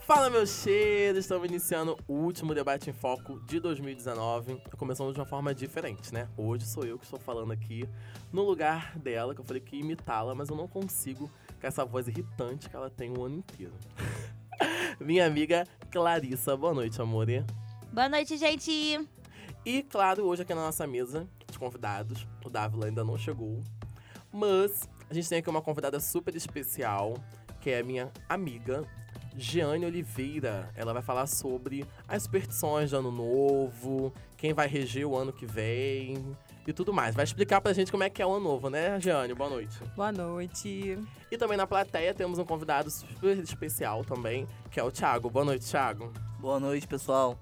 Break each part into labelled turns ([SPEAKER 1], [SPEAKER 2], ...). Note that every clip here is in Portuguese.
[SPEAKER 1] Fala, meus cheiros! Estamos iniciando o último debate em foco de 2019. Começamos de uma forma diferente, né? Hoje sou eu que estou falando aqui no lugar dela, que eu falei que ia imitá-la, mas eu não consigo com essa voz irritante que ela tem o ano inteiro. Minha amiga Clarissa, boa noite, amor.
[SPEAKER 2] Boa noite, gente!
[SPEAKER 1] E claro, hoje aqui na nossa mesa de convidados, o Dávila ainda não chegou, mas a gente tem aqui uma convidada super especial, que é a minha amiga Jeane Oliveira. Ela vai falar sobre as superstições de ano novo, quem vai reger o ano que vem e tudo mais. Vai explicar pra gente como é que é o ano novo, né, Jeane? Boa noite.
[SPEAKER 3] Boa noite.
[SPEAKER 1] E também na plateia temos um convidado super especial também, que é o Thiago. Boa noite, Thiago.
[SPEAKER 4] Boa noite, pessoal.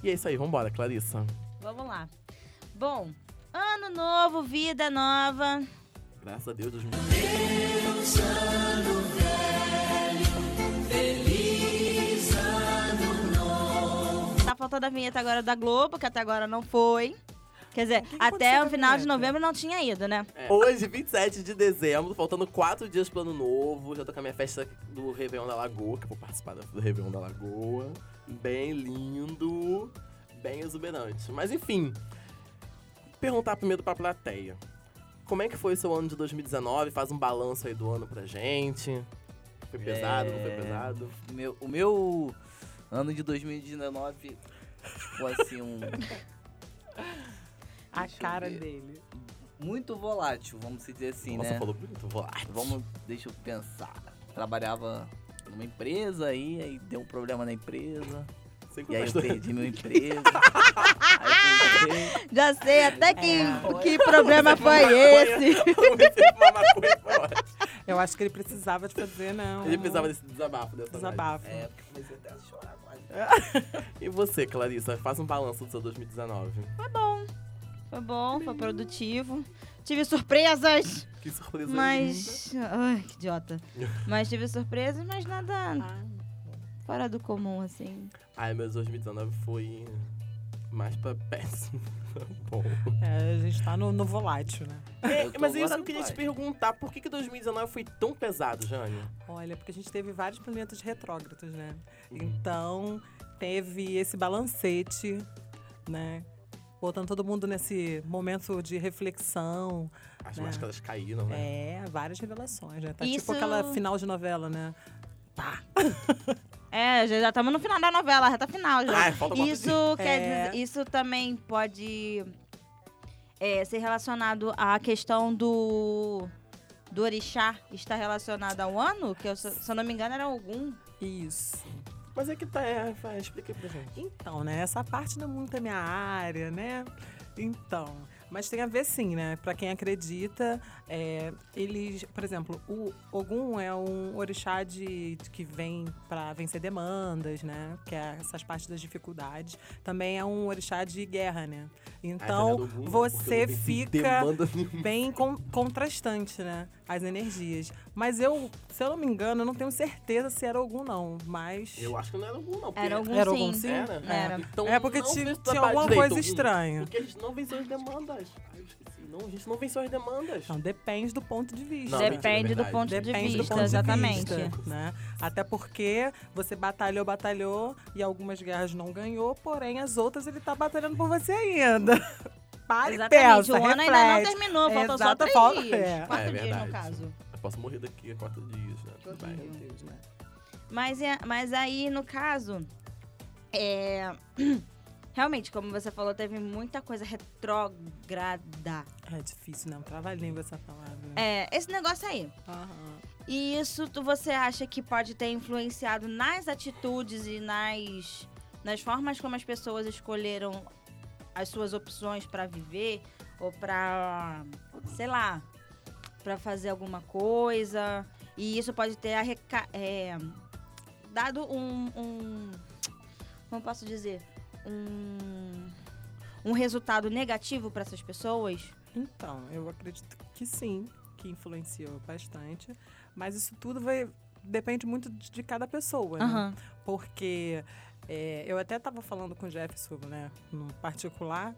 [SPEAKER 1] E é isso aí, vambora, Clarissa.
[SPEAKER 2] Vamos lá. Bom, ano novo, vida nova.
[SPEAKER 1] Graças a Deus, 2020.
[SPEAKER 2] Tá faltando a vinheta agora da Globo, que até agora não foi. Quer dizer, até
[SPEAKER 3] aconteceu
[SPEAKER 2] o
[SPEAKER 3] com a
[SPEAKER 2] final de
[SPEAKER 3] vinheta?
[SPEAKER 2] novembro não tinha ido, né?
[SPEAKER 4] É.
[SPEAKER 1] Hoje, 27 de dezembro, faltando quatro dias pro ano novo. Já tô com a minha festa do Réveillon da Lagoa, que eu vou participar da- do Réveillon da Lagoa. Bem lindo, bem exuberante. Mas enfim, perguntar primeiro pra plateia. Como é que foi o seu ano de 2019? Faz um balanço aí do ano pra gente. Foi pesado, não foi
[SPEAKER 4] É.
[SPEAKER 1] pesado?
[SPEAKER 4] Meu- o meu ano de 2019 foi assim um
[SPEAKER 3] A
[SPEAKER 4] Deixa eu
[SPEAKER 3] cara
[SPEAKER 4] ver.
[SPEAKER 3] dele.
[SPEAKER 4] muito volátil, vamos dizer assim,
[SPEAKER 1] Nossa,
[SPEAKER 4] né?
[SPEAKER 1] falou bonito, vou lá.
[SPEAKER 4] Vamos, deixa eu pensar. Trabalhava numa empresa aí, aí deu um problema na empresa.
[SPEAKER 1] Sem
[SPEAKER 4] E
[SPEAKER 1] contar
[SPEAKER 4] aí eu
[SPEAKER 1] isso.
[SPEAKER 4] perdi meu emprego. aí eu perdi.
[SPEAKER 2] Já sei até que,
[SPEAKER 3] É.
[SPEAKER 2] que problema foi esse.
[SPEAKER 1] Uma maconha foi ótimo.
[SPEAKER 3] Eu acho que ele precisava de fazer, não. Um
[SPEAKER 1] Ele precisava desse desabafo dessa noite.
[SPEAKER 3] desabafo.
[SPEAKER 4] É, porque comecei até a chorar quase.
[SPEAKER 1] E você, Clarissa, faz um balanço do seu 2019.
[SPEAKER 2] Foi bom, foi produtivo. Tive surpresas,
[SPEAKER 1] Que surpresa linda.
[SPEAKER 2] mas. Ai, que idiota. Mas tive surpresas, mas nada fora do comum, assim.
[SPEAKER 1] Ai, meu 2019 foi mais pra péssimo. pra Bom.
[SPEAKER 3] É, a gente tá no, no volátil, né?
[SPEAKER 4] Eu tô
[SPEAKER 1] mas é isso
[SPEAKER 4] agora
[SPEAKER 1] que eu
[SPEAKER 4] no
[SPEAKER 1] queria te
[SPEAKER 4] pai.
[SPEAKER 1] perguntar. Por que, que 2019 foi tão pesado, Jane?
[SPEAKER 3] Olha, porque a gente teve vários planetas retrógrados, né? Então, teve esse balancete, né? Botando todo mundo nesse momento de reflexão.
[SPEAKER 1] As
[SPEAKER 3] Né?
[SPEAKER 1] máscaras caíram, né?
[SPEAKER 3] É, várias revelações, né? Tá
[SPEAKER 2] Isso-
[SPEAKER 3] tipo aquela final de novela, né? Pá!
[SPEAKER 2] É, já já estamos no final da novela, reta final já.
[SPEAKER 1] Ai, Ah, falta um quatro dias.
[SPEAKER 2] Isso quer
[SPEAKER 3] É.
[SPEAKER 2] dizer- isso também pode é, ser relacionado à questão do do orixá está relacionado ao ano, que eu, se se eu não me engano era algum.
[SPEAKER 3] Isso.
[SPEAKER 1] Mas é que tá, é, vai, explica aí pra gente.
[SPEAKER 3] Então, né? Essa parte não é muito a minha área, né? Então. Mas tem a ver sim, né? Pra quem acredita, é, eles, por exemplo, o Ogum é um orixá de, de que vem pra vencer demandas, né? Que é essas partes das dificuldades. Também é um orixá de guerra, né?
[SPEAKER 1] Ai,
[SPEAKER 3] Então,
[SPEAKER 1] tá vendo algum? Porque
[SPEAKER 3] você
[SPEAKER 1] eu não vi
[SPEAKER 3] fica
[SPEAKER 1] Demanda nenhuma.
[SPEAKER 3] bem con- contrastante, né? As energias. Mas eu, se eu não me engano, eu não tenho certeza se era algum não, mas
[SPEAKER 1] Eu acho que não era algum, não. porque-
[SPEAKER 2] Era algum
[SPEAKER 3] Era
[SPEAKER 2] sim.
[SPEAKER 3] algum sim?
[SPEAKER 1] Era?
[SPEAKER 2] Era.
[SPEAKER 1] Então,
[SPEAKER 3] É porque
[SPEAKER 1] não
[SPEAKER 3] ti-
[SPEAKER 1] fez
[SPEAKER 3] tinha
[SPEAKER 1] trabalho
[SPEAKER 3] alguma
[SPEAKER 1] direito,
[SPEAKER 3] coisa
[SPEAKER 1] algum.
[SPEAKER 3] estranha.
[SPEAKER 1] Porque a gente não venceu as demandas. Ai, eu esqueci. Não, a gente não venceu as demandas.
[SPEAKER 3] Não, depende do ponto de vista.
[SPEAKER 1] Não,
[SPEAKER 3] né?
[SPEAKER 2] Depende
[SPEAKER 1] mentira,
[SPEAKER 2] do
[SPEAKER 1] verdade.
[SPEAKER 2] ponto de
[SPEAKER 3] Depende
[SPEAKER 2] vista,
[SPEAKER 3] do ponto
[SPEAKER 2] exatamente.
[SPEAKER 3] de vista, né? Até porque você batalhou, batalhou e algumas guerras não ganhou, porém as outras ele tá batalhando por você ainda. Pare e
[SPEAKER 2] Exatamente,
[SPEAKER 3] pensa,
[SPEAKER 2] o ano
[SPEAKER 3] reflete.
[SPEAKER 2] ainda não terminou,
[SPEAKER 3] É,
[SPEAKER 2] faltam só
[SPEAKER 3] exato,
[SPEAKER 2] três
[SPEAKER 3] falta-
[SPEAKER 2] dias.
[SPEAKER 3] é.
[SPEAKER 2] Quatro
[SPEAKER 1] É
[SPEAKER 2] dias,
[SPEAKER 1] verdade.
[SPEAKER 2] no caso.
[SPEAKER 1] Eu posso morrer daqui a quatro dias, né? Tudo bem.
[SPEAKER 2] Mas, é- mas aí, no caso, é, realmente, como você falou, teve muita coisa retrógrada.
[SPEAKER 3] É difícil, não. Trava a língua essa palavra. né?
[SPEAKER 2] É, esse negócio aí.
[SPEAKER 3] Aham.
[SPEAKER 2] E isso tu, você acha que pode ter influenciado nas atitudes e nas, nas formas como as pessoas escolheram as suas opções pra viver ou pra, sei lá, pra fazer alguma coisa. E isso pode ter arreca- é, dado um, um. Como posso dizer? Um. Um resultado negativo pra essas pessoas?
[SPEAKER 3] Então, eu acredito que sim, que influenciou bastante. Mas isso tudo vai. Depende muito de de cada pessoa, né?
[SPEAKER 2] Aham.
[SPEAKER 3] porque é, eu até estava falando com o Jefferson, né, no particular,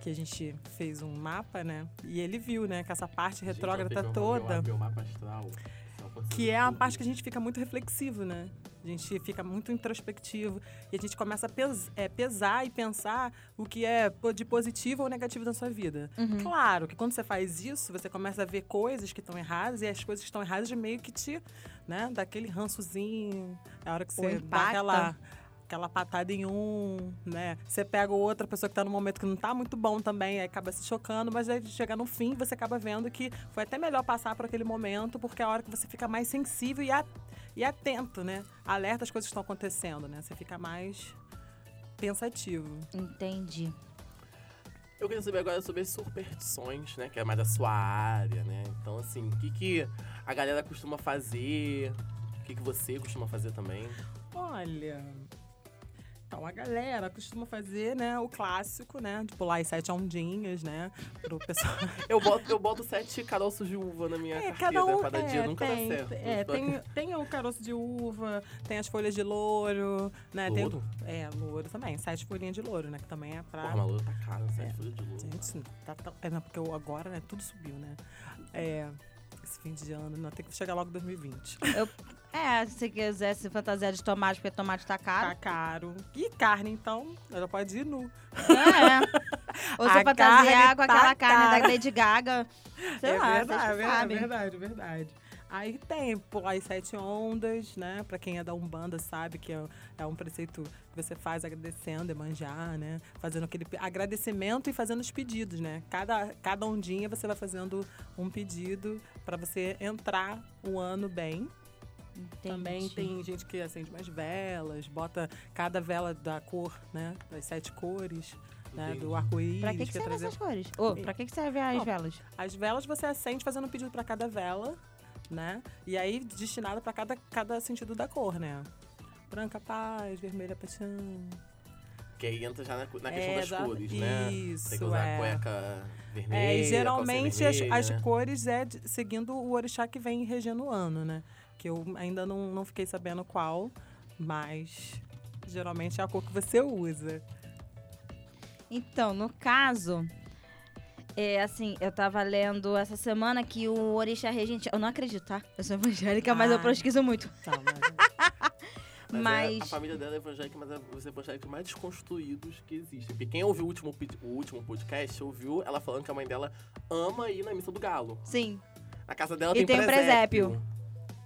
[SPEAKER 3] que a gente fez um mapa, né, e ele viu, né, que essa parte
[SPEAKER 1] Gente, ontem
[SPEAKER 3] retrógrada
[SPEAKER 1] meu-
[SPEAKER 3] toda.
[SPEAKER 1] Meu, meu mapa astral. só força.
[SPEAKER 3] Que é a parte que a gente fica muito reflexivo, né? A gente fica muito introspectivo e a gente começa a pes- é, pesar e pensar o que é po- de positivo ou negativo na sua vida.
[SPEAKER 2] Uhum.
[SPEAKER 3] Claro que quando você faz isso, você começa a ver coisas que estão erradas e as coisas que estão erradas meio que te, né, dá aquele rançozinho. É a hora que
[SPEAKER 2] Ou
[SPEAKER 3] você dá
[SPEAKER 2] impacta.
[SPEAKER 3] aquela, aquela patada em um, né? Você pega outra pessoa que tá num momento que não tá muito bom também, aí acaba se chocando, mas aí chegar no fim, você acaba vendo que foi até melhor passar por aquele momento, porque é a hora que você fica mais sensível e, a- e atento, né? Alerta às coisas que estão acontecendo, né? Você fica mais pensativo.
[SPEAKER 2] Entendi.
[SPEAKER 1] Eu queria saber agora sobre as superstições, né? Que é mais da sua área, né? Então, assim, o que, que a galera costuma fazer? O que, que você costuma fazer também?
[SPEAKER 3] Olha. Então, a galera costuma fazer, né, o clássico, né? De pular as sete ondinhas, né? Pro pessoal.
[SPEAKER 1] Eu boto, eu boto sete caroços de uva na minha
[SPEAKER 3] É,
[SPEAKER 1] carteira
[SPEAKER 3] cada um.
[SPEAKER 1] cada
[SPEAKER 3] é,
[SPEAKER 1] dia, nunca
[SPEAKER 3] tem,
[SPEAKER 1] dá certo.
[SPEAKER 3] É, tem, tem o caroço de uva, tem as folhas de louro, né? tem-
[SPEAKER 1] Louro?
[SPEAKER 3] é, louro também. Sete folhinhas de louro, né? Que também é pra.
[SPEAKER 1] Porra, maluco, tá caro, sete
[SPEAKER 3] É.
[SPEAKER 1] folhas de louro.
[SPEAKER 3] Gente, tá tão... é, não, porque o- agora, né, tudo subiu, né? É, esse fim de ano, não, tem que chegar logo 2020.
[SPEAKER 2] É, se quiser se fantasiar de tomate, porque tomate tá
[SPEAKER 3] Tá
[SPEAKER 2] caro.
[SPEAKER 3] caro. E carne, então, ela pode ir nu.
[SPEAKER 2] É. Ou se
[SPEAKER 3] A
[SPEAKER 2] fantasiar
[SPEAKER 3] carne
[SPEAKER 2] com
[SPEAKER 3] tá
[SPEAKER 2] aquela carne
[SPEAKER 3] cara.
[SPEAKER 2] da Lady Gaga. Sei
[SPEAKER 3] é
[SPEAKER 2] lá,
[SPEAKER 3] verdade,
[SPEAKER 2] vocês que
[SPEAKER 3] é
[SPEAKER 2] sabem.
[SPEAKER 3] verdade, é verdade. Aí tem pular as sete ondas, né? Pra quem é da Umbanda sabe que é, é um preceito que você faz agradecendo, emanjar, né? Fazendo aquele pe- agradecimento e fazendo os pedidos, né? Cada, cada ondinha você vai fazendo um pedido pra você entrar o ano bem. Também
[SPEAKER 2] Entendi.
[SPEAKER 3] tem gente que acende mais velas, bota cada vela da cor, né? Das sete cores, né?
[SPEAKER 1] Entendi.
[SPEAKER 3] Do arco-íris.
[SPEAKER 2] Pra que, que
[SPEAKER 3] é
[SPEAKER 2] servem
[SPEAKER 3] trazer-
[SPEAKER 2] essas cores? Ô, pra que, que servem as
[SPEAKER 3] Não.
[SPEAKER 2] velas?
[SPEAKER 3] as velas você acende fazendo um pedido para cada vela, né? E aí destinado para cada, cada sentido da cor, né? Branca paz, vermelha paixão.
[SPEAKER 1] Que aí entra já na, na questão
[SPEAKER 3] É,
[SPEAKER 1] das
[SPEAKER 3] exa-
[SPEAKER 1] cores, né?
[SPEAKER 3] Isso,
[SPEAKER 1] Tem que usar
[SPEAKER 3] é.
[SPEAKER 1] a cueca vermelha.
[SPEAKER 3] É,
[SPEAKER 1] a
[SPEAKER 3] e
[SPEAKER 1] calça
[SPEAKER 3] geralmente as,
[SPEAKER 1] vermelha,
[SPEAKER 3] as
[SPEAKER 1] né?
[SPEAKER 3] cores é de- seguindo o orixá que vem regendo o ano, né? Que eu ainda não, não fiquei sabendo qual, mas geralmente é a cor que você usa.
[SPEAKER 2] Então, no caso, é assim, eu tava lendo essa semana que o Orixá Regente. Eu não acredito, tá? Eu sou evangélica, mas eu
[SPEAKER 3] Ah.
[SPEAKER 2] pesquiso muito.
[SPEAKER 3] Então, né?
[SPEAKER 1] Mas é-
[SPEAKER 2] Mas.
[SPEAKER 1] a família dela é evangélica, mas é os evangélicos mais desconstruídos que existem. Porque quem ouviu o último, pedi- o último podcast ouviu ela falando que a mãe dela ama ir na missa do galo.
[SPEAKER 2] Sim.
[SPEAKER 1] Na casa dela
[SPEAKER 2] E
[SPEAKER 1] tem,
[SPEAKER 2] tem um presépio.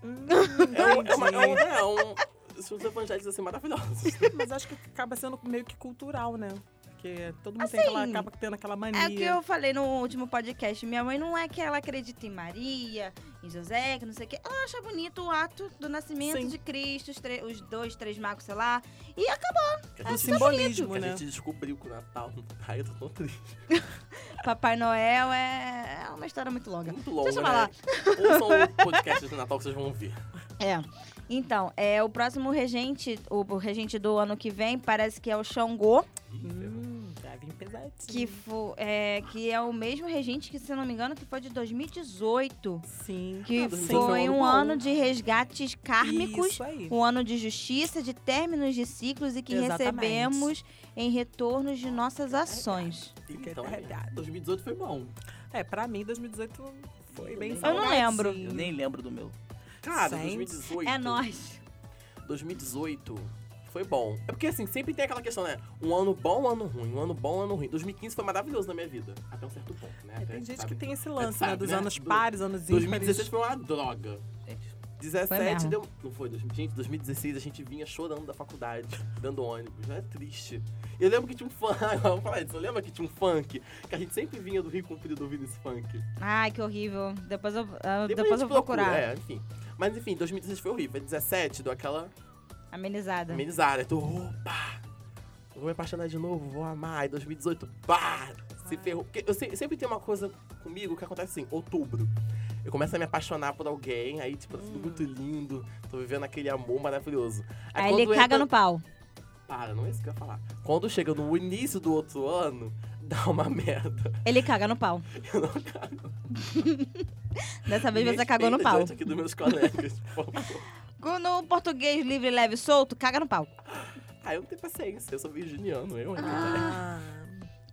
[SPEAKER 3] Hum,
[SPEAKER 1] É um, é uma- é um-
[SPEAKER 3] entendi.
[SPEAKER 1] é um- são uns evangelhos assim maravilhosos.
[SPEAKER 3] mas acho que acaba sendo meio que cultural, né? Porque todo mundo tem
[SPEAKER 2] Assim,
[SPEAKER 3] aquela, acaba tendo aquela mania.
[SPEAKER 2] É o que eu falei no último podcast. Minha mãe não é que ela acredita em Maria, em José, que não sei o quê. Ela acha bonito o ato do nascimento
[SPEAKER 3] Sim.
[SPEAKER 2] de Cristo, os, tre- os dois, três magos, sei lá. E acabou.
[SPEAKER 1] Que
[SPEAKER 3] O
[SPEAKER 1] a gente,
[SPEAKER 3] É um simbolismo,
[SPEAKER 1] que a
[SPEAKER 3] né?
[SPEAKER 1] gente descobriu que o Natal não tá, eu tô tão triste.
[SPEAKER 2] Papai Noel é, é uma história muito longa.
[SPEAKER 1] Muito longo,
[SPEAKER 2] Deixa eu
[SPEAKER 1] né?
[SPEAKER 2] falar.
[SPEAKER 1] Ouçam o podcast do Natal que vocês vão ver.
[SPEAKER 2] É. Então, é, o próximo regente, o, o regente do ano que vem, parece que é o Xangô,
[SPEAKER 3] Hum, já vim pesadinho.
[SPEAKER 2] que, fo, é, que é o mesmo regente que, se eu não me engano, que foi de 2018.
[SPEAKER 3] Sim.
[SPEAKER 2] Que
[SPEAKER 1] Ah, 2018
[SPEAKER 2] foi
[SPEAKER 1] é um
[SPEAKER 2] um
[SPEAKER 1] bom.
[SPEAKER 2] ano de resgates kármicos.
[SPEAKER 3] Isso aí.
[SPEAKER 2] Um ano de justiça, de términos de ciclos e que
[SPEAKER 3] Exatamente.
[SPEAKER 2] recebemos em retornos de nossas ações.
[SPEAKER 3] Fiquei
[SPEAKER 1] Então,
[SPEAKER 3] arrepiada.
[SPEAKER 1] 2018 foi bom.
[SPEAKER 3] É, pra mim, 2018 foi bem
[SPEAKER 4] Eu
[SPEAKER 2] não
[SPEAKER 3] salgadinho.
[SPEAKER 2] lembro.
[SPEAKER 4] Eu nem lembro do meu.
[SPEAKER 1] Cara,
[SPEAKER 3] Gente,
[SPEAKER 1] 2018.
[SPEAKER 2] É nós.
[SPEAKER 1] 2018 foi bom. É porque assim, sempre tem aquela questão, né? Um ano bom, um ano ruim. Um ano bom, um ano ruim. 2015 foi maravilhoso na minha vida. Até um certo ponto, né?
[SPEAKER 3] É,
[SPEAKER 1] Até,
[SPEAKER 3] tem gente
[SPEAKER 1] sabe?
[SPEAKER 2] tá
[SPEAKER 3] que tem esse lance,
[SPEAKER 1] sabe,
[SPEAKER 3] né? Dos
[SPEAKER 1] né?
[SPEAKER 3] anos
[SPEAKER 1] Do-
[SPEAKER 3] pares, anos ímpares.
[SPEAKER 1] 2016 foi uma droga.
[SPEAKER 4] Gente,
[SPEAKER 1] 17
[SPEAKER 2] assim, mesmo.
[SPEAKER 1] deu. Não foi, dois- gente, 2016 a gente vinha chorando da faculdade, dando ônibus. É triste. Eu lembro que tinha um funk. Vamos falar disso. Eu lembro que tinha um funk que a gente sempre vinha do Rio Comprido ouvindo esse funk.
[SPEAKER 2] Ai, que horrível. Depois eu, ah, depois
[SPEAKER 1] a gente
[SPEAKER 2] eu vou
[SPEAKER 1] procura,
[SPEAKER 2] procurar.
[SPEAKER 1] É, enfim. Mas enfim, 2016 foi horrível. 17 deu aquela
[SPEAKER 2] Amenizada.
[SPEAKER 1] amenizada. Então, Tô, opa! Vou me apaixonar de novo, vou amar. Aí 2018, pá! Se ferrou. Porque eu se- sempre tenho uma coisa comigo que acontece assim, outubro. Eu começo a me apaixonar por alguém, aí, tipo, tá tudo muito lindo. Tô vivendo aquele amor maravilhoso.
[SPEAKER 2] Hum. Aí ele
[SPEAKER 1] quando
[SPEAKER 2] caga
[SPEAKER 1] entra-
[SPEAKER 2] no pau.
[SPEAKER 1] Para, não é isso que eu ia falar. Quando chega no início do outro ano, dá uma merda.
[SPEAKER 2] Ele caga no pau.
[SPEAKER 1] Eu não cago.
[SPEAKER 2] Dessa vez
[SPEAKER 1] Me
[SPEAKER 2] você cagou no
[SPEAKER 1] respeita
[SPEAKER 2] pau.
[SPEAKER 1] diante aqui dos meus colegas, por favor.
[SPEAKER 2] No português livre, leve e solto, caga no pau.
[SPEAKER 1] Ah, eu não tenho paciência, eu sou virginiano, eu ainda.
[SPEAKER 3] Ah,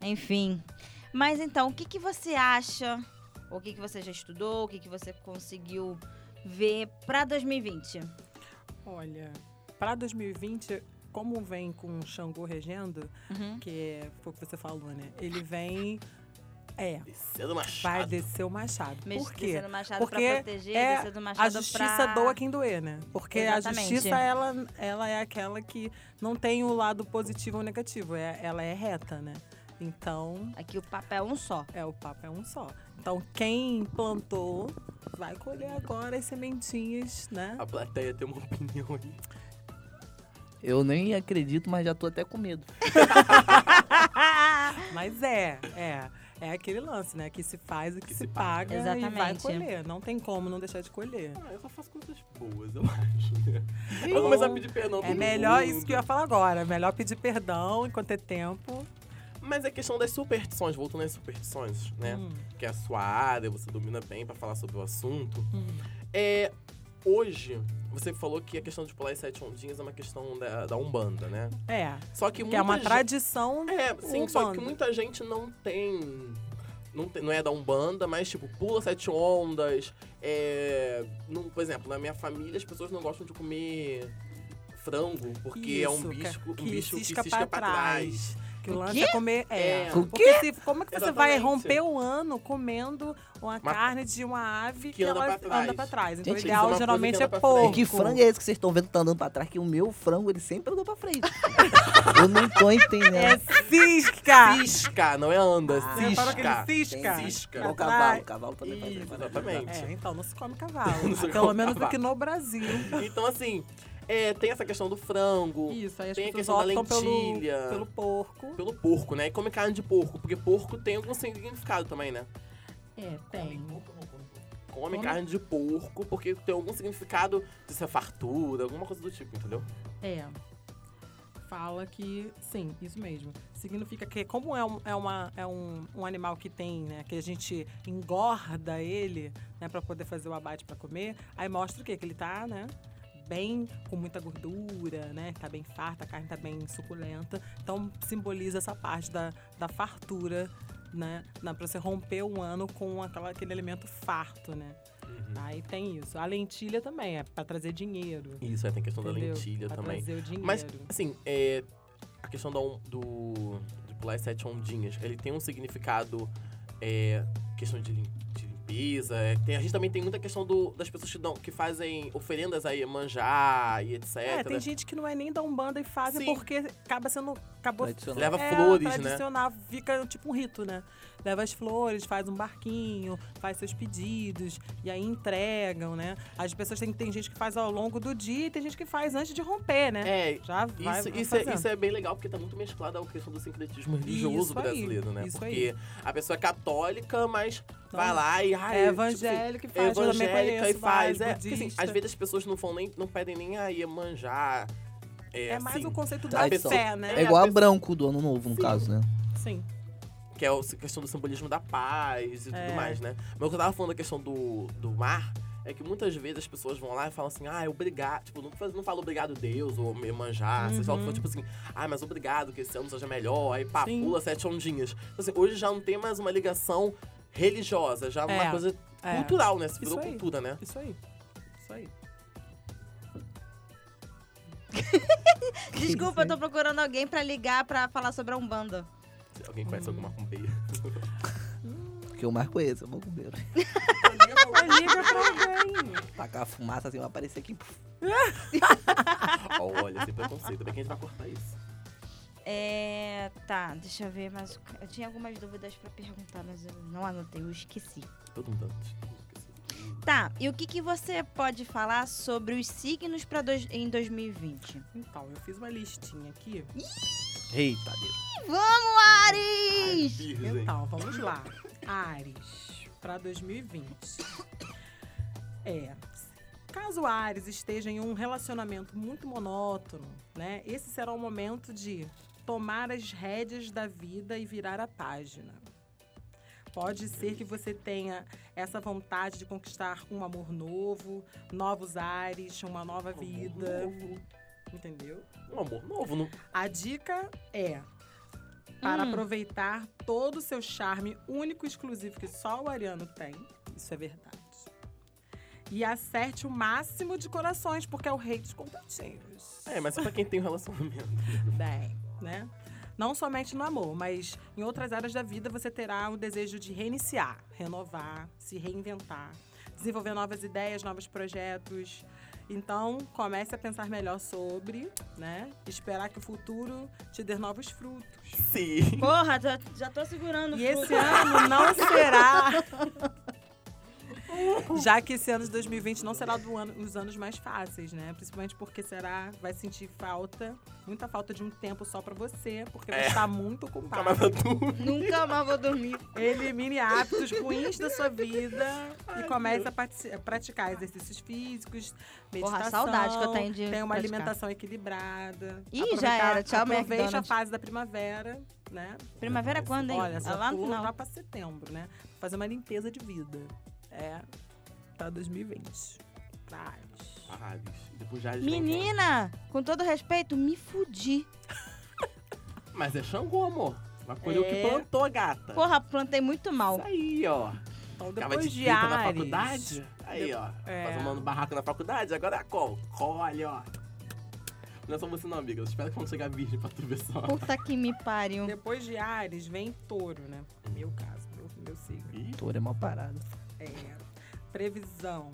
[SPEAKER 2] Enfim. Mas então, o que, que você acha? O que, que você já estudou? O que, que você conseguiu vê pra 2020?
[SPEAKER 3] Olha, para 2020, como vem com o Xangô regendo,
[SPEAKER 2] Uhum.
[SPEAKER 3] que é, foi o que você falou, né? Ele vem. É,
[SPEAKER 1] Descendo machado.
[SPEAKER 3] vai descer o machado.
[SPEAKER 2] Mas
[SPEAKER 3] Por quê?
[SPEAKER 2] descer do machado
[SPEAKER 3] Porque
[SPEAKER 2] pra proteger,
[SPEAKER 3] é
[SPEAKER 2] descer do machado
[SPEAKER 3] A justiça
[SPEAKER 2] pra...
[SPEAKER 3] doa quem doer, né? Porque a
[SPEAKER 2] Exatamente.
[SPEAKER 3] justiça, ela, ela é aquela que não tem o lado positivo ou negativo. É, ela é reta, né? Então,
[SPEAKER 2] Aqui o papel é um só.
[SPEAKER 3] é o papo é um só. Então, quem plantou vai colher agora as sementinhas, né?
[SPEAKER 1] A plateia tem uma opinião aí.
[SPEAKER 4] Eu nem acredito, mas já tô até com medo.
[SPEAKER 3] Mas é, é. É aquele lance, né? Que se faz e que,
[SPEAKER 1] Que
[SPEAKER 3] se,
[SPEAKER 1] se
[SPEAKER 3] paga
[SPEAKER 1] paga.
[SPEAKER 3] e vai
[SPEAKER 2] Exatamente.
[SPEAKER 3] colher. Não tem como não deixar de colher.
[SPEAKER 1] Ah, eu só faço coisas boas, eu acho, né? Eu vou começar a pedir perdão
[SPEAKER 3] É
[SPEAKER 1] todo
[SPEAKER 3] melhor
[SPEAKER 1] mundo.
[SPEAKER 3] isso que eu ia falar agora. É melhor pedir perdão enquanto é tempo.
[SPEAKER 1] Mas a questão das superstições, voltando às superstições, né?
[SPEAKER 3] Hum,
[SPEAKER 1] Que é a sua área, você domina bem pra falar sobre o assunto.
[SPEAKER 3] hum.
[SPEAKER 1] É. Hoje, você falou que a questão de pular as sete ondinhas é uma questão da, da Umbanda, né?
[SPEAKER 3] É.
[SPEAKER 1] Só que,
[SPEAKER 3] Que é uma
[SPEAKER 1] muita gente-
[SPEAKER 3] tradição.
[SPEAKER 1] É, sim, só que
[SPEAKER 3] Umbanda.
[SPEAKER 1] muita gente não tem. Não, tem- não é da Umbanda, mas tipo, pula sete ondas. É, não- por exemplo, na minha família as pessoas não gostam de comer frango, porque é um
[SPEAKER 3] Isso, que-
[SPEAKER 1] bicho que,
[SPEAKER 3] que
[SPEAKER 1] um bicho
[SPEAKER 3] cisca
[SPEAKER 1] que cisca
[SPEAKER 3] pra
[SPEAKER 1] pra trás.
[SPEAKER 3] Que o
[SPEAKER 2] O
[SPEAKER 3] lance
[SPEAKER 2] quê?
[SPEAKER 3] é comer. É.
[SPEAKER 1] É.
[SPEAKER 4] O
[SPEAKER 3] Porque se- como é que você vai
[SPEAKER 1] Exatamente.
[SPEAKER 3] romper o ano comendo
[SPEAKER 1] Uma-
[SPEAKER 3] uma carne de uma ave que,
[SPEAKER 1] que anda pra
[SPEAKER 3] ela
[SPEAKER 1] trás.
[SPEAKER 3] anda pra trás? Então
[SPEAKER 4] Gente,
[SPEAKER 3] o
[SPEAKER 1] isso é uma
[SPEAKER 3] ideal
[SPEAKER 1] coisa
[SPEAKER 3] geralmente
[SPEAKER 1] que
[SPEAKER 3] é
[SPEAKER 1] anda pra frente.
[SPEAKER 3] pouco.
[SPEAKER 4] E que frango é esse que vocês estão vendo que tá andando pra trás? Que o meu frango, ele sempre andou pra frente. eu não tô
[SPEAKER 3] É
[SPEAKER 4] entendendo.
[SPEAKER 3] cisca!
[SPEAKER 1] Cisca, não é anda,
[SPEAKER 4] Ah,
[SPEAKER 3] Ah. Reparou que
[SPEAKER 1] cisca.
[SPEAKER 3] ele cisca?
[SPEAKER 1] Tem
[SPEAKER 4] Ou
[SPEAKER 1] cisca.
[SPEAKER 4] o cavalo, o cavalo também faz
[SPEAKER 1] Isso,
[SPEAKER 4] isso.
[SPEAKER 1] exatamente.
[SPEAKER 3] É, então não se come cavalo.
[SPEAKER 1] Não se
[SPEAKER 3] Pelo
[SPEAKER 1] come
[SPEAKER 3] menos
[SPEAKER 1] cavalo.
[SPEAKER 3] aqui no Brasil.
[SPEAKER 1] Então, assim, é, tem essa questão do frango,
[SPEAKER 3] Isso, aí as
[SPEAKER 1] Tem a
[SPEAKER 3] pessoas
[SPEAKER 1] questão da
[SPEAKER 3] optam pelo,
[SPEAKER 1] lentilha.
[SPEAKER 3] pelo porco.
[SPEAKER 1] pelo porco, né? E come carne de porco, porque porco tem algum significado também, né?
[SPEAKER 3] É,
[SPEAKER 1] Come
[SPEAKER 3] Come?
[SPEAKER 1] carne de porco, porque tem algum significado de ser fartura, alguma coisa do tipo, entendeu?
[SPEAKER 3] É. Fala que, sim, isso mesmo. Significa que, como é um, é uma, é um, um animal que tem, né, que a gente engorda ele, né, para poder fazer o abate para comer, aí mostra o quê? Que ele tá, né? Bem, com muita gordura, né? Tá bem farta, a carne tá bem suculenta. Então simboliza essa parte da, da fartura, né? Na, pra você romper o ano com aquela, aquele elemento farto, né? Aí tem isso. A lentilha também, é pra trazer dinheiro.
[SPEAKER 1] Isso, é, tem questão da
[SPEAKER 3] Entendeu?
[SPEAKER 1] lentilha
[SPEAKER 3] pra
[SPEAKER 1] também.
[SPEAKER 3] trazer o dinheiro.
[SPEAKER 1] Mas, assim, é, a questão da on- do, de pular as sete ondinhas, ele tem um significado, é, questão de, lim- de limpeza. é, tem- a gente também tem muita questão do- das pessoas que, dão, que fazem oferendas aí, manjar e etc.
[SPEAKER 3] É, tem gente que não é nem da Umbanda e faz é
[SPEAKER 1] tá Sim.
[SPEAKER 3] porque acaba sendo. Acabou
[SPEAKER 4] Tradicional.
[SPEAKER 1] Leva
[SPEAKER 3] é,
[SPEAKER 1] flores, né?
[SPEAKER 3] tradicional, fica tipo um rito, né? Leva as flores, faz um barquinho, faz seus pedidos, e aí entregam, né? As pessoas têm tem gente que faz ao longo do dia e tem gente que faz antes de romper, né?
[SPEAKER 1] É,
[SPEAKER 3] Já vai.
[SPEAKER 1] Isso,
[SPEAKER 3] vai
[SPEAKER 1] isso, é,
[SPEAKER 3] fazendo.
[SPEAKER 1] isso é bem legal, porque tá muito mesclado a questão do sincretismo religioso
[SPEAKER 3] Isso aí,
[SPEAKER 1] brasileiro, né?
[SPEAKER 3] isso
[SPEAKER 1] porque a pessoa é católica, mas
[SPEAKER 3] Não,
[SPEAKER 1] é, vai lá e... Ai,
[SPEAKER 3] É
[SPEAKER 1] tipo,
[SPEAKER 3] evangélico e
[SPEAKER 1] é
[SPEAKER 3] faz, eu também
[SPEAKER 1] evangélica e
[SPEAKER 3] conheço,
[SPEAKER 1] faz.
[SPEAKER 3] vai,
[SPEAKER 1] É, porque, assim,
[SPEAKER 3] budista.
[SPEAKER 1] às vezes as pessoas não, vão nem, não pedem nem a Iemanjá. É,
[SPEAKER 3] É mais
[SPEAKER 1] assim,
[SPEAKER 3] o conceito da
[SPEAKER 4] Tradição.
[SPEAKER 3] fé, né?
[SPEAKER 4] É igual a branco do ano novo, no
[SPEAKER 1] Sim.
[SPEAKER 4] caso, né?
[SPEAKER 3] Sim.
[SPEAKER 1] Que é a questão do simbolismo da paz e
[SPEAKER 3] É.
[SPEAKER 1] tudo mais, né? Mas o que eu tava falando da questão do, do mar, é que muitas vezes as pessoas vão lá e falam assim, ah, obrigado. Tipo, não, faz- não fala obrigado Deus ou me manjar. Vocês falam,
[SPEAKER 3] Uhum.
[SPEAKER 1] tipo assim, ah, mas obrigado, que esse ano seja melhor. Aí pá,
[SPEAKER 3] Sim.
[SPEAKER 1] pula sete ondinhas. Então, assim, hoje já não tem mais uma ligação religiosa, já é
[SPEAKER 3] É,
[SPEAKER 1] uma coisa
[SPEAKER 3] é.
[SPEAKER 1] cultural, né? Se
[SPEAKER 3] Isso
[SPEAKER 1] virou
[SPEAKER 3] aí.
[SPEAKER 1] cultura, né?
[SPEAKER 3] Isso aí. Isso aí.
[SPEAKER 2] Desculpa, eu tô procurando alguém pra ligar pra falar sobre a Umbanda.
[SPEAKER 1] Alguém conhece alguma um compeia?
[SPEAKER 4] Porque eu marco esse, eu vou com Deus.
[SPEAKER 3] Liga pra alguém.
[SPEAKER 4] Tacar a fumaça assim, vai aparecer aqui. puf.
[SPEAKER 1] Olha, sem preconceito. Bem que a gente vai cortar isso.
[SPEAKER 2] É. Tá, deixa eu ver, mas eu tinha algumas dúvidas pra perguntar, mas eu não anotei, eu esqueci.
[SPEAKER 1] Todo mundo antes.
[SPEAKER 2] Tá, e o que, que você pode falar sobre os signos pra dois, em 2020?
[SPEAKER 3] Então, eu fiz uma listinha aqui.
[SPEAKER 4] Eita, Deus.
[SPEAKER 2] Vamos, Ares!
[SPEAKER 1] Virgem.
[SPEAKER 3] Então, vamos lá. Ares, para 2020. É. Caso Ares esteja em um relacionamento muito monótono, né? Esse será o momento de tomar as rédeas da vida e virar a página. Pode ser que você tenha essa vontade de conquistar um amor novo, novos ares, uma nova vida, entendeu?
[SPEAKER 1] Um amor novo. não-
[SPEAKER 3] A dica é para
[SPEAKER 2] Hum.
[SPEAKER 3] aproveitar todo o seu charme único e exclusivo que só o Ariano tem. Isso é verdade. e acerte o máximo de corações, porque é o rei dos contatinhos.
[SPEAKER 1] É, mas é pra quem tem um relacionamento.
[SPEAKER 3] Bem, né? Não somente no amor, mas em outras áreas da vida você terá o desejo de reiniciar, renovar, se reinventar, desenvolver novas ideias, novos projetos. Então, comece a pensar melhor sobre, né? Esperar que o futuro te dê novos frutos.
[SPEAKER 1] Sim.
[SPEAKER 2] Porra, tô- já tô segurando o
[SPEAKER 3] E esse
[SPEAKER 2] fruto.
[SPEAKER 3] ano não será. Já que esse ano de 2020 não será do ano, os anos mais fáceis, né? Principalmente porque será, vai sentir falta, muita falta de um tempo só pra você, porque vai
[SPEAKER 1] É.
[SPEAKER 3] estar muito
[SPEAKER 1] Tá mais
[SPEAKER 3] ocupado.
[SPEAKER 1] adulto.
[SPEAKER 2] Nunca mais vou dormir.
[SPEAKER 3] Elimine hábitos ruins da sua vida e
[SPEAKER 1] Ai,
[SPEAKER 3] comece a prati- a praticar exercícios físicos, meditação.
[SPEAKER 2] Porra, saudade que eu tenho de
[SPEAKER 3] Tem uma
[SPEAKER 2] praticar.
[SPEAKER 3] alimentação equilibrada.
[SPEAKER 2] Ih, já
[SPEAKER 3] Aproveitar-
[SPEAKER 2] era. Tchau,
[SPEAKER 3] Aproveite a
[SPEAKER 2] McDonald's.
[SPEAKER 3] fase da primavera, né?
[SPEAKER 2] Primavera quando, hein?
[SPEAKER 3] Olha, só
[SPEAKER 2] lá no
[SPEAKER 3] pula
[SPEAKER 2] final.
[SPEAKER 3] lá pra setembro, né? Fazer uma limpeza de vida. É. Tá 2020. Traz.
[SPEAKER 1] Ah, bicho. Depois já
[SPEAKER 2] Menina, com todo respeito, me fudi.
[SPEAKER 1] Mas é Xangô, amor. Vai colher o que
[SPEAKER 3] É.
[SPEAKER 1] plantou, gata.
[SPEAKER 2] Porra, plantei muito mal.
[SPEAKER 1] Isso aí, ó.
[SPEAKER 3] Então,
[SPEAKER 1] Ficava de
[SPEAKER 3] depois de
[SPEAKER 1] fita na
[SPEAKER 3] Ares,
[SPEAKER 1] faculdade. Aí, ó.
[SPEAKER 3] É.
[SPEAKER 1] Fazendo um barraco na faculdade, agora é qual? Colhe, ó. Não é só você não, amiga. Eu espero que quando chegar virgem pra tu ver só.
[SPEAKER 2] Puta que me pariu.
[SPEAKER 3] Depois de Ares, vem touro, né? Meu caso, meu, meu signo.
[SPEAKER 1] Ih,
[SPEAKER 4] Touro é uma parada.
[SPEAKER 3] É. Previsão.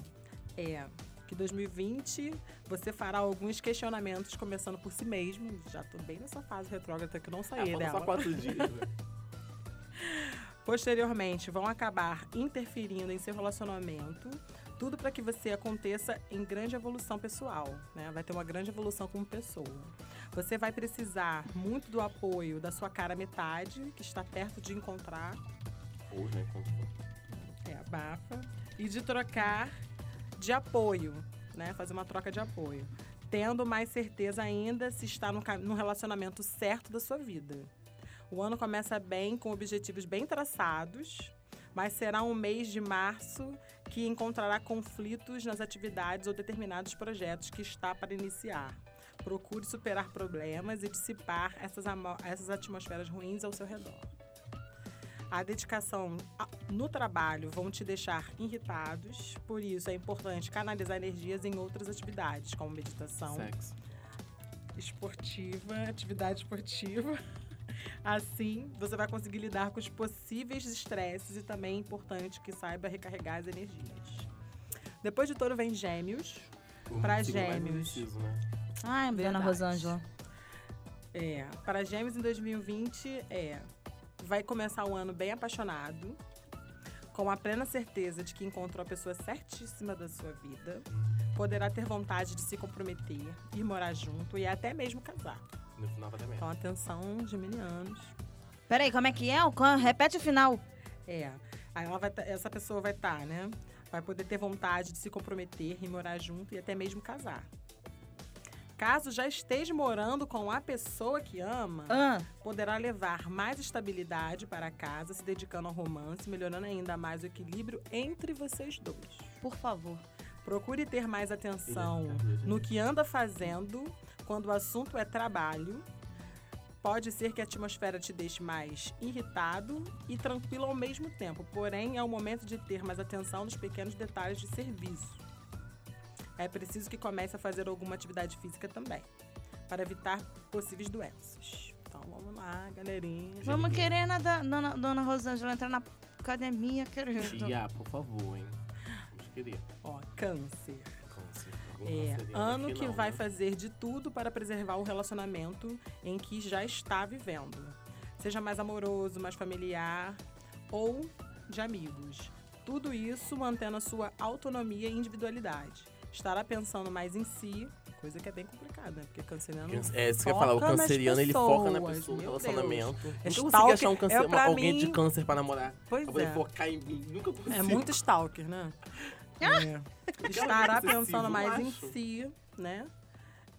[SPEAKER 3] É. Que 2020 você fará alguns questionamentos, começando por si mesmo. Já tô bem nessa fase retrógrada que eu não
[SPEAKER 1] é,
[SPEAKER 3] saí
[SPEAKER 1] faltam
[SPEAKER 3] dela.
[SPEAKER 1] só quatro dias. né?
[SPEAKER 3] posteriormente vão acabar interferindo em seu relacionamento. Tudo para que você aconteça em grande evolução pessoal, né? Vai ter uma grande evolução como pessoa. Você vai precisar muito do apoio da sua cara metade, que está perto de encontrar,
[SPEAKER 1] Ou, né, com-
[SPEAKER 3] é abafa, e de trocar de apoio, né? Fazer uma troca de apoio. Tendo mais certeza ainda se está no, ca- no relacionamento certo da sua vida. O ano começa bem, com objetivos bem traçados, mas será um mês de março que encontrará conflitos nas atividades ou determinados projetos que está para iniciar. Procure superar problemas e dissipar essas, ama- essas atmosferas ruins ao seu redor. A dedicação a- no trabalho vão te deixar irritados, por isso é importante canalizar energias em outras atividades, como meditação,
[SPEAKER 1] Sexo.
[SPEAKER 3] esportiva, atividade esportiva. Assim, você vai conseguir lidar com os possíveis estresses e também é importante que saiba recarregar as energias. Depois de touro vem gêmeos.
[SPEAKER 1] Um
[SPEAKER 3] Pra
[SPEAKER 1] signo mais
[SPEAKER 3] gêmeos.
[SPEAKER 1] indeciso, né?
[SPEAKER 2] Ai, dona
[SPEAKER 3] Verdade.
[SPEAKER 2] Rosângela.
[SPEAKER 3] É, para gêmeos em 2020 é vai começar o ano bem apaixonado, com a plena certeza de que encontrou a pessoa certíssima da sua vida, poderá ter vontade de se comprometer, ir morar junto e até mesmo casar.
[SPEAKER 1] No final vai dar merda.
[SPEAKER 3] Então atenção, geminianos.
[SPEAKER 2] Peraí, como é que é? O can- Repete o final.
[SPEAKER 3] É. Aí ela vai tá- essa pessoa vai estar, né? Vai poder ter vontade de se comprometer e morar junto e até mesmo casar. Caso já esteja morando com a pessoa que ama,
[SPEAKER 2] Ah,
[SPEAKER 3] poderá levar mais estabilidade para a casa, se dedicando ao romance, melhorando ainda mais o equilíbrio entre vocês dois.
[SPEAKER 2] por favor.
[SPEAKER 3] Procure ter mais atenção
[SPEAKER 1] Ele é
[SPEAKER 3] no que anda fazendo quando o assunto é trabalho. Pode ser que a atmosfera te deixe mais irritado e tranquilo ao mesmo tempo, porém é o momento de ter mais atenção nos pequenos detalhes de serviço. É preciso que comece a fazer alguma atividade física também, para evitar possíveis doenças. Então vamos lá, galerinha.
[SPEAKER 2] Vamos
[SPEAKER 1] Gemini.
[SPEAKER 2] querer na da- dona, dona Rosângela entrar na academia, querido.
[SPEAKER 3] Tá
[SPEAKER 1] Tia, por favor, hein. Vamos querer.
[SPEAKER 3] Ó, câncer.
[SPEAKER 1] Câncer. Algum
[SPEAKER 3] É,
[SPEAKER 1] canceriano
[SPEAKER 3] ano
[SPEAKER 1] aqui
[SPEAKER 3] que
[SPEAKER 1] não,
[SPEAKER 3] vai
[SPEAKER 1] né?
[SPEAKER 3] fazer de tudo para preservar o relacionamento em que já está vivendo. Seja mais amoroso, mais familiar ou de amigos. Tudo isso mantendo a sua autonomia e individualidade. Estará pensando mais em si, coisa que é bem complicada, né? Porque canceriano
[SPEAKER 1] Canc- É isso que eu ia falar, o
[SPEAKER 3] Foca nas
[SPEAKER 1] canceriano ele foca na
[SPEAKER 3] pessoas,
[SPEAKER 1] pessoa, no
[SPEAKER 3] meu Deus.
[SPEAKER 1] relacionamento.
[SPEAKER 3] É
[SPEAKER 1] Nunca consegui
[SPEAKER 3] stalker,
[SPEAKER 1] achar um câncer,
[SPEAKER 3] é pra
[SPEAKER 1] alguém
[SPEAKER 3] mim-
[SPEAKER 1] de câncer pra namorar.
[SPEAKER 3] Pois
[SPEAKER 1] Eu vou
[SPEAKER 3] é.
[SPEAKER 1] focar em mim, nunca consigo.
[SPEAKER 3] É muito stalker, né?
[SPEAKER 1] Ah!
[SPEAKER 3] É. Estará
[SPEAKER 1] Excessivo,
[SPEAKER 3] pensando mais
[SPEAKER 1] eu
[SPEAKER 3] em
[SPEAKER 1] acho.
[SPEAKER 3] si, né?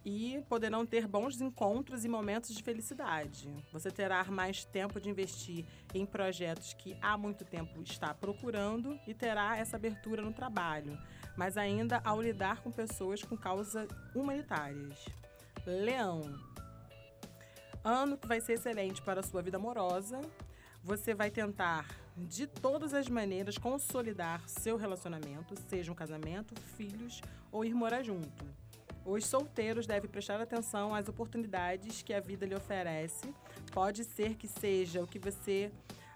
[SPEAKER 3] E poderão ter bons encontros e momentos de felicidade. Você terá mais tempo de investir em projetos que há muito tempo está procurando e terá essa abertura no trabalho, mas ainda ao lidar com pessoas com causas humanitárias. Leão. Ano que vai ser excelente para a sua vida amorosa, Você vai tentar, de todas as maneiras, consolidar seu relacionamento, seja um casamento, filhos ou ir morar junto. Os solteiros devem prestar atenção às oportunidades que a vida lhe oferece. Pode ser que seja o que você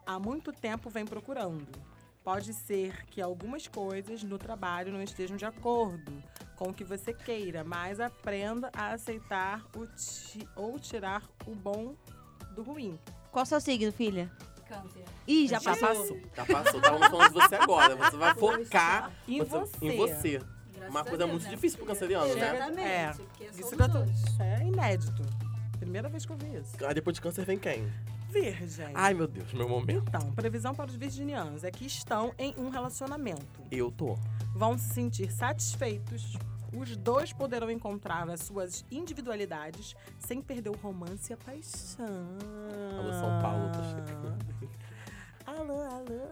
[SPEAKER 3] há muito tempo vem procurando. Pode ser que algumas coisas no trabalho não estejam de acordo com o que você queira, mas aprenda a aceitar o ti- ou tirar o bom do ruim.
[SPEAKER 2] Qual seu signo, filha?
[SPEAKER 5] Câncer.
[SPEAKER 2] Ih, já
[SPEAKER 1] Já
[SPEAKER 2] passou.
[SPEAKER 1] passou, já passou. Tava falando de você agora. Você vai focar
[SPEAKER 3] Em é. você.
[SPEAKER 1] em você.
[SPEAKER 5] Graças
[SPEAKER 1] Uma
[SPEAKER 5] a
[SPEAKER 1] coisa
[SPEAKER 5] Deus,
[SPEAKER 1] muito
[SPEAKER 5] né?
[SPEAKER 1] difícil pro canceriano, né?
[SPEAKER 5] Exatamente.
[SPEAKER 3] É.
[SPEAKER 5] Porque
[SPEAKER 3] Isso,
[SPEAKER 5] somos
[SPEAKER 3] que eu tô-
[SPEAKER 5] dois.
[SPEAKER 3] isso é inédito. Primeira vez que eu vi isso.
[SPEAKER 1] Aí Ah, depois de câncer vem quem?
[SPEAKER 3] Virgem.
[SPEAKER 1] Ai, meu Deus, meu momento.
[SPEAKER 3] Então, previsão para os virginianos é que estão em um relacionamento.
[SPEAKER 1] Eu tô.
[SPEAKER 3] Vão se sentir satisfeitos. Os dois poderão encontrar as suas individualidades sem perder o romance e a paixão.
[SPEAKER 1] Alô, São Paulo, tô chegando.
[SPEAKER 3] Alô, alô.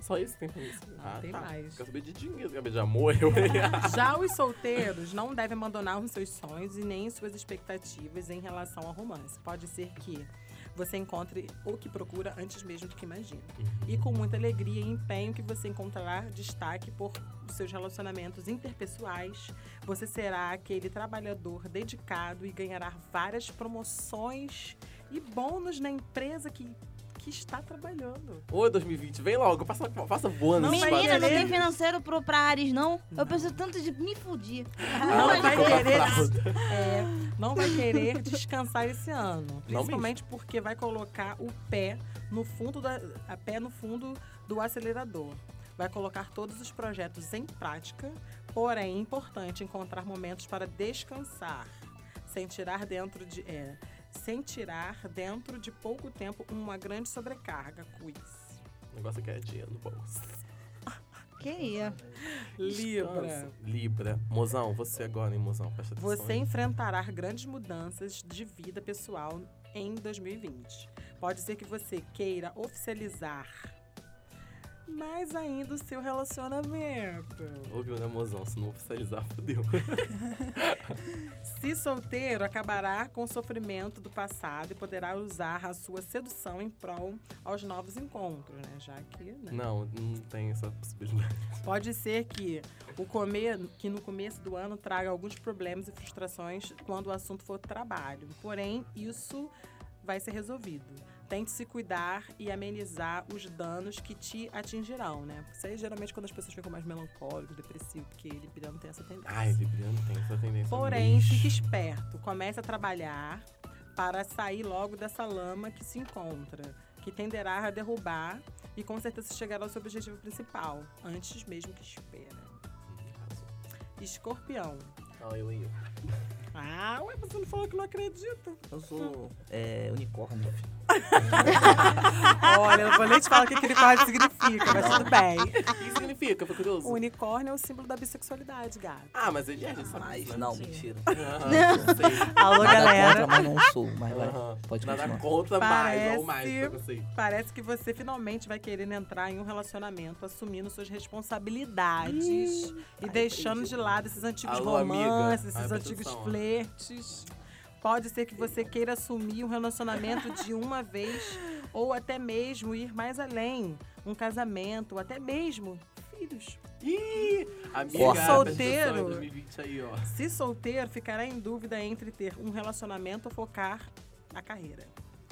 [SPEAKER 1] Só isso tem pra isso.
[SPEAKER 3] Não, Ah, tem mais.
[SPEAKER 1] Quer Ah, tá. saber de dinheiro, quer saber de amor? Eu...
[SPEAKER 3] Já os solteiros não devem abandonar os seus sonhos e nem suas expectativas em relação ao romance. Pode ser que você encontre o que procura antes mesmo do que imagina. E com muita alegria e empenho que você encontrará destaque por seus relacionamentos interpessoais. Você será aquele trabalhador dedicado e ganhará várias promoções e bônus na empresa que, que está trabalhando.
[SPEAKER 1] Ô, 2020, vem logo, faça, faça bônus.
[SPEAKER 3] Não vai
[SPEAKER 2] Menina, não
[SPEAKER 3] querer.
[SPEAKER 2] tem financeiro pro, pra Ares, não?
[SPEAKER 3] Não.
[SPEAKER 2] Eu preciso tanto de me fudir.
[SPEAKER 3] Não
[SPEAKER 1] Ah,
[SPEAKER 3] vai
[SPEAKER 1] compra
[SPEAKER 3] querer.
[SPEAKER 1] fralda.
[SPEAKER 3] É, não vai querer descansar esse ano.
[SPEAKER 1] Não
[SPEAKER 3] Principalmente porque vai colocar o pé no fundo da, a pé no fundo do acelerador. Vai colocar todos os projetos em prática, porém é importante encontrar momentos para descansar, sem tirar dentro de é, sem tirar dentro de pouco tempo uma grande sobrecarga. Quiz.
[SPEAKER 1] O negócio é que é dinheiro no bolso.
[SPEAKER 2] Queria.
[SPEAKER 3] Libra.
[SPEAKER 1] Descansa. Libra. Mozão, você agora, hein, mozão? Presta atenção.
[SPEAKER 3] Você
[SPEAKER 1] hein?
[SPEAKER 3] enfrentará grandes mudanças de vida pessoal em 2020. Pode ser que você queira oficializar mais ainda o seu relacionamento.
[SPEAKER 1] Ouviu, né, mozão? Se não oficializar, fodeu.
[SPEAKER 3] Se solteiro, acabará com o sofrimento do passado e poderá usar a sua sedução em prol aos novos encontros, né? Já que. né?
[SPEAKER 1] Não, não tem essa possibilidade.
[SPEAKER 3] Pode ser que o comer, que no começo do ano traga alguns problemas e frustrações quando o assunto for trabalho. Porém, isso vai ser resolvido. Tente se cuidar e amenizar os danos que te atingirão, né? Isso aí geralmente quando as pessoas ficam mais melancólicas, depressivas, porque Libriano tem essa tendência.
[SPEAKER 1] Ai, Libriano tem essa tendência.
[SPEAKER 3] Porém,
[SPEAKER 1] mesmo.
[SPEAKER 3] fique esperto. Comece a trabalhar para sair logo dessa lama que se encontra, que tenderá a derrubar e com certeza chegará ao seu objetivo principal, antes mesmo que espera. Escorpião.
[SPEAKER 1] Não, é eu, eu.
[SPEAKER 3] Ah, ué, você não falou que não acredita.
[SPEAKER 4] Eu sou é, unicórnio.
[SPEAKER 3] Olha, eu não vou nem te falar o que aquele código significa, mas tudo bem.
[SPEAKER 1] O que significa? Eu Fico curioso.
[SPEAKER 3] O unicórnio é o símbolo da bissexualidade, gato.
[SPEAKER 1] Ah, mas ele é disso.
[SPEAKER 4] Mas não, mentira.
[SPEAKER 1] Aham,
[SPEAKER 3] Alô,
[SPEAKER 4] Nada contra, mas não sou. Mas vai, pode
[SPEAKER 1] Nada
[SPEAKER 4] continuar.
[SPEAKER 1] contra mais, ou
[SPEAKER 3] é- Parece-
[SPEAKER 1] mais, pra você.
[SPEAKER 3] Parece que você finalmente vai querendo entrar em um relacionamento assumindo suas responsabilidades e deixando de lado esses antigos
[SPEAKER 1] Alô, amiga.
[SPEAKER 3] romances,
[SPEAKER 1] Ai,
[SPEAKER 3] esses
[SPEAKER 1] presta
[SPEAKER 3] antigos
[SPEAKER 1] atenção, ó.
[SPEAKER 3] flertes. Pode ser que você queira assumir um relacionamento de uma vez ou até mesmo ir mais além, um casamento, ou até mesmo filhos.
[SPEAKER 1] Ih, amiga, presta atenção
[SPEAKER 4] Porra.
[SPEAKER 1] em
[SPEAKER 3] Solteiro.
[SPEAKER 1] 2020 aí, ó.
[SPEAKER 3] Se solteiro, ficará em dúvida entre ter um relacionamento ou focar na carreira.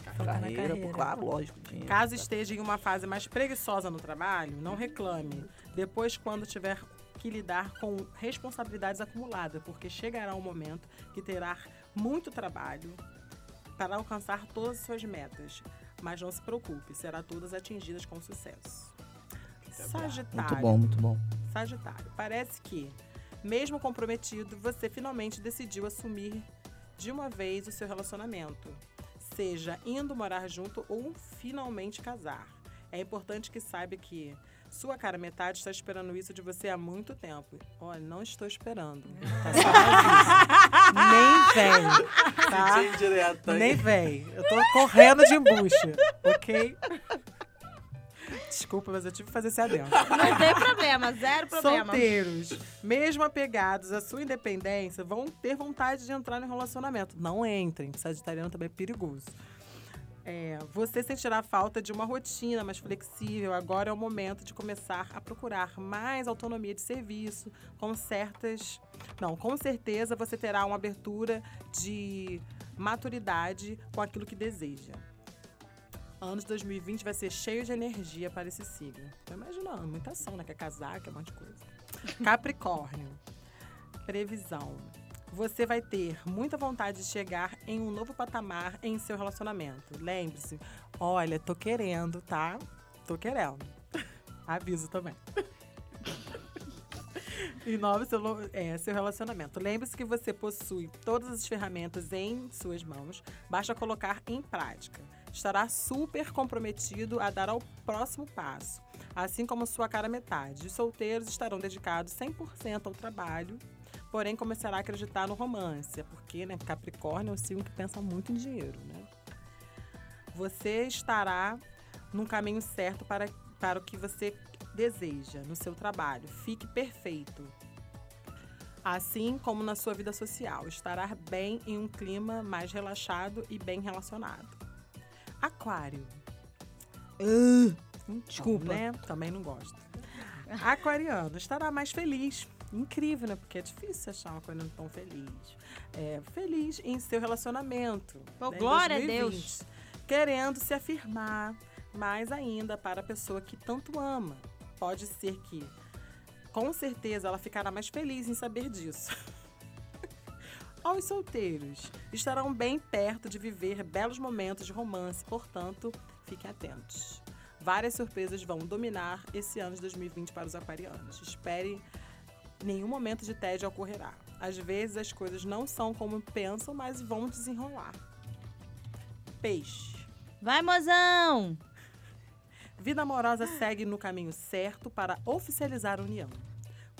[SPEAKER 4] Carreira,
[SPEAKER 5] Carreira.
[SPEAKER 4] pô, claro, lógico. dinheiro.
[SPEAKER 3] Caso esteja em uma fase mais preguiçosa no trabalho, não reclame. Depois, quando tiver que lidar com responsabilidades acumuladas, porque chegará um momento que terá muito trabalho para alcançar todas as suas metas. Mas não se preocupe, será todas atingidas com sucesso.
[SPEAKER 4] Muito
[SPEAKER 3] Sagitário.
[SPEAKER 4] bom, muito bom.
[SPEAKER 3] Sagitário, parece que, mesmo comprometido, você finalmente decidiu assumir de uma vez o seu relacionamento, seja indo morar junto ou finalmente casar. É importante que saiba que sua cara metade está esperando isso de você há muito tempo. Olha, não estou esperando. Tá só mais isso. Nem vem,
[SPEAKER 1] Gente direta,
[SPEAKER 3] tá?
[SPEAKER 1] hein?
[SPEAKER 3] Nem vem. Eu tô correndo de embucha, ok? Desculpa, mas eu tive que fazer esse adendo.
[SPEAKER 2] Não tem problema, zero problema.
[SPEAKER 3] Solteiros, mesmo apegados à sua independência, vão ter vontade de entrar no relacionamento. Não entrem, sagitariano também é perigoso. É, você sentirá a falta de uma rotina mais flexível. Agora é o momento de começar a procurar mais autonomia de serviço, com certas. Não, com certeza você terá uma abertura de maturidade com aquilo que deseja. Anos 2020 vai ser cheio de energia para esse signo. Tô imaginando, muita ação, né? Que é casaca, um monte de coisa. Capricórnio. Previsão. Você vai ter muita vontade de chegar em um novo patamar em seu relacionamento. Lembre-se, olha, tô querendo, tá? Tô querendo. Aviso também. Inove seu, lo- é, seu relacionamento. Lembre-se que você possui todas as ferramentas em suas mãos, basta colocar em prática. Estará super comprometido a dar ao próximo passo, assim como sua cara metade. Os solteiros estarão dedicados 100% ao trabalho, porém começará a acreditar no romance, porque né, Capricórnio é um signo que pensa muito em dinheiro. Né? Você estará num caminho certo para, para o que você deseja no seu trabalho. Fique perfeito. Assim como na sua vida social, estará bem em um clima mais relaxado e bem relacionado. Aquário. Então,
[SPEAKER 2] Desculpa.
[SPEAKER 3] né? Também não gosto. Aquariano estará mais feliz. Incrível, né? Porque é difícil achar um aquariano tão feliz. É, feliz em seu relacionamento.
[SPEAKER 2] Pô,
[SPEAKER 3] né? Em
[SPEAKER 2] Oh, glória a
[SPEAKER 3] 2020.
[SPEAKER 2] Deus.
[SPEAKER 3] Querendo se afirmar mais ainda para a pessoa que tanto ama. Pode ser que, com certeza, ela ficará mais feliz em saber disso. Aos solteiros, estarão bem perto de viver belos momentos de romance, portanto, fiquem atentos. Várias surpresas vão dominar esse ano de 2020 para os aquarianos. Espere, nenhum momento de tédio ocorrerá. Às vezes as coisas não são como pensam, mas vão desenrolar. Peixe.
[SPEAKER 2] Vai, mozão!
[SPEAKER 3] Vida amorosa segue no caminho certo para oficializar a união.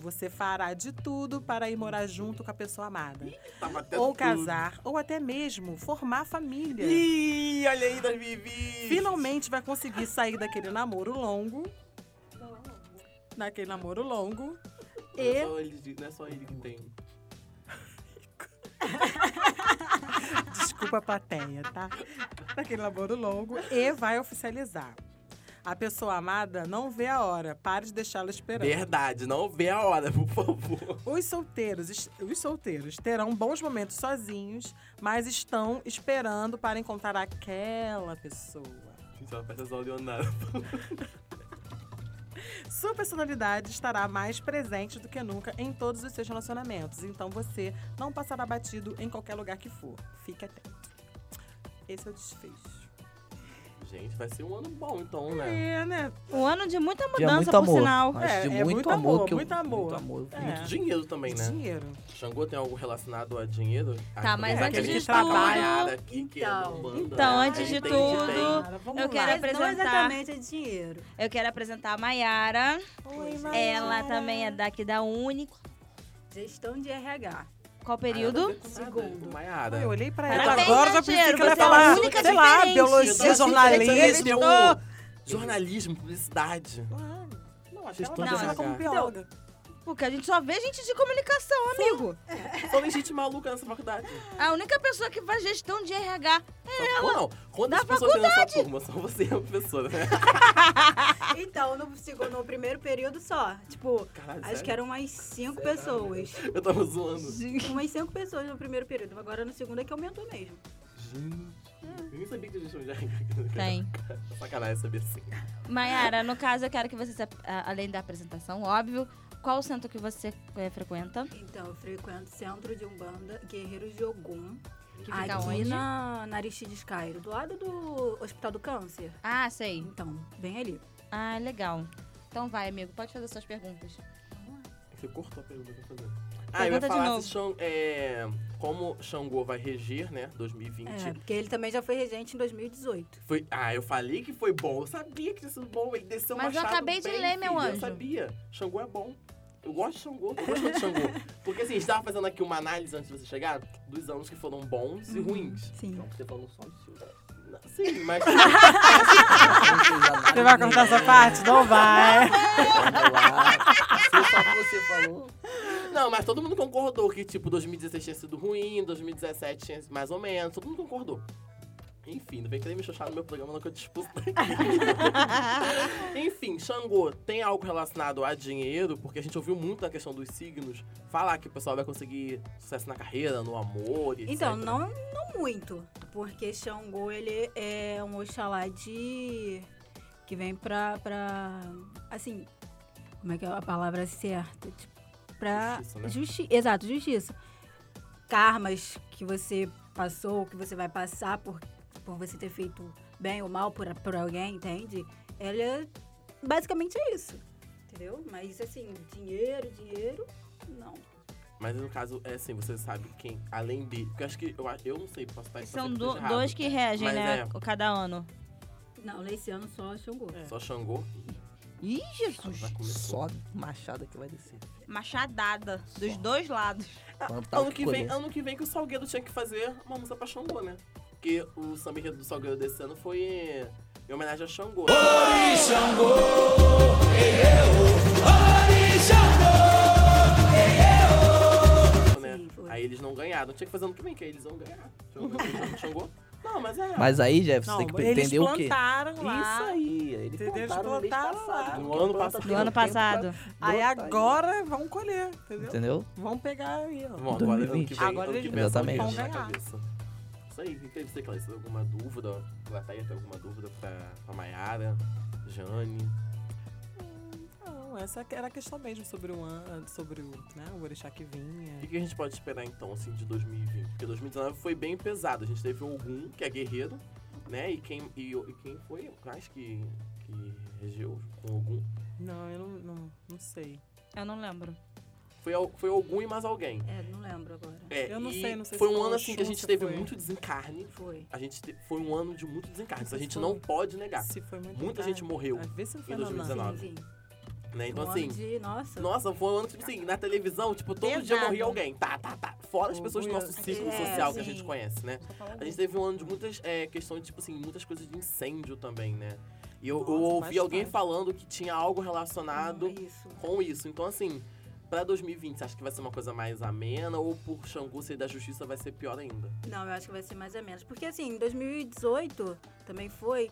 [SPEAKER 3] Você fará de tudo para ir morar junto com a pessoa amada.
[SPEAKER 1] Tava até
[SPEAKER 3] ou
[SPEAKER 1] tá tudo.
[SPEAKER 3] casar, ou até mesmo formar família.
[SPEAKER 1] Ih, olha aí, 2020!
[SPEAKER 3] Finalmente vai conseguir sair daquele namoro longo. Daquele namoro longo.
[SPEAKER 1] Não é
[SPEAKER 3] E
[SPEAKER 1] só ele- Não é só ele que tem.
[SPEAKER 3] Desculpa a plateia, tá? Daquele namoro longo. E vai oficializar. A pessoa amada não vê a hora. Pare de deixá-la esperando.
[SPEAKER 1] Verdade, não vê a hora, por favor.
[SPEAKER 3] Os solteiros, os solteiros terão bons momentos sozinhos, mas estão esperando para encontrar aquela pessoa.
[SPEAKER 1] Gente, ela parece a Zó Leonardo.
[SPEAKER 3] Sua personalidade estará mais presente do que nunca em todos os seus relacionamentos, então você não passará batido em qualquer lugar que for. Fique atento. Esse é o desfecho.
[SPEAKER 1] Gente, vai ser um ano bom, então, né?
[SPEAKER 3] É, né?
[SPEAKER 2] Um ano de muita
[SPEAKER 4] E é
[SPEAKER 2] mudança,
[SPEAKER 4] muito
[SPEAKER 2] por
[SPEAKER 4] amor.
[SPEAKER 2] sinal.
[SPEAKER 4] Acho
[SPEAKER 3] É,
[SPEAKER 4] de
[SPEAKER 3] é
[SPEAKER 4] muito,
[SPEAKER 3] muito
[SPEAKER 4] amor,
[SPEAKER 3] amor,
[SPEAKER 4] que eu,
[SPEAKER 3] muito amor.
[SPEAKER 4] Muito amor.
[SPEAKER 3] É.
[SPEAKER 1] Muito dinheiro também, né?
[SPEAKER 3] Dinheiro.
[SPEAKER 1] Xangô tem algo relacionado a dinheiro?
[SPEAKER 2] Tá, mas
[SPEAKER 1] Aquele
[SPEAKER 3] antes
[SPEAKER 1] que
[SPEAKER 3] de
[SPEAKER 1] tá
[SPEAKER 3] tudo-
[SPEAKER 1] trabalhada aqui, que é
[SPEAKER 5] Então,
[SPEAKER 1] do bando,
[SPEAKER 2] então,
[SPEAKER 1] né?
[SPEAKER 2] antes de
[SPEAKER 1] Entende
[SPEAKER 2] tudo-
[SPEAKER 1] bem.
[SPEAKER 3] Cara, vamos
[SPEAKER 2] eu
[SPEAKER 3] lá.
[SPEAKER 2] quero-
[SPEAKER 5] Mas
[SPEAKER 2] apresentar-
[SPEAKER 5] Não Um exatamente é dinheiro.
[SPEAKER 2] Eu quero apresentar a Maiara.
[SPEAKER 5] Oi,
[SPEAKER 2] Ela também é daqui da Único.
[SPEAKER 5] Gestão de RH.
[SPEAKER 2] Qual período?
[SPEAKER 5] Segundo.
[SPEAKER 1] Maiara.
[SPEAKER 3] Eu olhei pra ela tá
[SPEAKER 2] Parabéns,
[SPEAKER 3] agora, já pensei
[SPEAKER 2] Natiero,
[SPEAKER 3] que ela ia
[SPEAKER 2] você é a
[SPEAKER 3] falar,
[SPEAKER 2] única
[SPEAKER 3] sei lá,
[SPEAKER 2] diferente. é
[SPEAKER 3] biologia,
[SPEAKER 2] Eu tô
[SPEAKER 3] jornalismo.
[SPEAKER 1] Jornalismo, é um jornalismo, publicidade.
[SPEAKER 3] Não, acho
[SPEAKER 1] Vocês
[SPEAKER 3] que ela
[SPEAKER 1] estão
[SPEAKER 3] vai pensar
[SPEAKER 1] devagar.
[SPEAKER 3] como bióloga.
[SPEAKER 2] Porque a gente só vê gente de comunicação, amigo.
[SPEAKER 1] Só tem gente maluca nessa faculdade.
[SPEAKER 2] A única pessoa que faz gestão de RH.
[SPEAKER 1] Só, ou não, quantas
[SPEAKER 2] da
[SPEAKER 1] pessoas tem nessa turma? Só você é uma professora, né?
[SPEAKER 5] Então, no, segundo, no primeiro período só. Tipo,
[SPEAKER 1] Caralho,
[SPEAKER 5] acho
[SPEAKER 1] sério?
[SPEAKER 5] que eram umas cinco pessoas. Tipo,
[SPEAKER 1] Eu tava zoando.
[SPEAKER 5] Umas cinco pessoas no primeiro período. Agora no segundo é que aumentou mesmo.
[SPEAKER 1] Gente, eu nem sabia que a gente já
[SPEAKER 2] Tem.
[SPEAKER 1] Sacanagem saber assim.
[SPEAKER 2] Maiara, no caso, eu quero que você, se ap- a- além da apresentação, óbvio, qual o centro que você eh, frequenta?
[SPEAKER 5] Então, eu frequento o centro de Umbanda, Guerreiros de Ogum.
[SPEAKER 2] Que fica
[SPEAKER 5] aqui
[SPEAKER 2] onde?
[SPEAKER 5] na, na Aristides Cairo, do lado do Hospital do Câncer.
[SPEAKER 2] Ah, sei.
[SPEAKER 5] Então, bem ali.
[SPEAKER 2] Ah, legal. Então vai, amigo, pode fazer suas perguntas.
[SPEAKER 1] Você cortou a pergunta que eu ia fazer. Ah, eu
[SPEAKER 2] Pergunta
[SPEAKER 1] ia
[SPEAKER 2] de
[SPEAKER 1] falar
[SPEAKER 2] novo.
[SPEAKER 1] se Xang- é, como Xangô vai reger, né? 2020.
[SPEAKER 5] É, porque ele também já foi regente em 2018.
[SPEAKER 1] Foi, ah, eu falei que foi bom. Eu sabia que isso é bom. Ele desceu
[SPEAKER 2] Mas eu
[SPEAKER 1] machado
[SPEAKER 2] acabei de
[SPEAKER 1] bem,
[SPEAKER 2] ler, meu
[SPEAKER 1] filho,
[SPEAKER 2] anjo.
[SPEAKER 1] Eu sabia. Xangô é bom. Eu gosto de Xangô. Eu gosto de Xangô. Porque assim, a gente tava fazendo aqui uma análise antes de você chegar dos anos que foram bons
[SPEAKER 2] Uhum.
[SPEAKER 1] e ruins.
[SPEAKER 5] Sim.
[SPEAKER 1] Então, você falou só isso. Não, Sim, mas.
[SPEAKER 3] Você vai cortar essa parte? Não vai.
[SPEAKER 4] Se só você falou.
[SPEAKER 1] Não, mas todo mundo concordou que, tipo, 2016 tinha sido ruim, 2017 tinha sido mais ou menos. Todo mundo concordou. Enfim, não vem querer me chuchar no meu programa, não que eu te expulso daqui. Enfim, Xangô, tem algo relacionado a dinheiro? Porque a gente ouviu muito na questão dos signos falar que o pessoal vai conseguir sucesso na carreira, no amor e
[SPEAKER 5] Então,
[SPEAKER 1] etc.
[SPEAKER 5] não, não muito. Porque Xangô, ele é um Oxalá de... Que vem pra, pra... Assim, como é que é a palavra certa? Tipo, pra...
[SPEAKER 1] Justiça, né?
[SPEAKER 5] Justi- Exato, justiça. Karmas que você passou, que você vai passar por, por você ter feito bem ou mal por, por alguém, entende? Ela é- basicamente é isso, entendeu? Mas, assim, dinheiro, dinheiro, não.
[SPEAKER 1] Mas no caso, é assim, você sabe quem, além de. Porque eu acho que. Eu, a- eu não sei, posso estar
[SPEAKER 2] São
[SPEAKER 1] fazendo
[SPEAKER 2] do-
[SPEAKER 1] coisa errada.
[SPEAKER 2] dois que regem,
[SPEAKER 1] Mas
[SPEAKER 2] né?
[SPEAKER 1] é.
[SPEAKER 2] o- Cada ano.
[SPEAKER 5] Não, nesse ano só Xangô.
[SPEAKER 1] Só Xangô.
[SPEAKER 4] Ih, Jesus.
[SPEAKER 1] Vai começar.
[SPEAKER 4] Só machada que vai descer.
[SPEAKER 2] Machadada. Dos
[SPEAKER 4] Só.
[SPEAKER 2] dois lados.
[SPEAKER 4] Plantar o
[SPEAKER 1] Ano que, vem,
[SPEAKER 4] Tá colher.
[SPEAKER 1] ano que vem que o Salgueiro tinha que fazer uma música pra Xangô, né? Porque o samba enredo do Salgueiro desse ano foi em homenagem a Xangô. né?
[SPEAKER 5] Sim, foi.
[SPEAKER 1] Aí eles não ganharam. Tinha que fazer ano que vem, que aí eles vão ganhar. Xangô, Xangô. Não, mas é.
[SPEAKER 4] Mas aí, Jeff, você
[SPEAKER 3] Não,
[SPEAKER 4] tem que
[SPEAKER 3] eles
[SPEAKER 4] entender o quê?
[SPEAKER 3] plantaram
[SPEAKER 4] Isso
[SPEAKER 3] lá.
[SPEAKER 4] aí, eles
[SPEAKER 3] Entendeu? Eles
[SPEAKER 4] plantaram no mês
[SPEAKER 3] plantaram lá.
[SPEAKER 4] passado.
[SPEAKER 1] No ano
[SPEAKER 4] porque planta
[SPEAKER 1] passado.
[SPEAKER 4] tem
[SPEAKER 2] Do
[SPEAKER 4] um
[SPEAKER 2] ano
[SPEAKER 4] tempo
[SPEAKER 2] passado.
[SPEAKER 4] pra
[SPEAKER 3] Aí
[SPEAKER 4] brotar,
[SPEAKER 3] agora vão colher, entendeu?
[SPEAKER 4] Entendeu?
[SPEAKER 3] Vão pegar aí, ó.
[SPEAKER 1] Bom, agora ano que
[SPEAKER 4] 2020.
[SPEAKER 1] vem,
[SPEAKER 3] Agora
[SPEAKER 1] ano que
[SPEAKER 3] eles
[SPEAKER 1] vem é só
[SPEAKER 4] vão
[SPEAKER 1] dinheiro na
[SPEAKER 3] ganhar.
[SPEAKER 1] cabeça. Isso aí, o que tem você, Clarice? Alguma dúvida? Lataia tem alguma dúvida pra, pra Mayara? Jane?
[SPEAKER 3] Não, essa era a questão mesmo sobre o ano, sobre o, né, o orixá que
[SPEAKER 1] O que
[SPEAKER 3] vinha.
[SPEAKER 1] que a gente pode esperar então, assim, de 2020? Porque 2019 foi bem pesado. A gente teve o Ogum, que é guerreiro, né? E quem, e, e quem foi o Cás que, que regeu com o Ogum?
[SPEAKER 3] Não, eu não, não, não sei.
[SPEAKER 2] Eu não lembro.
[SPEAKER 1] Foi, al- foi Ogum e mais alguém.
[SPEAKER 5] É, não lembro agora.
[SPEAKER 1] É,
[SPEAKER 3] Eu não
[SPEAKER 1] e
[SPEAKER 3] sei, não sei
[SPEAKER 1] Foi
[SPEAKER 3] se
[SPEAKER 1] um
[SPEAKER 3] foi
[SPEAKER 1] ano
[SPEAKER 3] o
[SPEAKER 1] assim que a
[SPEAKER 3] Xun,
[SPEAKER 1] gente
[SPEAKER 3] se
[SPEAKER 1] teve
[SPEAKER 3] foi.
[SPEAKER 1] muito desencarne.
[SPEAKER 5] Foi.
[SPEAKER 1] A gente te- foi um ano de muito desencarne. Isso a
[SPEAKER 3] Se
[SPEAKER 1] gente
[SPEAKER 3] foi.
[SPEAKER 1] não pode negar,
[SPEAKER 3] Se foi muito
[SPEAKER 1] Muita
[SPEAKER 3] tarde.
[SPEAKER 1] gente morreu
[SPEAKER 3] Ah, Vê se não foi
[SPEAKER 1] em
[SPEAKER 3] na
[SPEAKER 1] 2019.
[SPEAKER 3] Lana.
[SPEAKER 5] Sim, sim.
[SPEAKER 3] É,
[SPEAKER 1] né? Então
[SPEAKER 5] Um
[SPEAKER 1] assim,
[SPEAKER 5] ano de- nossa.
[SPEAKER 1] nossa, foi um ano tipo assim, na televisão, tipo, todo dia
[SPEAKER 2] Pesado.
[SPEAKER 1] morria alguém. Tá, tá, tá. Fora as
[SPEAKER 3] Foi
[SPEAKER 1] pessoas do nosso
[SPEAKER 3] assim.
[SPEAKER 1] círculo
[SPEAKER 5] É,
[SPEAKER 1] social que a
[SPEAKER 5] sim.
[SPEAKER 1] gente conhece, né? A gente teve um ano de muitas é, questões, tipo assim, muitas coisas de incêndio também, né? E eu, eu
[SPEAKER 3] Nossa,
[SPEAKER 1] ouvi alguém
[SPEAKER 3] bastante.
[SPEAKER 1] falando que tinha algo
[SPEAKER 5] Não,
[SPEAKER 1] relacionado
[SPEAKER 5] é isso.
[SPEAKER 1] com isso. Então, assim, pra 2020, você acha que vai ser uma coisa mais amena? Ou por Xangu ser da justiça vai ser pior ainda?
[SPEAKER 5] Não, eu acho que vai ser mais ou menos. Porque assim, em 2018 também foi.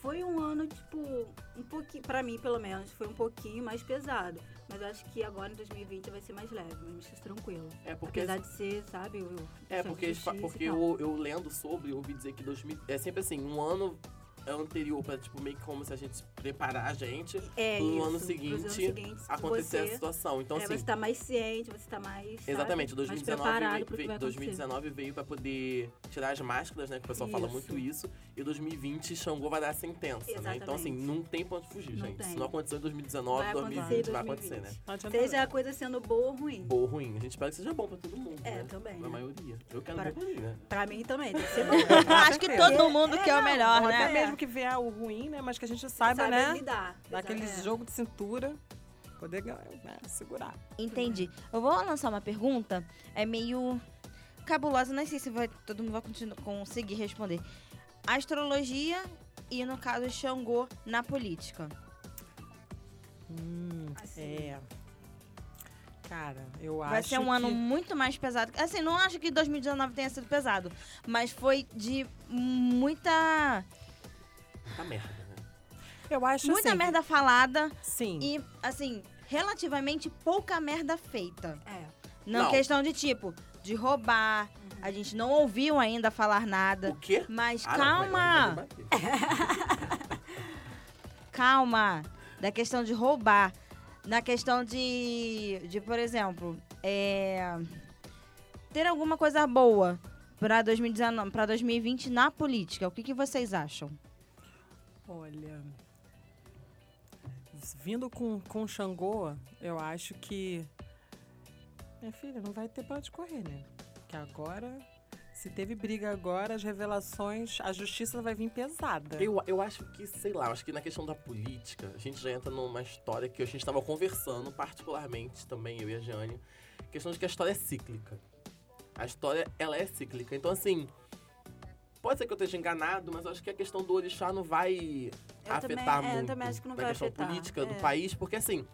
[SPEAKER 5] Foi um ano, tipo, um pouquinho, pra mim pelo menos, foi um pouquinho mais pesado. Mas eu acho que agora em 2020 vai ser mais leve, mais tranquilo.
[SPEAKER 1] É porque.
[SPEAKER 5] Apesar de ser, sabe, o. o-
[SPEAKER 1] É,
[SPEAKER 5] sabe,
[SPEAKER 1] porque, eles fa-
[SPEAKER 5] justiça e
[SPEAKER 1] porque
[SPEAKER 5] tal.
[SPEAKER 1] eu, eu lendo sobre, eu ouvi dizer que 2000, é sempre assim, um ano é anterior pra, tipo, meio que como se a gente preparar a gente,
[SPEAKER 5] é,
[SPEAKER 1] no
[SPEAKER 5] isso,
[SPEAKER 1] ano
[SPEAKER 5] pros
[SPEAKER 1] seguinte,
[SPEAKER 5] anos seguintes,
[SPEAKER 1] acontecer a
[SPEAKER 5] você-
[SPEAKER 1] situação. Então,
[SPEAKER 5] é,
[SPEAKER 1] assim,
[SPEAKER 5] você tá mais ciente, você tá mais. sabe,
[SPEAKER 1] Exatamente,
[SPEAKER 5] mais
[SPEAKER 1] 2019
[SPEAKER 5] preparado
[SPEAKER 1] veio,
[SPEAKER 5] pro que vai acontecer.
[SPEAKER 1] 2019 veio pra poder tirar as máscaras, né? Que o pessoal fala
[SPEAKER 5] Isso.
[SPEAKER 1] muito isso. E 2020, Xangô vai dar a sentença, né? Então, assim,
[SPEAKER 5] Exatamente.
[SPEAKER 1] não tem pra onde fugir,
[SPEAKER 5] Não
[SPEAKER 1] gente. Se
[SPEAKER 5] tem.
[SPEAKER 1] não aconteceu em 2019,
[SPEAKER 5] vai acontecer
[SPEAKER 1] 2020
[SPEAKER 5] em
[SPEAKER 1] vai
[SPEAKER 5] 2020.
[SPEAKER 1] acontecer, né?
[SPEAKER 3] Não adianta
[SPEAKER 5] Seja a
[SPEAKER 3] nada.
[SPEAKER 5] coisa sendo boa ou ruim.
[SPEAKER 1] Bom ou ruim. A gente espera que seja bom pra todo mundo,
[SPEAKER 5] É,
[SPEAKER 1] né?
[SPEAKER 5] também.
[SPEAKER 1] Pra
[SPEAKER 5] né?
[SPEAKER 1] maioria. Eu quero
[SPEAKER 5] Para-
[SPEAKER 1] ver ruim, né?
[SPEAKER 5] Pra mim também, tem que ser bom.
[SPEAKER 2] Acho que todo mundo quer o melhor,
[SPEAKER 3] Ou até
[SPEAKER 2] né?
[SPEAKER 3] mesmo que vier o ruim, né? Mas que a gente saiba,
[SPEAKER 5] Sabe
[SPEAKER 3] né?
[SPEAKER 5] lidar.
[SPEAKER 3] Dar aquele
[SPEAKER 5] Exato, é.
[SPEAKER 3] jogo de cintura, poder ganhar, né, segurar.
[SPEAKER 2] Entendi. Eu vou lançar uma pergunta. É meio cabulosa, não sei se vai, todo mundo vai continu- conseguir responder. Astrologia e, no caso, Xangô na política.
[SPEAKER 3] Hum,
[SPEAKER 5] Assim.
[SPEAKER 3] É. Cara, eu acho
[SPEAKER 2] Vai ser um ano
[SPEAKER 3] que-
[SPEAKER 2] muito mais pesado. Assim, não acho que 2019 tenha sido pesado, mas foi de muita
[SPEAKER 1] Tá merda, né?
[SPEAKER 3] Eu acho
[SPEAKER 2] muita
[SPEAKER 3] assim,
[SPEAKER 2] merda falada
[SPEAKER 3] Sim.
[SPEAKER 2] e assim, relativamente pouca merda feita.
[SPEAKER 5] É.
[SPEAKER 2] Não,
[SPEAKER 1] Não.
[SPEAKER 2] questão de tipo de roubar. A gente não ouviu ainda falar
[SPEAKER 1] O
[SPEAKER 2] nada,
[SPEAKER 1] quê?
[SPEAKER 2] mas
[SPEAKER 1] Ah, não, vai-
[SPEAKER 2] calma.
[SPEAKER 1] vai debater.
[SPEAKER 2] calma, da questão de roubar, na questão de, de por exemplo, é, ter alguma coisa boa para 2019, para 2020 na política. O que, que vocês acham?
[SPEAKER 3] Olha. Vindo com, com Xangô, eu acho que. Minha filha, não vai ter pra onde correr, né? Que agora. Se teve briga agora, as revelações, a justiça vai vir pesada.
[SPEAKER 1] Eu, eu acho que, sei lá, eu acho que na questão da política, a gente já entra numa história que a gente estava conversando, particularmente também, eu e a Jane, questão de que a história é cíclica. A história, ela é cíclica. Então, assim, pode ser que eu esteja enganado, mas eu acho que a questão do orixá não vai
[SPEAKER 5] Eu
[SPEAKER 1] afetar
[SPEAKER 5] também- é, eu
[SPEAKER 1] muito
[SPEAKER 5] também acho que não
[SPEAKER 1] na
[SPEAKER 5] vai
[SPEAKER 1] questão
[SPEAKER 5] afetar,
[SPEAKER 1] política do
[SPEAKER 5] é.
[SPEAKER 1] país, porque, assim,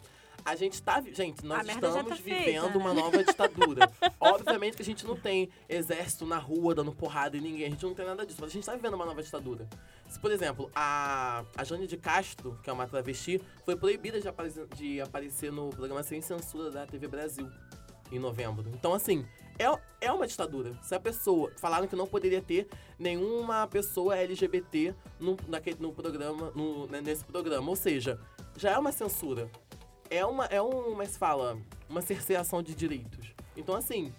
[SPEAKER 1] A gente tá. vi- Gente, nós
[SPEAKER 5] A merda já
[SPEAKER 1] estamos
[SPEAKER 5] tá feita,
[SPEAKER 1] vivendo
[SPEAKER 5] né?
[SPEAKER 1] uma nova ditadura. Obviamente que a gente não tem exército na rua dando porrada em ninguém, a gente não tem nada disso, mas a gente tá vivendo uma nova ditadura. Se, por exemplo, a, a Jane de Castro, que é uma travesti, foi proibida de, apare- de aparecer no programa Sem Censura da TV Brasil em novembro. Então, assim, é, é uma ditadura. Se a pessoa. Falaram que não poderia ter nenhuma pessoa LGBT no, naquele, no programa, no, né, nesse programa. Ou seja, já é uma censura. É uma. É um, como é que se fala? Uma cerceação de direitos. Então, assim.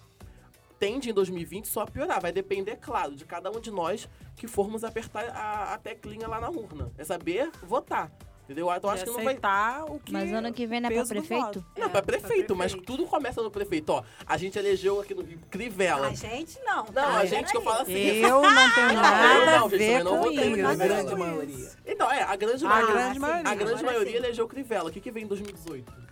[SPEAKER 1] Tende em 2020 só a piorar. Vai depender, claro, de cada um de nós que formos apertar a, a teclinha lá na urna. É saber votar. Entendeu? Eu acho que não vai.
[SPEAKER 3] aceitar o que...
[SPEAKER 2] Mas ano que vem não é pra
[SPEAKER 3] peso do
[SPEAKER 2] prefeito?
[SPEAKER 1] Não, pra
[SPEAKER 3] É, pra
[SPEAKER 1] prefeito, mas
[SPEAKER 3] prefeito.
[SPEAKER 1] tudo começa no prefeito. Ó, a gente elegeu aqui no Rio Crivella.
[SPEAKER 5] A gente não. tá?
[SPEAKER 1] Não, a gente que eu falo assim.
[SPEAKER 6] Eu não tenho
[SPEAKER 1] Não, eu
[SPEAKER 6] nada
[SPEAKER 1] não,
[SPEAKER 6] a
[SPEAKER 1] gente,
[SPEAKER 6] ver
[SPEAKER 1] mas é não
[SPEAKER 6] com
[SPEAKER 1] votei
[SPEAKER 6] isso.
[SPEAKER 1] no
[SPEAKER 5] Nada a ver
[SPEAKER 1] Crivella.
[SPEAKER 5] com isso.
[SPEAKER 1] Então, é, a grande
[SPEAKER 3] A
[SPEAKER 5] Ah,
[SPEAKER 1] maioria.
[SPEAKER 3] grande
[SPEAKER 5] assim,
[SPEAKER 3] maioria.
[SPEAKER 1] A grande
[SPEAKER 5] Agora
[SPEAKER 1] maioria
[SPEAKER 5] sim.
[SPEAKER 1] elegeu Crivella. O que, que vem em 2018?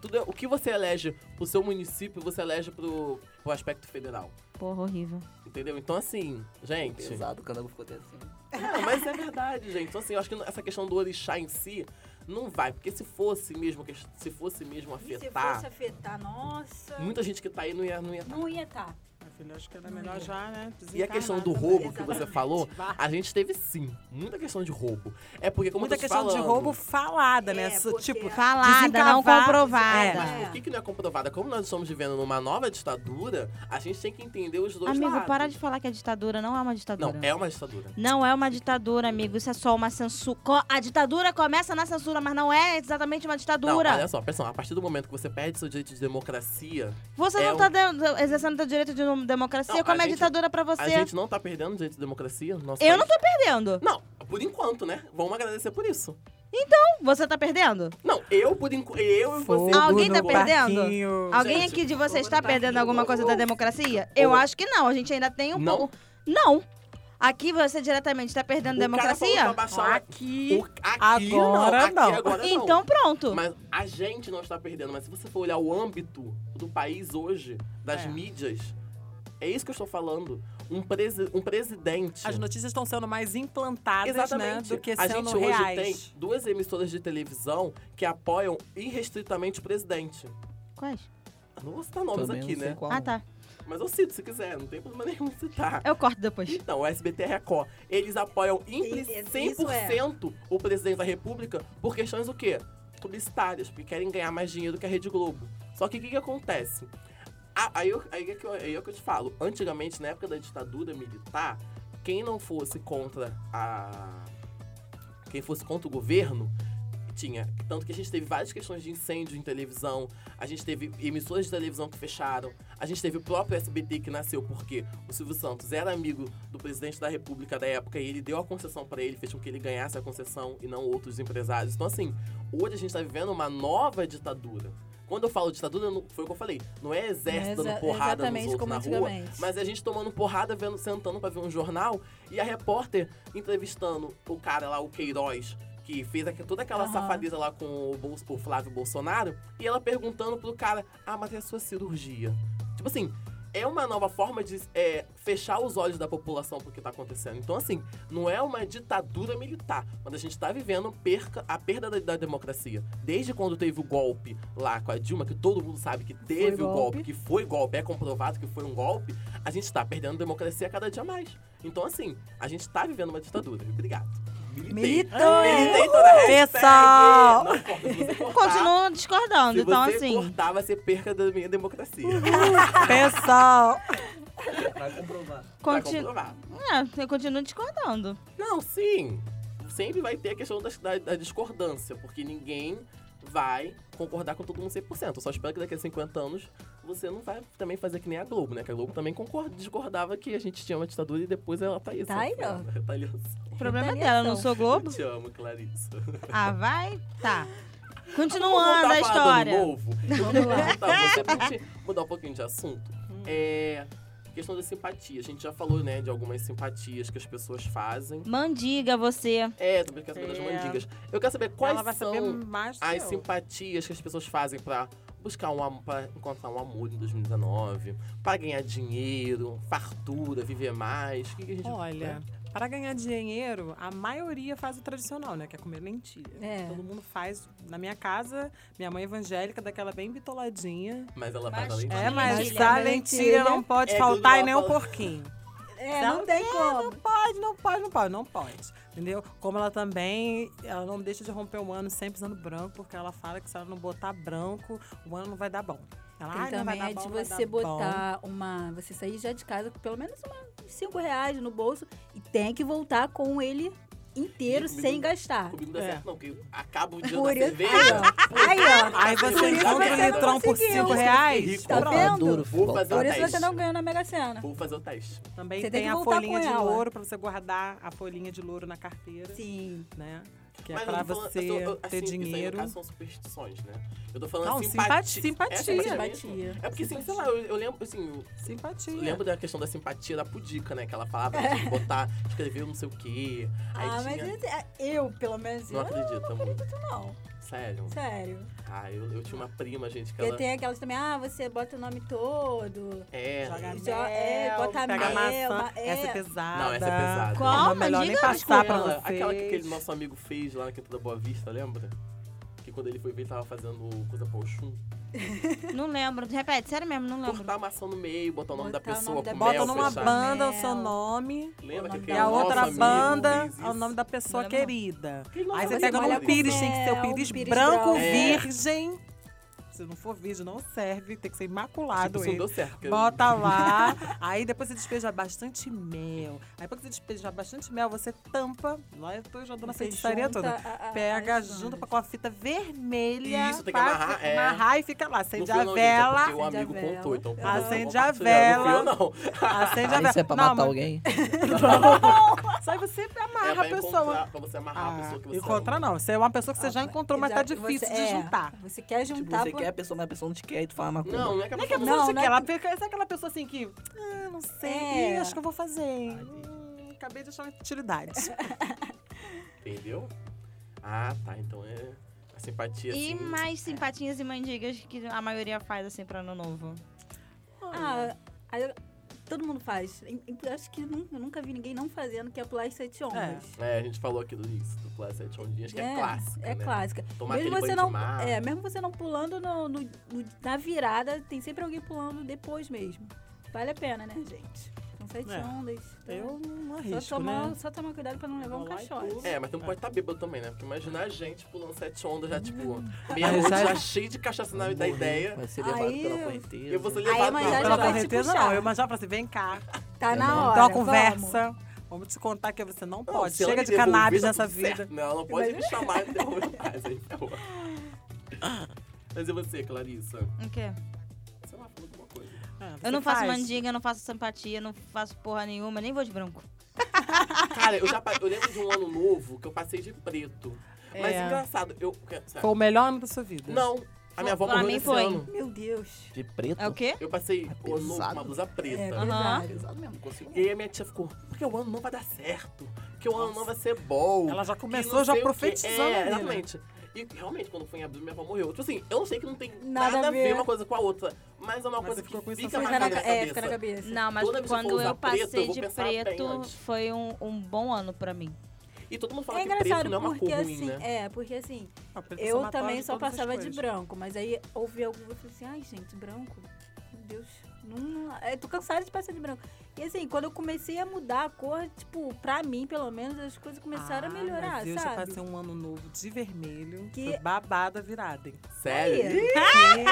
[SPEAKER 1] Tudo é- o que você elege pro seu município, você elege pro, pro aspecto federal.
[SPEAKER 2] Porra, horrível.
[SPEAKER 1] Entendeu? Então, assim, gente.
[SPEAKER 4] Pesado, o candango ficou até assim.
[SPEAKER 1] Não, mas é verdade, gente. Então, assim, eu acho que essa questão do orixá em si não vai. Porque se fosse mesmo, que- se fosse mesmo
[SPEAKER 5] E se
[SPEAKER 1] é afetar,
[SPEAKER 5] fosse afetar, nossa.
[SPEAKER 1] muita gente que tá aí não ia, não ia
[SPEAKER 5] Não ia tá. estar.
[SPEAKER 3] Minha filha, acho que era melhor já, né?
[SPEAKER 1] E a questão
[SPEAKER 3] desencarnar
[SPEAKER 1] do
[SPEAKER 3] também.
[SPEAKER 1] roubo que você falou,
[SPEAKER 3] Vá.
[SPEAKER 1] a gente teve sim, muita questão de roubo. É porque, como
[SPEAKER 3] Muita
[SPEAKER 1] eu tô te
[SPEAKER 3] questão de
[SPEAKER 1] falando,
[SPEAKER 3] roubo falada, né?
[SPEAKER 5] É,
[SPEAKER 3] Su-
[SPEAKER 5] porque-
[SPEAKER 3] Tipo,
[SPEAKER 2] Falada, não
[SPEAKER 3] Desencavar-
[SPEAKER 2] comprovada.
[SPEAKER 1] Mas por que, que não é comprovada? Como nós estamos vivendo numa nova ditadura, a gente tem que entender os dois
[SPEAKER 2] Amigo,
[SPEAKER 1] lados.
[SPEAKER 2] para de falar que a ditadura não é uma ditadura.
[SPEAKER 1] Não, é uma ditadura.
[SPEAKER 2] Não é uma ditadura, amigo. Isso é só uma censura. Co- A ditadura começa na censura, mas não é exatamente uma
[SPEAKER 1] Não,
[SPEAKER 2] ditadura.
[SPEAKER 1] olha só, pessoal, a partir do momento que você perde seu direito de democracia,
[SPEAKER 2] você
[SPEAKER 1] é
[SPEAKER 2] não tá dando- exercendo teu direito de democracia.
[SPEAKER 1] Não,
[SPEAKER 2] Como
[SPEAKER 1] a
[SPEAKER 2] é
[SPEAKER 1] gente-
[SPEAKER 2] ditadura pra
[SPEAKER 1] a
[SPEAKER 2] você?
[SPEAKER 1] gente não tá perdendo o direito de democracia? no Nosso
[SPEAKER 2] Eu não
[SPEAKER 1] país.
[SPEAKER 2] tô perdendo.
[SPEAKER 1] Não, por enquanto, né? Vamos agradecer por isso.
[SPEAKER 2] Você tá perdendo?
[SPEAKER 1] Não, eu por enquanto. Eu e você.
[SPEAKER 3] fogo
[SPEAKER 2] Alguém tá
[SPEAKER 3] no
[SPEAKER 2] perdendo?
[SPEAKER 3] barquinho.
[SPEAKER 2] Alguém
[SPEAKER 1] Gente,
[SPEAKER 2] aqui de vocês
[SPEAKER 5] fogo
[SPEAKER 2] está
[SPEAKER 5] no
[SPEAKER 2] perdendo
[SPEAKER 5] parquinho.
[SPEAKER 2] alguma coisa da democracia? Eu
[SPEAKER 1] Ou-
[SPEAKER 2] acho que não. A gente ainda tem um
[SPEAKER 1] Não.
[SPEAKER 2] pouco. Não. Aqui você diretamente está perdendo
[SPEAKER 1] O cara falou pra
[SPEAKER 2] democracia?
[SPEAKER 1] baixar o-
[SPEAKER 3] Tá Aqui.
[SPEAKER 1] o- aqui
[SPEAKER 3] agora
[SPEAKER 1] não.
[SPEAKER 3] não.
[SPEAKER 1] Aqui agora não.
[SPEAKER 2] Então pronto.
[SPEAKER 1] Mas a gente não está perdendo. Mas se você for olhar o âmbito do país hoje, das
[SPEAKER 3] É.
[SPEAKER 1] mídias, é isso que eu estou falando. Um, presi um presidente.
[SPEAKER 3] As notícias estão sendo mais implantadas,
[SPEAKER 1] Exatamente.
[SPEAKER 3] né? Do que
[SPEAKER 1] a
[SPEAKER 3] sendo
[SPEAKER 1] gente
[SPEAKER 3] reais.
[SPEAKER 1] hoje tem duas emissoras de televisão que apoiam irrestritamente o presidente.
[SPEAKER 2] Quais?
[SPEAKER 1] Eu Não vou citar nomes
[SPEAKER 4] Também
[SPEAKER 1] aqui,
[SPEAKER 4] não sei
[SPEAKER 1] né?
[SPEAKER 4] qual.
[SPEAKER 2] Ah, tá.
[SPEAKER 1] Mas eu cito se quiser, não tem problema nenhum em citar.
[SPEAKER 2] Eu corto depois.
[SPEAKER 1] Então, o SBT e Record, eles apoiam impli-
[SPEAKER 5] Sim, isso é.
[SPEAKER 1] 100% o presidente da República por questões o quê? Publicitárias, porque querem ganhar mais dinheiro que a Rede Globo. Só que o que, que acontece? Ah, aí, eu, aí, é que eu, aí é que eu te falo. Antigamente, na época da ditadura militar, quem não fosse contra a. Quem fosse contra o governo, tinha. Tanto que a gente teve várias questões de incêndio em televisão, a gente teve emissoras de televisão que fecharam, a gente teve o próprio SBT que nasceu porque o Silvio Santos era amigo do presidente da República da época e ele deu a concessão para ele, fez com que ele ganhasse a concessão e não outros empresários. Então, assim, hoje a gente tá vivendo uma nova ditadura. Quando eu falo ditadura, não- foi o que eu falei. Não é
[SPEAKER 6] Exa-
[SPEAKER 1] exército dando porrada nos
[SPEAKER 6] exatamente
[SPEAKER 1] outros
[SPEAKER 6] como
[SPEAKER 1] na rua.
[SPEAKER 6] antigamente.
[SPEAKER 1] Mas é a gente tomando porrada, vendo, sentando pra ver um jornal e a repórter entrevistando o cara lá, o Queiroz, que fez aqu- toda aquela
[SPEAKER 6] Aham.
[SPEAKER 1] safadeza lá com o, Bol- o Flávio Bolsonaro, e ela perguntando pro cara: ah, mas é a sua cirurgia? Tipo assim. É uma nova forma de é, fechar os olhos da população pro que tá acontecendo. Então, assim, não é uma ditadura militar, mas a gente tá vivendo perca- a perda da, da democracia. Desde quando teve o golpe lá com a Dilma, que todo mundo sabe que teve o golpe,
[SPEAKER 6] golpe.
[SPEAKER 1] que foi golpe, é comprovado que foi um golpe, a gente tá perdendo democracia cada dia mais. Então, assim, a gente tá vivendo uma ditadura. Obrigado. Militei. Militei toda a hashtag.
[SPEAKER 6] Pessoal!
[SPEAKER 1] Não importa se você cortar.
[SPEAKER 2] Continuo discordando,
[SPEAKER 1] Então tá. Se
[SPEAKER 2] então
[SPEAKER 1] você
[SPEAKER 2] assim.
[SPEAKER 1] cortar, vai ser perca da minha democracia.
[SPEAKER 6] Pessoal,
[SPEAKER 4] Vai comprovar.
[SPEAKER 1] Tá
[SPEAKER 2] conti-
[SPEAKER 1] comprovado.
[SPEAKER 2] É, eu continuo discordando.
[SPEAKER 1] Não, sim. Sempre vai ter a questão das- da, da discordância, porque ninguém vai concordar com todo mundo 100%. Eu só espero que daqui a 50 anos você não vai também fazer que nem a Globo, né? Que a Globo também concorda, discordava que a gente tinha uma ditadura e depois ela tá isso.
[SPEAKER 5] Tá aí, ó.
[SPEAKER 1] Tá aí, ó.
[SPEAKER 2] O problema é dela, eu não sou Globo.
[SPEAKER 1] Eu te amo, Clarissa.
[SPEAKER 2] Ah, vai? Tá.
[SPEAKER 1] Vamos
[SPEAKER 2] Continuando
[SPEAKER 1] voltar
[SPEAKER 2] a
[SPEAKER 1] pra Ano
[SPEAKER 2] história.
[SPEAKER 1] Novo? Eu queria perguntar você, pra gente mudar um pouquinho de assunto. É. Questão da simpatia. A gente já falou, né, de algumas simpatias que as pessoas fazem.
[SPEAKER 2] Mandiga você.
[SPEAKER 1] É, também quero saber das
[SPEAKER 3] É.
[SPEAKER 1] mandigas. Eu quero saber quais
[SPEAKER 3] Ela vai
[SPEAKER 1] são
[SPEAKER 3] saber mais do que
[SPEAKER 1] as
[SPEAKER 3] eu.
[SPEAKER 1] simpatias que as pessoas fazem pra buscar um amor, pra encontrar um amor em 2019, pra ganhar dinheiro, fartura, viver mais. O que, que a gente né?
[SPEAKER 3] Olha, Para ganhar dinheiro, a maioria faz o tradicional, né? Que é comer lentilha.
[SPEAKER 5] É.
[SPEAKER 3] Todo mundo faz. Na minha casa, minha mãe é evangélica, daquela bem bitoladinha.
[SPEAKER 1] Mas ela faz
[SPEAKER 2] Mas-
[SPEAKER 1] além
[SPEAKER 3] É, mas
[SPEAKER 5] Lentilha.
[SPEAKER 3] a lentilha não pode
[SPEAKER 1] É,
[SPEAKER 3] faltar e
[SPEAKER 1] tudo
[SPEAKER 3] nem o
[SPEAKER 1] ela
[SPEAKER 3] porquinho.
[SPEAKER 5] É,
[SPEAKER 3] Não,
[SPEAKER 5] não tem como.
[SPEAKER 3] Pode, não pode, não pode, não pode. Entendeu? Como ela também, ela não deixa de romper o ano sempre usando branco, porque ela fala que se ela não botar branco, o ano não vai dar bom. Ela,
[SPEAKER 5] Tem
[SPEAKER 3] "Ai, não vai
[SPEAKER 5] também
[SPEAKER 3] dar
[SPEAKER 5] é
[SPEAKER 3] bom,
[SPEAKER 5] de
[SPEAKER 3] vai
[SPEAKER 5] você
[SPEAKER 3] dar bom."
[SPEAKER 5] botar uma. Você sair já de casa com pelo menos uma, uns 5 reais no bolso e tem que voltar com ele inteiro
[SPEAKER 1] Comigo
[SPEAKER 5] sem
[SPEAKER 1] não-
[SPEAKER 5] gastar.
[SPEAKER 1] Comigo não dá
[SPEAKER 3] É.
[SPEAKER 1] certo, não, porque acaba o dia
[SPEAKER 5] Por
[SPEAKER 1] da
[SPEAKER 5] isso-
[SPEAKER 1] cerveja.
[SPEAKER 5] Aí, ó.
[SPEAKER 3] Aí
[SPEAKER 1] Por
[SPEAKER 3] você
[SPEAKER 1] isso
[SPEAKER 3] encontra um
[SPEAKER 1] você
[SPEAKER 3] litrão por
[SPEAKER 5] conseguiu.
[SPEAKER 3] 5 reais.
[SPEAKER 1] Tá
[SPEAKER 3] pronto.
[SPEAKER 5] vendo?
[SPEAKER 4] Duro,
[SPEAKER 1] Vou
[SPEAKER 4] voltar.
[SPEAKER 1] fazer
[SPEAKER 5] Por
[SPEAKER 1] um
[SPEAKER 5] isso você
[SPEAKER 1] teste.
[SPEAKER 5] não ganhou na Mega Sena.
[SPEAKER 1] Vou fazer o teste.
[SPEAKER 3] Também
[SPEAKER 5] Você tem
[SPEAKER 3] tem,
[SPEAKER 5] que
[SPEAKER 3] a
[SPEAKER 5] voltar
[SPEAKER 3] folhinha
[SPEAKER 5] com
[SPEAKER 3] de
[SPEAKER 5] ela.
[SPEAKER 3] louro pra você guardar a folhinha de louro na carteira,
[SPEAKER 5] Sim.
[SPEAKER 3] né? Que é
[SPEAKER 1] Mas eu
[SPEAKER 3] pra
[SPEAKER 1] tô falando-
[SPEAKER 3] você
[SPEAKER 1] eu tô- eu-
[SPEAKER 3] ter
[SPEAKER 1] assim, Isso aí,
[SPEAKER 3] dinheiro.
[SPEAKER 1] no caso, são superstições, né? Eu tô falando
[SPEAKER 3] Não,
[SPEAKER 1] simpati-
[SPEAKER 3] simpa-
[SPEAKER 1] É
[SPEAKER 3] simpatia.
[SPEAKER 1] mesmo? É porque, assim, sei lá, eu, eu lembro, assim, eu
[SPEAKER 3] Simpatia.
[SPEAKER 1] lembro da questão da simpatia da pudica, né? Que ela falava de
[SPEAKER 3] É.
[SPEAKER 1] botar, escrever um não sei o quê. Aí
[SPEAKER 5] Ah, mas
[SPEAKER 1] tinha...
[SPEAKER 5] esse- é, eu, pelo menos,
[SPEAKER 1] Não
[SPEAKER 5] eu
[SPEAKER 1] acredito, amor.
[SPEAKER 5] não.
[SPEAKER 1] Sério.
[SPEAKER 5] Sério.
[SPEAKER 1] Ah, eu, eu tinha uma prima, gente, que
[SPEAKER 5] Porque
[SPEAKER 1] ela...
[SPEAKER 5] tem aquelas também, ah, você bota o nome todo.
[SPEAKER 1] É,
[SPEAKER 3] Joga
[SPEAKER 5] Jo- é,
[SPEAKER 3] mel,
[SPEAKER 5] bota
[SPEAKER 3] pega
[SPEAKER 5] mel,
[SPEAKER 3] maçã.
[SPEAKER 5] ma- é.
[SPEAKER 3] Essa é pesada.
[SPEAKER 1] Não, essa é pesada.
[SPEAKER 2] Qual?
[SPEAKER 3] Não,
[SPEAKER 2] Mas
[SPEAKER 3] melhor nem
[SPEAKER 2] diga
[SPEAKER 3] passar pra
[SPEAKER 1] aquela,
[SPEAKER 3] vocês.
[SPEAKER 1] aquela que aquele nosso amigo fez lá na Quinta da Boa Vista, lembra? Que quando ele foi ver, ele tava fazendo coisa pra Oxum.
[SPEAKER 2] Não lembro. Repete, sério mesmo, não lembro.
[SPEAKER 1] Cortar a maçã no meio, botar o nome
[SPEAKER 5] Botar
[SPEAKER 1] da
[SPEAKER 5] o
[SPEAKER 1] pessoa
[SPEAKER 5] nome da
[SPEAKER 1] com
[SPEAKER 5] pessoa.
[SPEAKER 3] Bota
[SPEAKER 1] mel,
[SPEAKER 3] numa
[SPEAKER 1] fechar.
[SPEAKER 3] banda o
[SPEAKER 5] Mel.
[SPEAKER 3] seu nome.
[SPEAKER 1] Lembra que
[SPEAKER 5] E
[SPEAKER 1] aquele
[SPEAKER 3] E a
[SPEAKER 5] Não,
[SPEAKER 1] nosso
[SPEAKER 3] outra
[SPEAKER 1] amigo
[SPEAKER 3] banda
[SPEAKER 1] fez
[SPEAKER 3] é o
[SPEAKER 1] isso?
[SPEAKER 3] nome da pessoa
[SPEAKER 2] Não lembro, não.
[SPEAKER 3] querida.
[SPEAKER 1] Aquele nosso
[SPEAKER 3] Aí você
[SPEAKER 5] Você
[SPEAKER 3] pega
[SPEAKER 1] amigo
[SPEAKER 3] num
[SPEAKER 1] fez
[SPEAKER 5] molha com
[SPEAKER 3] pires,
[SPEAKER 1] isso.
[SPEAKER 3] tem que ser o
[SPEAKER 5] mel, um
[SPEAKER 3] pires,
[SPEAKER 5] pires
[SPEAKER 3] branco,
[SPEAKER 5] branco.
[SPEAKER 1] É.
[SPEAKER 3] virgem. Se não for virgem, não serve. Tem que ser
[SPEAKER 1] Tipo,
[SPEAKER 3] imaculado
[SPEAKER 1] isso não
[SPEAKER 3] ele.
[SPEAKER 1] deu certo. porque-
[SPEAKER 3] Bota lá. aí depois você despeja bastante mel. Aí depois que você despejar bastante mel, você tampa. Lá eu tô jogando a
[SPEAKER 5] Você
[SPEAKER 3] feitiçaria
[SPEAKER 5] junta
[SPEAKER 3] toda.
[SPEAKER 5] a- a-
[SPEAKER 3] Pega,
[SPEAKER 5] as
[SPEAKER 3] junta
[SPEAKER 5] bandas.
[SPEAKER 3] com a fita vermelha.
[SPEAKER 1] né? Isso, tem que
[SPEAKER 3] pra
[SPEAKER 1] amarrar, é.
[SPEAKER 3] amarrar e fica lá.
[SPEAKER 1] Não
[SPEAKER 3] Acende
[SPEAKER 1] fui
[SPEAKER 3] a
[SPEAKER 1] eu, não, gente, é
[SPEAKER 3] vela.
[SPEAKER 1] porque o
[SPEAKER 5] Acende a
[SPEAKER 1] amigo
[SPEAKER 5] vela.
[SPEAKER 1] contou, então.
[SPEAKER 5] Acende
[SPEAKER 1] vamos
[SPEAKER 3] a
[SPEAKER 1] compartilhar.
[SPEAKER 3] vela.
[SPEAKER 1] Não fui eu,
[SPEAKER 3] Acende a
[SPEAKER 4] Aí
[SPEAKER 3] vela.
[SPEAKER 4] isso é pra
[SPEAKER 3] Não,
[SPEAKER 4] matar
[SPEAKER 3] mas-
[SPEAKER 4] alguém?
[SPEAKER 3] Só aí você
[SPEAKER 1] não. É
[SPEAKER 3] amarra
[SPEAKER 1] pra
[SPEAKER 3] a Ah, pessoa. Ah,
[SPEAKER 1] encontrar, pra você amarrar a pessoa que você
[SPEAKER 3] encontrar
[SPEAKER 1] ama.
[SPEAKER 3] não. Você é uma pessoa que você já
[SPEAKER 5] Ah,
[SPEAKER 3] encontrou, mas tá
[SPEAKER 5] exato.
[SPEAKER 3] difícil
[SPEAKER 5] Você-
[SPEAKER 3] de
[SPEAKER 5] é,
[SPEAKER 3] juntar.
[SPEAKER 5] Você quer
[SPEAKER 4] Tipo,
[SPEAKER 5] juntar
[SPEAKER 4] você
[SPEAKER 5] por-
[SPEAKER 4] quer a pessoa, mas a pessoa não te quer e tu fala macumba.
[SPEAKER 1] Não, não é que a
[SPEAKER 3] Não
[SPEAKER 1] pessoa
[SPEAKER 3] é que a pessoa
[SPEAKER 5] Não,
[SPEAKER 3] não, te
[SPEAKER 5] não é
[SPEAKER 3] quer, ela
[SPEAKER 5] que-
[SPEAKER 3] fica, é aquela pessoa assim que, ah, não sei,
[SPEAKER 5] É.
[SPEAKER 3] ih, acho que eu vou
[SPEAKER 1] Ah,
[SPEAKER 3] fazer. hein? Hum, acabei de achar uma utilidade.
[SPEAKER 1] Entendeu? Ah, tá. Então é a simpatia,
[SPEAKER 2] E
[SPEAKER 1] assim.
[SPEAKER 2] mais simpatinhas e mandigas que a maioria faz assim pra ano novo.
[SPEAKER 5] Ah, aí eu- todo mundo faz. Em- em- eu Acho que nunca, eu nunca vi ninguém não fazendo, que é pular as sete ondas.
[SPEAKER 1] É, a gente falou aqui do início, do Class 7 Ondinhas, que é, clássica,
[SPEAKER 5] É
[SPEAKER 1] né?
[SPEAKER 5] clássica.
[SPEAKER 1] Tomar
[SPEAKER 5] mesmo
[SPEAKER 1] aquele
[SPEAKER 5] você
[SPEAKER 1] banho de
[SPEAKER 5] não,
[SPEAKER 1] mar.
[SPEAKER 5] é, mesmo você não pulando no- no- no- na virada, tem sempre alguém pulando depois mesmo. Vale a pena, né, gente? São sete
[SPEAKER 3] É.
[SPEAKER 5] ondas. tá?
[SPEAKER 3] Eu não
[SPEAKER 5] só,
[SPEAKER 3] arrisco,
[SPEAKER 5] tomar,
[SPEAKER 3] né?
[SPEAKER 5] só tomar cuidado pra não levar um
[SPEAKER 3] Vai lá e
[SPEAKER 5] caixote.
[SPEAKER 3] pula.
[SPEAKER 1] É, mas tu não pode estar bêbado também, né? Porque imaginar a gente pulando sete ondas já, tipo, meia
[SPEAKER 3] Aí
[SPEAKER 1] noite
[SPEAKER 3] já-
[SPEAKER 1] já cheio de cachaça na da ideia.
[SPEAKER 4] Vai ser levado
[SPEAKER 5] Aí-
[SPEAKER 4] pela correnteza.
[SPEAKER 1] Eu vou ser
[SPEAKER 5] Aí a
[SPEAKER 1] levado
[SPEAKER 5] mãe
[SPEAKER 1] não, é tipo
[SPEAKER 5] já
[SPEAKER 3] Pela
[SPEAKER 5] vai te
[SPEAKER 3] correnteza
[SPEAKER 5] puxar.
[SPEAKER 3] não, eu mas já falo assim, vem cá,
[SPEAKER 5] Tá
[SPEAKER 4] Não,
[SPEAKER 5] na hora.
[SPEAKER 3] tem uma
[SPEAKER 5] vamos.
[SPEAKER 3] conversa. Vamos te contar que você não
[SPEAKER 1] Não,
[SPEAKER 3] pode.
[SPEAKER 1] se ela
[SPEAKER 3] Chega
[SPEAKER 1] me
[SPEAKER 3] de
[SPEAKER 1] devolver,
[SPEAKER 3] cannabis
[SPEAKER 1] tá
[SPEAKER 3] nessa
[SPEAKER 1] tudo
[SPEAKER 3] vida.
[SPEAKER 1] certo. Não, ela não pode me chamar e me devolver mais aí, por favor. Mas e você, Clarissa?
[SPEAKER 2] O quê?
[SPEAKER 1] Sei lá, falou alguma coisa.
[SPEAKER 3] Ah, você
[SPEAKER 2] Eu não faço
[SPEAKER 3] faz?
[SPEAKER 2] mandiga, eu não faço simpatia, eu não faço porra nenhuma, nem vou de branco.
[SPEAKER 1] Cara, eu já pa- eu lembro de um ano novo que eu passei de preto. Mas
[SPEAKER 3] É.
[SPEAKER 1] engraçado, eu.
[SPEAKER 3] Foi o melhor ano da sua vida.
[SPEAKER 1] Não, a minha avó
[SPEAKER 2] Pra
[SPEAKER 1] morreu
[SPEAKER 2] mim
[SPEAKER 1] nesse
[SPEAKER 2] foi.
[SPEAKER 1] ano.
[SPEAKER 5] Meu Deus.
[SPEAKER 4] De preto?
[SPEAKER 2] É o quê?
[SPEAKER 1] Eu
[SPEAKER 3] Tá
[SPEAKER 1] passei
[SPEAKER 4] É
[SPEAKER 1] o ano novo com uma
[SPEAKER 4] pesado.
[SPEAKER 1] blusa
[SPEAKER 5] É,
[SPEAKER 1] preta.
[SPEAKER 2] Aham.
[SPEAKER 5] pesado.
[SPEAKER 4] Pesado mesmo, não consigo.
[SPEAKER 1] E aí a minha tia ficou, porque o ano não vai dar certo, porque o ano não vai ser bom.
[SPEAKER 3] Ela já
[SPEAKER 1] que
[SPEAKER 3] começou
[SPEAKER 1] não sei
[SPEAKER 3] já
[SPEAKER 1] o quê."
[SPEAKER 3] profetizando
[SPEAKER 1] É,
[SPEAKER 3] ali, né?
[SPEAKER 1] exatamente. E realmente, quando foi em abril, minha avó morreu. Tipo assim, eu não sei que não tem
[SPEAKER 5] Nada
[SPEAKER 1] nada, a
[SPEAKER 5] a
[SPEAKER 1] ver
[SPEAKER 5] ver.
[SPEAKER 1] uma coisa com a outra, mas é uma
[SPEAKER 3] Mas
[SPEAKER 1] coisa
[SPEAKER 3] ficou com
[SPEAKER 1] que
[SPEAKER 3] isso
[SPEAKER 1] fica
[SPEAKER 3] na
[SPEAKER 5] Fica
[SPEAKER 1] marcada na
[SPEAKER 5] na, ca-
[SPEAKER 1] cabeça.
[SPEAKER 5] é, fica na cabeça.
[SPEAKER 2] Não, mas
[SPEAKER 1] Toda vez que eu for
[SPEAKER 2] quando
[SPEAKER 1] usar
[SPEAKER 2] eu
[SPEAKER 1] preto, eu
[SPEAKER 2] passei
[SPEAKER 1] vou
[SPEAKER 2] de
[SPEAKER 1] pensar bem
[SPEAKER 2] preto,
[SPEAKER 1] antes.
[SPEAKER 2] foi um, um bom ano pra mim.
[SPEAKER 1] E todo mundo fala
[SPEAKER 5] É
[SPEAKER 1] que preto
[SPEAKER 5] engraçado,
[SPEAKER 1] não é uma cor
[SPEAKER 5] porque
[SPEAKER 1] ruim,
[SPEAKER 5] assim,
[SPEAKER 1] né?
[SPEAKER 5] é, porque assim,
[SPEAKER 3] Ah, preto é
[SPEAKER 5] eu
[SPEAKER 3] somatório
[SPEAKER 5] também
[SPEAKER 3] de
[SPEAKER 5] só
[SPEAKER 3] todas as
[SPEAKER 5] passava de
[SPEAKER 3] cores.
[SPEAKER 5] branco, mas aí houve algum, eu falei assim, ai gente, branco, meu Deus, não, não- é, tô cansada de passar de branco. E assim, quando eu comecei a mudar a cor, tipo, pra mim, pelo menos, as coisas começaram
[SPEAKER 3] Ah,
[SPEAKER 5] a melhorar,
[SPEAKER 3] mas eu já
[SPEAKER 5] sabe?
[SPEAKER 3] passei um ano novo de vermelho,
[SPEAKER 5] Que-
[SPEAKER 3] foi babada virada, hein?
[SPEAKER 1] Sério?
[SPEAKER 5] Aí,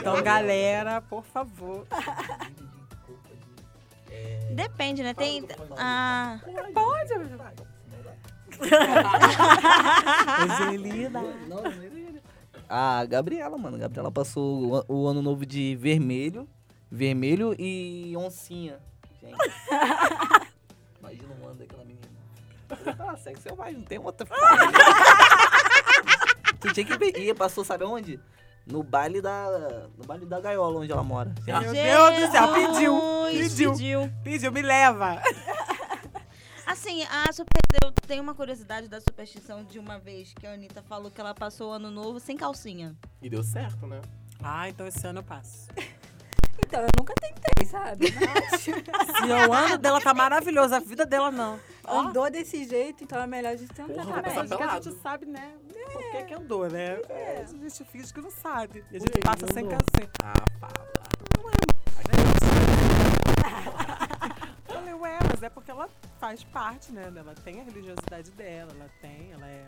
[SPEAKER 3] Então, galera, por favor.
[SPEAKER 2] Depende, né? Tem.
[SPEAKER 1] Fala do Papai Noel.
[SPEAKER 2] Ah,
[SPEAKER 4] Então, é
[SPEAKER 1] Pode.
[SPEAKER 3] Angelina.
[SPEAKER 4] A Gabriela, mano. A Gabriela passou o an- o ano novo de vermelho. Vermelho e oncinha. Gente. Imagina um ano daquela menina. Ah, sexo selvagem, não tem outra. tu tinha que ver. E passou, sabe aonde? No baile da. No baile da gaiola onde ela mora.
[SPEAKER 1] Ah,
[SPEAKER 3] Meu Deus do céu, pediu,
[SPEAKER 2] Jesus,
[SPEAKER 3] pediu. Pediu, me leva.
[SPEAKER 2] Assim, a super... eu tenho uma curiosidade da superstição de uma vez que a Anitta falou que ela passou o ano novo sem calcinha.
[SPEAKER 1] E deu certo, né?
[SPEAKER 3] Ah, então esse ano eu passo.
[SPEAKER 5] Então, eu nunca tentei, sabe? Mas
[SPEAKER 3] Se eu ando dela, tá maravilhosa. A vida dela, não.
[SPEAKER 5] andou desse jeito, então é melhor a gente tentar.
[SPEAKER 1] Porra,
[SPEAKER 5] né?
[SPEAKER 1] mas tá
[SPEAKER 3] Porque a
[SPEAKER 1] pelado.
[SPEAKER 3] gente sabe, né? Por que que andou, né? É, a gente finge que não sabe. E a gente
[SPEAKER 1] Ui,
[SPEAKER 3] passa sem
[SPEAKER 1] andou.
[SPEAKER 3] cacete.
[SPEAKER 1] Ah, Paula.
[SPEAKER 3] Eu falei, ué, mas é porque ela faz parte, né? Ela tem a religiosidade dela, ela tem, ela é.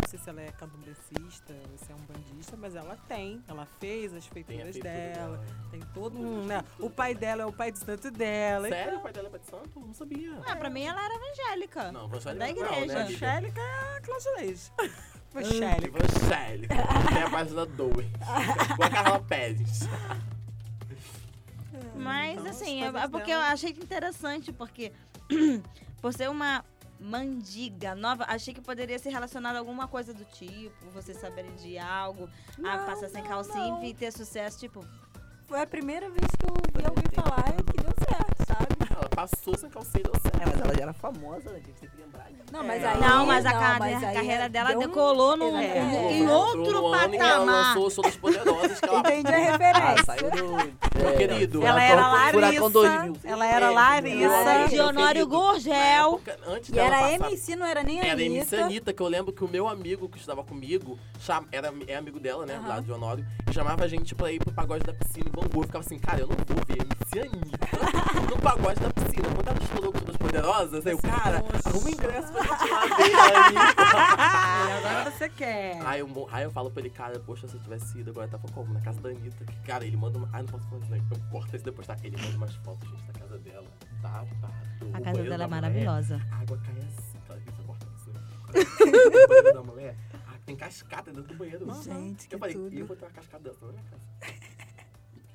[SPEAKER 3] Não sei se ela é candomblecista ou se é um bandista, mas ela tem. Ela fez as
[SPEAKER 1] Tem a
[SPEAKER 3] feituras
[SPEAKER 1] feitura
[SPEAKER 3] dela,
[SPEAKER 1] dela.
[SPEAKER 3] tem todo um, né? O pai dela é o pai de santo dela.
[SPEAKER 1] Sério? O pai dela é pai de santo? Não sabia.
[SPEAKER 2] Ah, pra mim ela era evangélica.
[SPEAKER 1] Não, evangélica
[SPEAKER 2] Da
[SPEAKER 1] não,
[SPEAKER 2] igreja.
[SPEAKER 1] né,
[SPEAKER 3] Então,
[SPEAKER 1] amiga?
[SPEAKER 3] Angélica é a Cláudia Leite. Angélica.
[SPEAKER 1] Evangélica. Evangélica. Tem a página 2. Com a Carla Pérez.
[SPEAKER 2] Mas
[SPEAKER 3] Então,
[SPEAKER 2] assim,
[SPEAKER 3] as
[SPEAKER 2] é,
[SPEAKER 3] coisas
[SPEAKER 2] é porque
[SPEAKER 3] dela.
[SPEAKER 2] eu achei interessante, porque por ser uma mandiga nova, achei que poderia ser relacionado a alguma coisa do tipo, vocês saberem de algo, a
[SPEAKER 5] Não,
[SPEAKER 2] passar sem
[SPEAKER 5] não,
[SPEAKER 2] calcinha
[SPEAKER 5] não.
[SPEAKER 2] e ter sucesso, tipo,
[SPEAKER 5] Foi a primeira vez que eu vi alguém falar que deu certo, sabe?
[SPEAKER 1] Ela passou sem calcinha e deu certo.
[SPEAKER 4] É, mas ela já era famosa, né? Tinha que lembrar. né?
[SPEAKER 5] Não, mas
[SPEAKER 1] É.
[SPEAKER 5] aí.
[SPEAKER 2] não, mas a,
[SPEAKER 5] não,
[SPEAKER 2] carre-
[SPEAKER 5] mas
[SPEAKER 2] a
[SPEAKER 5] aí
[SPEAKER 2] carreira dela
[SPEAKER 5] deu um-
[SPEAKER 2] decolou num,
[SPEAKER 5] É.
[SPEAKER 2] num- em
[SPEAKER 5] É.
[SPEAKER 1] Outro
[SPEAKER 2] outro
[SPEAKER 1] um ano em que ela
[SPEAKER 2] patamar.
[SPEAKER 1] lançou Solos Poderosas, que ela...
[SPEAKER 5] Entendi a
[SPEAKER 4] Ah,
[SPEAKER 5] É referência.
[SPEAKER 4] saiu do.
[SPEAKER 1] Meu
[SPEAKER 4] é,
[SPEAKER 1] querido.
[SPEAKER 3] Ela era Larissa.
[SPEAKER 4] Furacão 2000.
[SPEAKER 3] Ela era
[SPEAKER 1] É, eu
[SPEAKER 3] Larissa.
[SPEAKER 1] adorei, meu
[SPEAKER 2] Dionório
[SPEAKER 1] querido. Na
[SPEAKER 2] Gurgel.
[SPEAKER 1] época, Antes
[SPEAKER 5] E
[SPEAKER 1] dela
[SPEAKER 5] era
[SPEAKER 1] passar
[SPEAKER 5] MC, não era nem
[SPEAKER 1] Era a MC
[SPEAKER 5] Anitta.
[SPEAKER 1] Anitta, que eu lembro que o meu amigo que estudava comigo, cham... era, é amigo dela, né?
[SPEAKER 5] Aham.
[SPEAKER 1] Lá do Honório, e chamava a gente pra ir pro pagode da piscina em Bangu. Eu ficava assim, cara, eu não vou ver MC Anitta no pagode da piscina. Quando ela estourou com as poderosas, aí eu, cara, arruma ingresso pra gente ir lá ver a Anitta.
[SPEAKER 3] Agora você quer.
[SPEAKER 1] Aí eu, mo- aí eu falo pra ele, cara, poxa, se eu tivesse ido, agora tava como? Na casa da Anitta. Que, cara, ele manda uma. Ah, não posso falar isso, né? Eu corto isso depois, tá? Ele manda umas fotos, gente, da casa dela. Tá,
[SPEAKER 2] A casa dela é maravilhosa.
[SPEAKER 1] a água cai assim, tá? Você corta assim. O banheiro da mulher, ah, tem cascata dentro do banheiro.
[SPEAKER 5] Gente, que
[SPEAKER 1] eu falei,
[SPEAKER 5] tudo.
[SPEAKER 1] eu vou ter uma cascata dentro da minha casa.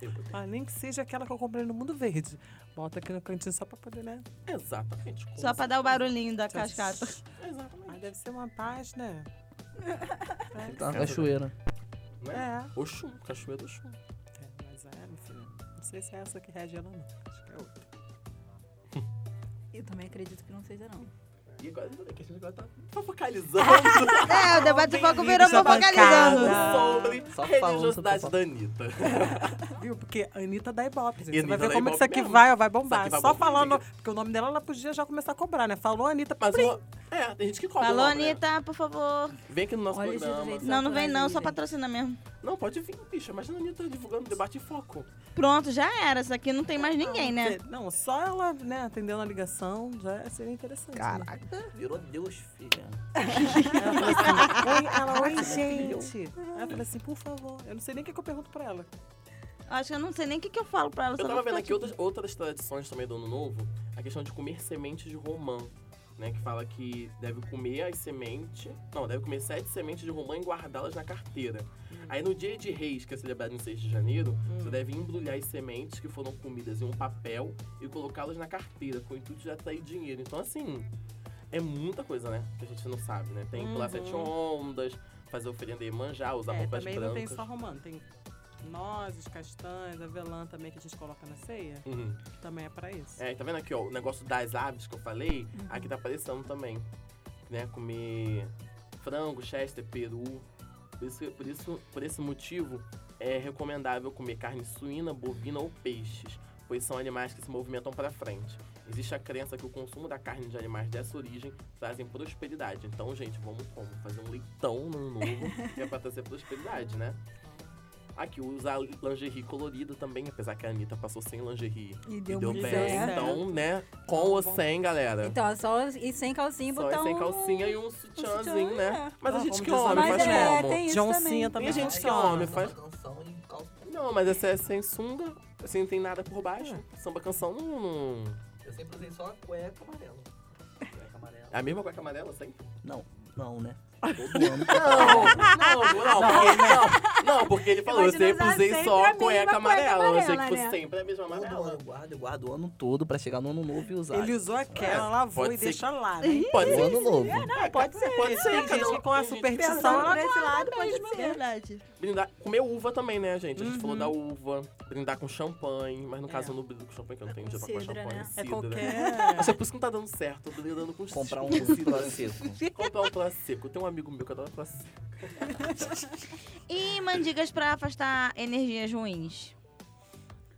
[SPEAKER 1] Eu vou ter.
[SPEAKER 3] Ah, nem que seja aquela que eu comprei no Mundo Verde. Bota aqui no cantinho só pra poder, né?
[SPEAKER 1] Exatamente. com
[SPEAKER 2] Só pra dar
[SPEAKER 1] certeza.
[SPEAKER 2] o barulhinho da cascata.
[SPEAKER 3] Ah,
[SPEAKER 1] Exatamente.
[SPEAKER 3] deve ser uma página.
[SPEAKER 4] Tá na cachoeira.
[SPEAKER 1] Né?
[SPEAKER 3] É.
[SPEAKER 1] O chum, cachoeira do chum.
[SPEAKER 3] É, mas é, meu filho. Não sei se é essa que rege ela, não. Acho que é outra.
[SPEAKER 5] Eu também acredito que não seja, não.
[SPEAKER 1] E agora a gente agora tá fofocalizando
[SPEAKER 2] É, o debate de foco virou
[SPEAKER 3] Bem-vindos à
[SPEAKER 2] fofocalizando.
[SPEAKER 3] bancada.
[SPEAKER 1] sobre
[SPEAKER 4] Só falando
[SPEAKER 1] religiosidade
[SPEAKER 4] sobre
[SPEAKER 1] da Anitta.
[SPEAKER 3] Viu? Porque a Anitta dá ibope, gente. Você
[SPEAKER 1] Anitta
[SPEAKER 3] vai ver
[SPEAKER 1] dá
[SPEAKER 3] como que isso
[SPEAKER 1] ibope
[SPEAKER 3] aqui
[SPEAKER 1] mesmo.
[SPEAKER 3] vai, vai bombar.
[SPEAKER 1] Isso aqui vai
[SPEAKER 3] Só
[SPEAKER 1] bombar,
[SPEAKER 3] falando.
[SPEAKER 1] diga.
[SPEAKER 3] Porque o nome dela, ela podia já começar a cobrar, né? Falou Anitta,
[SPEAKER 1] Mas,
[SPEAKER 3] plim.
[SPEAKER 1] ó, é, tem gente que cobra.
[SPEAKER 2] Falou,
[SPEAKER 1] logo, né?
[SPEAKER 2] Anitta, por favor.
[SPEAKER 1] Vem aqui no nosso
[SPEAKER 5] Olha esse
[SPEAKER 1] programa.
[SPEAKER 5] direito.
[SPEAKER 2] Não, não vem não,
[SPEAKER 5] Atrás
[SPEAKER 2] só
[SPEAKER 5] aí, gente.
[SPEAKER 2] patrocina mesmo.
[SPEAKER 1] Não, pode vir, bicho. Imagina a Anitta tá divulgando debate em foco.
[SPEAKER 2] Pronto, já era. Isso aqui não tem mais ninguém,
[SPEAKER 3] Não,
[SPEAKER 2] né?
[SPEAKER 3] se- Não, só ela, né, atendendo a ligação, já seria interessante. Né?
[SPEAKER 4] Caraca, virou Deus, filha.
[SPEAKER 3] Oi, ela, oi, gente. Ela fala assim, por favor. Eu não sei nem o que, que eu pergunto pra ela.
[SPEAKER 2] Acho que eu não sei nem o que, que eu falo pra ela. só
[SPEAKER 1] Eu tava
[SPEAKER 2] vou
[SPEAKER 1] vendo
[SPEAKER 2] ficar
[SPEAKER 1] aqui
[SPEAKER 2] tipo-
[SPEAKER 1] outras, outras tradições também do Ano Novo, a questão de comer sementes de romã, né? Que fala que deve comer as sementes... Não, deve comer sete sementes de romã e guardá-las na carteira.
[SPEAKER 3] Hum.
[SPEAKER 1] Aí no dia de reis, que é celebrado em 6 de janeiro, você deve embrulhar as sementes que foram comidas em um papel e colocá-las na carteira, com o intuito de atrair dinheiro. Então, assim, é muita coisa, né? Que a gente não sabe, né? Tem pular
[SPEAKER 3] Uhum.
[SPEAKER 1] sete ondas, fazer oferenda e manjar, usar
[SPEAKER 3] É,
[SPEAKER 1] roupas
[SPEAKER 3] também não tem
[SPEAKER 1] brancas.
[SPEAKER 3] só romano, tem nozes, castanhas, avelã também que a gente coloca na ceia,
[SPEAKER 1] Uhum.
[SPEAKER 3] que também é pra isso.
[SPEAKER 1] É, tá vendo aqui, ó, o negócio das aves que eu falei, aqui tá aparecendo também. Né, comer frango, chester, peru. Por isso, por isso, por esse motivo, é recomendável comer carne suína, bovina ou peixes, pois são animais que se movimentam para frente. Existe a crença que o consumo da carne de animais dessa origem trazem prosperidade. Então, gente, vamos como? Fazer um leitão no ano novo, que é pra trazer prosperidade, né? Aqui, usar lingerie colorida também, apesar que a Anitta passou sem lingerie
[SPEAKER 5] E
[SPEAKER 1] e
[SPEAKER 5] deu,
[SPEAKER 1] deu
[SPEAKER 5] muito
[SPEAKER 1] bem,
[SPEAKER 5] certo.
[SPEAKER 1] então, né? Com ou sem, galera.
[SPEAKER 5] Então, só e sem calcinha e
[SPEAKER 1] É. Só é
[SPEAKER 5] botar
[SPEAKER 1] sem
[SPEAKER 5] um-
[SPEAKER 1] calcinha e um
[SPEAKER 5] sutiã,
[SPEAKER 1] sutiãzinho, né?
[SPEAKER 5] é.
[SPEAKER 1] Mas a
[SPEAKER 3] Ah,
[SPEAKER 1] gente
[SPEAKER 3] vamos
[SPEAKER 1] que é homem,
[SPEAKER 3] desovar.
[SPEAKER 1] faz
[SPEAKER 5] Mas é,
[SPEAKER 1] como?
[SPEAKER 5] tem isso
[SPEAKER 3] John
[SPEAKER 5] também.
[SPEAKER 3] Cena também. né?
[SPEAKER 1] Tem gente que
[SPEAKER 3] funciona.
[SPEAKER 1] homem, faz.
[SPEAKER 4] Canção em calça-
[SPEAKER 1] Não, mas essa é sem sunga, assim, não tem nada por baixo. Samba canção não. não-
[SPEAKER 4] Eu sempre usei só a cueca amarela. Cueca amarela.
[SPEAKER 1] É a mesma cueca amarela sempre?
[SPEAKER 4] Não, não, né? Todo ano.
[SPEAKER 1] Não, não, não, porque, não, não, porque ele falou, eu
[SPEAKER 5] Imagina
[SPEAKER 1] sempre
[SPEAKER 5] usar
[SPEAKER 1] usei
[SPEAKER 5] sempre
[SPEAKER 1] só
[SPEAKER 5] a
[SPEAKER 1] a
[SPEAKER 5] mesma
[SPEAKER 1] cueca
[SPEAKER 5] cueca
[SPEAKER 1] amarela. Eu achei que
[SPEAKER 5] amarela,
[SPEAKER 1] fosse
[SPEAKER 5] né?
[SPEAKER 1] sempre a mesma
[SPEAKER 4] Todo ano
[SPEAKER 1] amarela.
[SPEAKER 4] eu guardo, eu guardo o ano todo pra chegar no ano novo e usar.
[SPEAKER 3] Ele usou aquela, lavou
[SPEAKER 1] pode
[SPEAKER 3] e
[SPEAKER 1] ser.
[SPEAKER 3] deixa lá, né? É,
[SPEAKER 1] Pode
[SPEAKER 4] O
[SPEAKER 1] ser.
[SPEAKER 4] ano novo.
[SPEAKER 1] Não, pode ser. Pode ser.
[SPEAKER 3] Tem
[SPEAKER 1] É, cada
[SPEAKER 3] gente
[SPEAKER 1] um-
[SPEAKER 3] que com a
[SPEAKER 1] tem gente que
[SPEAKER 3] superstição, ela
[SPEAKER 5] esse lado, pode
[SPEAKER 2] É verdade.
[SPEAKER 1] Brindar, comer uva também, né, gente? A gente falou da
[SPEAKER 3] Uhum.
[SPEAKER 1] uva, brindar com champanhe, mas no caso eu não brindo com champanhe, que eu não tenho
[SPEAKER 5] com
[SPEAKER 1] dinheiro pra comer champanhe.
[SPEAKER 5] cidra, né?
[SPEAKER 1] Cidra.
[SPEAKER 3] é qualquer...
[SPEAKER 1] Acho que é por isso que não tá dando certo, eu tô brindando com
[SPEAKER 4] Comprar um
[SPEAKER 1] cidra.
[SPEAKER 4] plano seco.
[SPEAKER 1] Comprar um plá seco. Tem um amigo meu que adora plá seco.
[SPEAKER 2] E mandigas pra afastar energias ruins.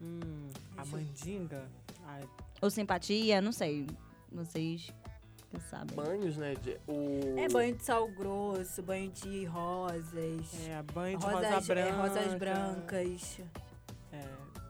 [SPEAKER 3] Hum, A mandinga? Ai,
[SPEAKER 2] Ou simpatia, não sei. Vocês que sabem.
[SPEAKER 1] Banhos, né? de- o...
[SPEAKER 5] É banho de sal grosso, banho de rosas.
[SPEAKER 3] é, banho de
[SPEAKER 5] rosas,
[SPEAKER 3] rosa branca.
[SPEAKER 5] é, rosas brancas.
[SPEAKER 3] É,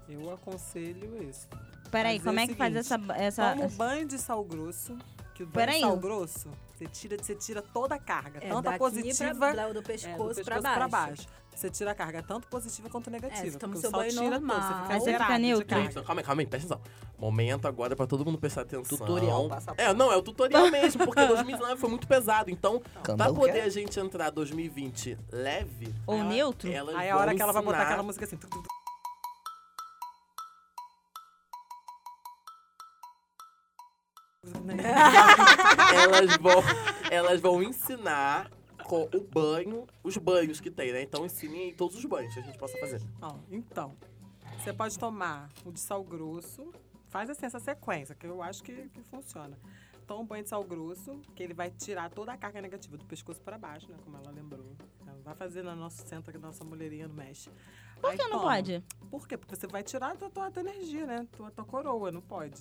[SPEAKER 3] eu aconselho isso.
[SPEAKER 2] Peraí,
[SPEAKER 3] Mas é
[SPEAKER 2] como
[SPEAKER 3] o
[SPEAKER 2] é que faz
[SPEAKER 3] seguinte,
[SPEAKER 2] essa. essa...
[SPEAKER 3] Toma um banho de sal grosso. Que o banho
[SPEAKER 2] Peraí.
[SPEAKER 3] de sal grosso, você tira, você tira toda a carga,
[SPEAKER 5] É,
[SPEAKER 3] tanto a
[SPEAKER 5] daqui
[SPEAKER 3] positiva
[SPEAKER 5] pra, da- do
[SPEAKER 3] É,
[SPEAKER 5] pescoço,
[SPEAKER 3] do pescoço
[SPEAKER 5] pra baixo.
[SPEAKER 3] Você tira a carga tanto positiva quanto negativa.
[SPEAKER 5] É, você toma
[SPEAKER 3] porque
[SPEAKER 5] seu
[SPEAKER 3] o sal
[SPEAKER 5] banho
[SPEAKER 3] tira tudo,
[SPEAKER 5] normal.
[SPEAKER 3] Você fica
[SPEAKER 2] Aí você fica
[SPEAKER 3] zerado de
[SPEAKER 2] neutro.
[SPEAKER 3] carga.
[SPEAKER 1] Gente, calma aí, calma aí, presta atenção. Momento agora pra todo mundo prestar atenção.
[SPEAKER 4] Tutorial, passa a
[SPEAKER 1] É, não, é o tutorial mesmo, porque 2019 foi muito pesado. Então, pra
[SPEAKER 4] é?
[SPEAKER 1] poder a gente entrar 2020 leve,
[SPEAKER 2] Ou
[SPEAKER 3] Ela-
[SPEAKER 2] neutro?
[SPEAKER 1] elas
[SPEAKER 3] Aí é a
[SPEAKER 1] vão
[SPEAKER 3] hora que ela vai botar
[SPEAKER 1] ensinar-
[SPEAKER 3] aquela música assim. tu, tu, tu.
[SPEAKER 1] elas vão, elas vão ensinar com o banho, os banhos que tem, né? Então ensinem aí todos os banhos que a gente possa fazer.
[SPEAKER 3] Ó, então, você pode tomar o de sal grosso. Faz assim essa sequência, que eu acho que, que funciona. Toma um banho de sal grosso, que ele vai tirar toda a carga negativa do pescoço pra baixo, né? Como ela lembrou. Ela vai fazer na nossa senta que a nossa mulherinha não mexe.
[SPEAKER 2] Por que não pode?
[SPEAKER 3] Por quê? Porque você vai tirar a tua, tua- tua energia, né? Tua, tua coroa, não pode.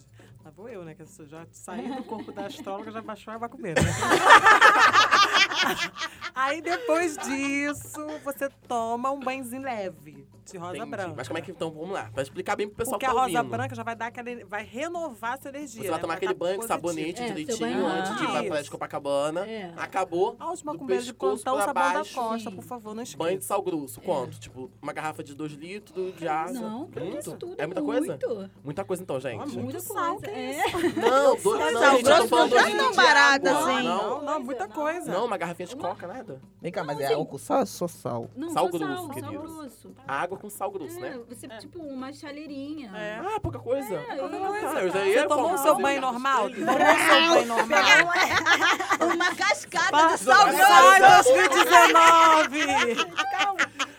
[SPEAKER 3] Lá vou eu, né? Que eu sou- já saí do corpo da astróloga, já baixou a vacumeira. Né? Aí depois disso, você toma um banhozinho leve de rosa
[SPEAKER 1] Entendi.
[SPEAKER 3] branca.
[SPEAKER 1] Mas como é que então, vamos lá, pra explicar bem pro pessoal
[SPEAKER 3] Porque
[SPEAKER 1] que
[SPEAKER 3] a
[SPEAKER 1] tá
[SPEAKER 3] rosa
[SPEAKER 1] ouvindo.
[SPEAKER 3] branca já vai dar aquela. en- vai renovar essa energia.
[SPEAKER 1] Você vai
[SPEAKER 3] né?
[SPEAKER 1] tomar aquele
[SPEAKER 3] tá
[SPEAKER 1] banho de
[SPEAKER 3] positivo.
[SPEAKER 1] sabonete
[SPEAKER 5] É, seu
[SPEAKER 1] direitinho
[SPEAKER 5] banho
[SPEAKER 1] antes de ir pra
[SPEAKER 3] antes.
[SPEAKER 1] Praia de Copacabana.
[SPEAKER 5] É.
[SPEAKER 1] Acabou.
[SPEAKER 3] A última
[SPEAKER 1] Do
[SPEAKER 3] com beijo de
[SPEAKER 1] pescoço
[SPEAKER 3] plantão,
[SPEAKER 1] pra
[SPEAKER 3] sabão
[SPEAKER 1] baixo.
[SPEAKER 3] da costa,
[SPEAKER 5] Sim.
[SPEAKER 3] por favor, não esqueça.
[SPEAKER 1] Banho de sal grosso, quanto? Tipo, uma garrafa de 2 litros de água.
[SPEAKER 5] Não, pra
[SPEAKER 1] muito?
[SPEAKER 5] isso tudo.
[SPEAKER 1] É muita coisa?
[SPEAKER 5] Muito.
[SPEAKER 1] Muita coisa então, gente. Não,
[SPEAKER 3] Ó,
[SPEAKER 5] Muita
[SPEAKER 3] muito sal,
[SPEAKER 5] coisa,
[SPEAKER 3] que
[SPEAKER 5] é.
[SPEAKER 3] isso?
[SPEAKER 1] dois, não,
[SPEAKER 2] sal
[SPEAKER 1] gente, eu tô
[SPEAKER 2] grosso
[SPEAKER 1] falando
[SPEAKER 2] não tá
[SPEAKER 1] dois litros de
[SPEAKER 2] tão barato
[SPEAKER 1] água.
[SPEAKER 2] assim.
[SPEAKER 1] Não,
[SPEAKER 3] Não, não, muita
[SPEAKER 5] Não.
[SPEAKER 3] coisa.
[SPEAKER 1] não, uma garrafinha de coca, nada.
[SPEAKER 4] Vem cá, mas é álcool só ou só sal?
[SPEAKER 5] Não,
[SPEAKER 1] Sal
[SPEAKER 5] só
[SPEAKER 1] grosso,
[SPEAKER 5] sal, sal
[SPEAKER 1] queridos.
[SPEAKER 5] um grosso.
[SPEAKER 1] Água com sal grosso,
[SPEAKER 5] É,
[SPEAKER 1] né?
[SPEAKER 5] você, tipo, uma chaleirinha.
[SPEAKER 3] É.
[SPEAKER 1] Ah, pouca coisa.
[SPEAKER 5] É,
[SPEAKER 1] Ah,
[SPEAKER 5] pouca
[SPEAKER 1] tá, eu já ia
[SPEAKER 3] Você tomou
[SPEAKER 1] falar
[SPEAKER 3] o seu
[SPEAKER 1] assim,
[SPEAKER 3] banho
[SPEAKER 1] garrafa
[SPEAKER 3] normal?
[SPEAKER 1] de
[SPEAKER 3] Tomou
[SPEAKER 1] leite.
[SPEAKER 3] o seu banho normal?
[SPEAKER 2] Uma cascada de sal
[SPEAKER 1] Olha
[SPEAKER 2] grosso.
[SPEAKER 1] só,
[SPEAKER 3] Ai, 2019!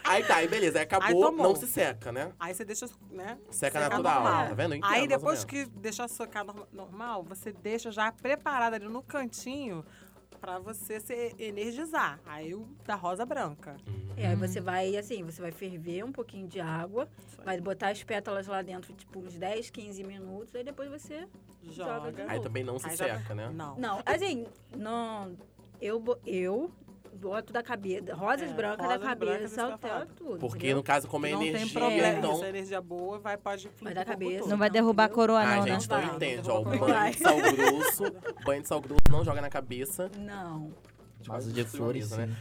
[SPEAKER 1] Aí tá, aí beleza. Aí
[SPEAKER 3] Aí
[SPEAKER 1] acabou,
[SPEAKER 3] tomou.
[SPEAKER 1] não se seca, né?
[SPEAKER 3] Aí você deixa, né?
[SPEAKER 1] Seca
[SPEAKER 3] Seca
[SPEAKER 1] natural,
[SPEAKER 3] normal.
[SPEAKER 1] tá vendo? Eu
[SPEAKER 3] Aí
[SPEAKER 1] entendo, mais ou
[SPEAKER 3] depois
[SPEAKER 1] menos.
[SPEAKER 3] que deixar secar norma- normal, você deixa já preparada ali no cantinho pra você se energizar. Aí o da rosa branca.
[SPEAKER 1] Uhum.
[SPEAKER 5] É, aí você vai, assim, você vai ferver um pouquinho de água, vai botar as pétalas lá dentro, tipo, uns 10, 15 minutos, aí depois você... Joga de
[SPEAKER 3] Joga.
[SPEAKER 1] Aí também não se
[SPEAKER 3] Aí já-
[SPEAKER 1] seca, né?
[SPEAKER 3] Não.
[SPEAKER 5] Não, assim, não... Eu, bo- eu boto da cabeça, rosas
[SPEAKER 3] É,
[SPEAKER 5] brancas
[SPEAKER 3] rosas
[SPEAKER 5] da cabeça
[SPEAKER 3] brancas, isso que eu ia
[SPEAKER 5] até
[SPEAKER 3] falar.
[SPEAKER 5] tudo,
[SPEAKER 1] Porque
[SPEAKER 5] entendeu?
[SPEAKER 1] no caso, como é
[SPEAKER 3] não
[SPEAKER 1] energia,
[SPEAKER 3] tem problema.
[SPEAKER 1] então.
[SPEAKER 3] Se a energia é boa, vai, pode fluir.
[SPEAKER 5] dar
[SPEAKER 3] pro corpo
[SPEAKER 5] cabeça.
[SPEAKER 3] todo.
[SPEAKER 2] Não vai derrubar a coroa,
[SPEAKER 1] Ah,
[SPEAKER 2] não, né?
[SPEAKER 1] gente, não
[SPEAKER 5] Não,
[SPEAKER 1] entende.
[SPEAKER 3] não
[SPEAKER 1] Ó, o
[SPEAKER 3] vai.
[SPEAKER 1] banho de sal grosso. banho de sal grosso não joga na cabeça.
[SPEAKER 5] Não.
[SPEAKER 4] Vaso
[SPEAKER 1] Quase
[SPEAKER 4] de
[SPEAKER 1] isso,
[SPEAKER 4] flores,
[SPEAKER 1] isso, Tipo, né?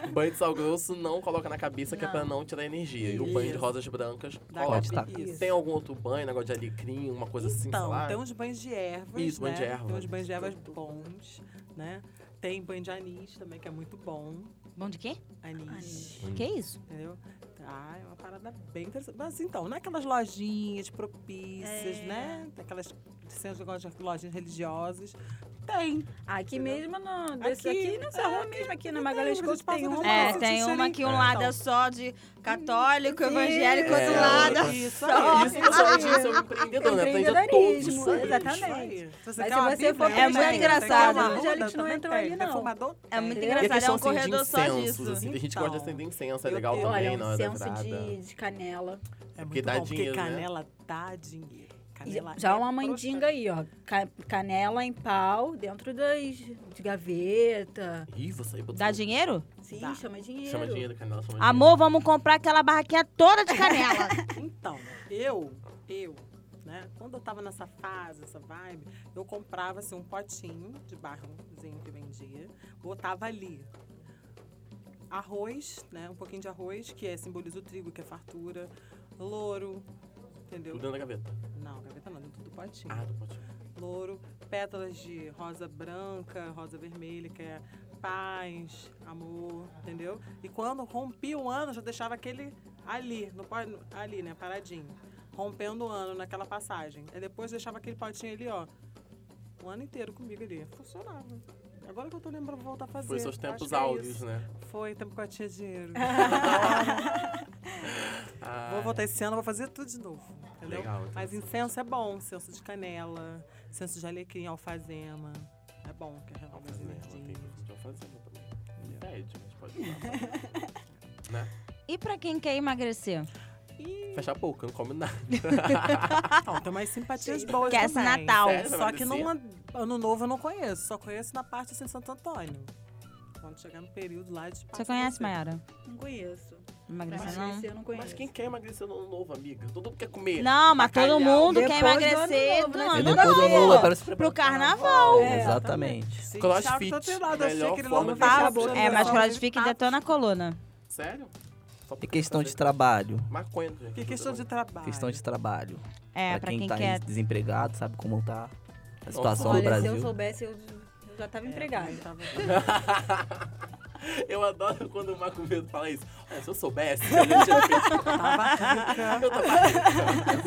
[SPEAKER 1] Ban- banho de sal grosso não coloca na cabeça, que é pra não tirar energia. E o banho de
[SPEAKER 3] Isso.
[SPEAKER 1] rosas brancas
[SPEAKER 3] Dá
[SPEAKER 1] coloca.
[SPEAKER 4] Pode tá.
[SPEAKER 3] cabeça.
[SPEAKER 1] Tem algum outro banho, negócio de alecrim, uma coisa assim, sei
[SPEAKER 3] Então,
[SPEAKER 1] lá?
[SPEAKER 3] tem uns banhos de ervas.
[SPEAKER 1] Isso, banho
[SPEAKER 3] né?
[SPEAKER 1] de erva.
[SPEAKER 3] Tem uns banhos de ervas bons, né? Tem banho de anis também, que é muito bom.
[SPEAKER 2] né? Bom de quê?
[SPEAKER 3] Anis,
[SPEAKER 5] Anis.
[SPEAKER 2] Que isso?
[SPEAKER 3] entendeu? Ah, é uma parada bem interessante. Mas então, naquelas lojinhas propícias,
[SPEAKER 5] É.
[SPEAKER 3] né? Aquelas centros de lojinhas religiosas. Tem.
[SPEAKER 5] Aqui
[SPEAKER 3] Entendeu?
[SPEAKER 5] mesmo, não. Desse
[SPEAKER 3] Aqui,
[SPEAKER 5] aqui, nessa
[SPEAKER 3] é,
[SPEAKER 5] rua
[SPEAKER 3] aqui
[SPEAKER 5] mesmo, aqui
[SPEAKER 3] não
[SPEAKER 5] na
[SPEAKER 3] tem,
[SPEAKER 5] Magalhães
[SPEAKER 3] mas
[SPEAKER 5] Couto
[SPEAKER 3] eles
[SPEAKER 5] tem
[SPEAKER 3] passam
[SPEAKER 5] uma.
[SPEAKER 3] no
[SPEAKER 2] É,
[SPEAKER 3] Nossa,
[SPEAKER 2] tem
[SPEAKER 3] gente,
[SPEAKER 2] uma que um
[SPEAKER 3] é,
[SPEAKER 2] lado
[SPEAKER 3] então.
[SPEAKER 2] é só de católico, evangélico,
[SPEAKER 1] É,
[SPEAKER 2] outro lado.
[SPEAKER 1] outra.
[SPEAKER 3] Isso
[SPEAKER 2] só.
[SPEAKER 3] aí.
[SPEAKER 1] Isso, pessoal, isso é um empreendedor, né? Atende todos.
[SPEAKER 5] Empreendedorismo,
[SPEAKER 1] sabe?
[SPEAKER 5] exatamente.
[SPEAKER 3] Isso aí. Se você
[SPEAKER 5] Mas
[SPEAKER 3] quer
[SPEAKER 5] se
[SPEAKER 3] uma
[SPEAKER 5] você
[SPEAKER 3] Bíblia,
[SPEAKER 5] for
[SPEAKER 3] também
[SPEAKER 2] É muito
[SPEAKER 3] tem. Você quer
[SPEAKER 2] engraçado.
[SPEAKER 3] uma
[SPEAKER 5] Os evangélicos
[SPEAKER 3] Ruda,
[SPEAKER 5] não
[SPEAKER 3] também
[SPEAKER 5] entram
[SPEAKER 3] tem.
[SPEAKER 5] ali, não.
[SPEAKER 3] Defumador?
[SPEAKER 2] É muito
[SPEAKER 5] E
[SPEAKER 1] E
[SPEAKER 5] a
[SPEAKER 1] a
[SPEAKER 2] engraçado, é
[SPEAKER 1] questão
[SPEAKER 2] um
[SPEAKER 1] assim, de
[SPEAKER 2] corredor só
[SPEAKER 1] incensos,
[SPEAKER 2] disso.
[SPEAKER 1] assim, tem gente que
[SPEAKER 3] Então,
[SPEAKER 1] gosta de acender incenso, é
[SPEAKER 3] eu-
[SPEAKER 1] legal
[SPEAKER 3] eu-
[SPEAKER 1] também,
[SPEAKER 5] Olha,
[SPEAKER 1] não,
[SPEAKER 5] um
[SPEAKER 1] é da
[SPEAKER 5] senso
[SPEAKER 1] virada.
[SPEAKER 5] de, de canela.
[SPEAKER 1] Porque
[SPEAKER 3] É muito
[SPEAKER 1] dá
[SPEAKER 3] bom, porque
[SPEAKER 1] dinheiro, né?
[SPEAKER 3] canela dá dinheiro. Canela
[SPEAKER 5] Já
[SPEAKER 3] é
[SPEAKER 5] uma mandinga aí, ó. Ca- Canela em pau, dentro das de gaveta.
[SPEAKER 1] Ih, você aí botou-
[SPEAKER 2] Dá dinheiro?
[SPEAKER 5] Sim,
[SPEAKER 3] Dá.
[SPEAKER 5] chama dinheiro.
[SPEAKER 1] Chama dinheiro, canal, chama dinheiro.
[SPEAKER 2] Amor, vamos comprar aquela barraquinha toda de canela.
[SPEAKER 3] Então, eu, eu, né, quando eu tava nessa fase, essa vibe, eu comprava assim um potinho de barrozinho que vendia, botava ali arroz, né, um pouquinho de arroz, que é, simboliza o trigo, que é fartura, louro, entendeu?
[SPEAKER 1] Tudo dentro da gaveta.
[SPEAKER 3] Não, gaveta não, dentro do potinho.
[SPEAKER 1] Ah, do potinho.
[SPEAKER 3] Louro, pétalas de rosa branca, rosa vermelha, que é paz, amor, entendeu? E quando rompi o ano, eu já deixava aquele ali, no, po- ali, né, paradinho. Rompendo o ano naquela passagem. Aí depois eu deixava aquele potinho ali, ó, o ano inteiro comigo ali. Funcionava. Agora que eu tô lembrando, vou voltar a fazer.
[SPEAKER 1] Foi seus
[SPEAKER 3] Acho
[SPEAKER 1] tempos
[SPEAKER 3] que é
[SPEAKER 1] áureos,
[SPEAKER 3] isso.
[SPEAKER 1] né?
[SPEAKER 3] Foi, tempo que eu tinha dinheiro.
[SPEAKER 1] Ah,
[SPEAKER 3] Vou voltar esse ano, vou fazer tudo de novo. Entendeu?
[SPEAKER 1] Legal. então.
[SPEAKER 3] Mas incenso é bom, incenso de canela, incenso de alecrim, alfazema. É bom, que é
[SPEAKER 1] Vamos
[SPEAKER 3] renova as
[SPEAKER 1] fazer, né? Ela tem
[SPEAKER 3] energias.
[SPEAKER 1] que estudar fazenda também. Pede, mas pode usar. Né?
[SPEAKER 2] e pra quem quer emagrecer?
[SPEAKER 1] Fecha a boca, não come nada.
[SPEAKER 3] Então, tem umas simpatias boas
[SPEAKER 2] Que é esse
[SPEAKER 3] também.
[SPEAKER 2] Natal.
[SPEAKER 1] Sério,
[SPEAKER 3] Só que
[SPEAKER 1] Valencia?
[SPEAKER 3] no ano novo eu não conheço. Só conheço na parte assim, de Santo Antônio. Quando chegar no período lá de
[SPEAKER 2] Você conhece, Mayara?
[SPEAKER 5] Não conheço.
[SPEAKER 2] Emagrecer
[SPEAKER 5] Mas
[SPEAKER 2] não?
[SPEAKER 5] esse eu não conheço.
[SPEAKER 1] Mas quem quer emagrecer no ano novo, amiga? Todo mundo quer comer.
[SPEAKER 2] Não, mas todo
[SPEAKER 1] Bacalhau.
[SPEAKER 2] mundo quer
[SPEAKER 5] Depois do ano
[SPEAKER 2] emagrecer
[SPEAKER 5] novo,
[SPEAKER 2] do
[SPEAKER 5] né?
[SPEAKER 4] E
[SPEAKER 2] ano
[SPEAKER 4] depois do ano novo é
[SPEAKER 2] novo.
[SPEAKER 4] para se preparar
[SPEAKER 2] Pro
[SPEAKER 4] pro
[SPEAKER 2] carnaval.
[SPEAKER 4] carnaval. Exatamente.
[SPEAKER 3] Sim,
[SPEAKER 1] Crossfit,
[SPEAKER 3] Tava todo lado, achei
[SPEAKER 1] melhor
[SPEAKER 3] aquele
[SPEAKER 1] forma
[SPEAKER 3] logo
[SPEAKER 1] de
[SPEAKER 3] fechar a
[SPEAKER 1] exercício.
[SPEAKER 3] boca,
[SPEAKER 2] É, mas
[SPEAKER 3] só
[SPEAKER 2] crossfit
[SPEAKER 3] um
[SPEAKER 2] detona a coluna.
[SPEAKER 1] Sério? Só
[SPEAKER 4] E
[SPEAKER 1] porque
[SPEAKER 4] questão de
[SPEAKER 1] fazer
[SPEAKER 4] trabalho.
[SPEAKER 1] Maconha, gente.
[SPEAKER 3] Que questão de
[SPEAKER 1] Não,
[SPEAKER 3] trabalho.
[SPEAKER 4] Questão de trabalho.
[SPEAKER 2] É,
[SPEAKER 4] Pra
[SPEAKER 2] pra
[SPEAKER 4] quem,
[SPEAKER 2] quem
[SPEAKER 4] tá
[SPEAKER 2] quer.
[SPEAKER 4] desempregado, sabe como tá a situação no
[SPEAKER 5] Olha, se eu
[SPEAKER 4] Brasil.
[SPEAKER 5] soubesse, eu, É, eu já tava empregada.
[SPEAKER 3] Tava-
[SPEAKER 1] Eu adoro quando o Marco Medo fala isso. Olha, se eu soubesse, eu não tinha feito. Eu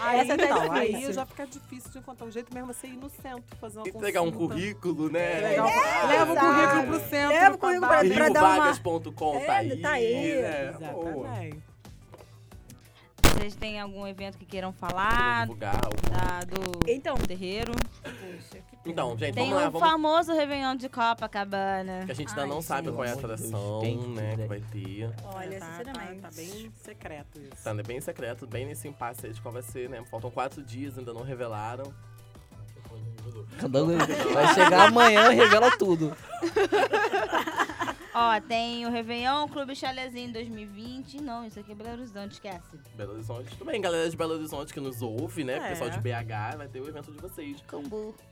[SPEAKER 3] Aí,
[SPEAKER 5] Essa tá
[SPEAKER 3] então,
[SPEAKER 5] difícil.
[SPEAKER 3] aí já fica difícil de encontrar um jeito mesmo você ir no centro fazer uma
[SPEAKER 1] tava entregar um
[SPEAKER 3] consulta.
[SPEAKER 1] currículo, né?
[SPEAKER 3] Legal. Leva o currículo pro centro.
[SPEAKER 5] Leva o currículo
[SPEAKER 3] dar-
[SPEAKER 5] pra- pra dar uma-
[SPEAKER 1] Riovagas.com
[SPEAKER 5] É,
[SPEAKER 1] tá aí.
[SPEAKER 5] tá aí,
[SPEAKER 1] né? Boa.
[SPEAKER 3] Exatamente.
[SPEAKER 2] Vocês têm algum evento que queiram falar?
[SPEAKER 1] Divulgar o-
[SPEAKER 2] Da, do
[SPEAKER 5] Então,
[SPEAKER 2] terreiro.
[SPEAKER 5] poxa, que pena.
[SPEAKER 1] Então, gente,
[SPEAKER 2] Tem um
[SPEAKER 1] vamos lá,
[SPEAKER 2] o
[SPEAKER 1] vamos.
[SPEAKER 2] famoso Réveillon de Copacabana.
[SPEAKER 1] Que a gente ainda
[SPEAKER 5] Ai,
[SPEAKER 1] não sabe
[SPEAKER 4] gente.
[SPEAKER 1] qual é a
[SPEAKER 4] Pelo amor de Deus,
[SPEAKER 1] atração,
[SPEAKER 4] tem que
[SPEAKER 1] né? Que
[SPEAKER 4] ter.
[SPEAKER 1] vai ter.
[SPEAKER 5] Olha,
[SPEAKER 3] tá, tá-
[SPEAKER 5] sinceramente.
[SPEAKER 3] Tá, bem secreto isso.
[SPEAKER 1] Tá bem secreto, bem nesse impasse aí de qual vai ser, né? Faltam quatro didias, ainda não revelaram.
[SPEAKER 4] Candango- Vai chegar amanhã e revela tudo.
[SPEAKER 2] Ó, tem o Réveillon Clube Chalezinho 2020. Não, isso aqui é Belo Horizonte, esquece.
[SPEAKER 1] Belo Horizonte. Tudo bem, galera de Belo Horizonte que nos ouve, né?
[SPEAKER 3] É.
[SPEAKER 1] Pessoal de BH, vai ter o evento de vocês.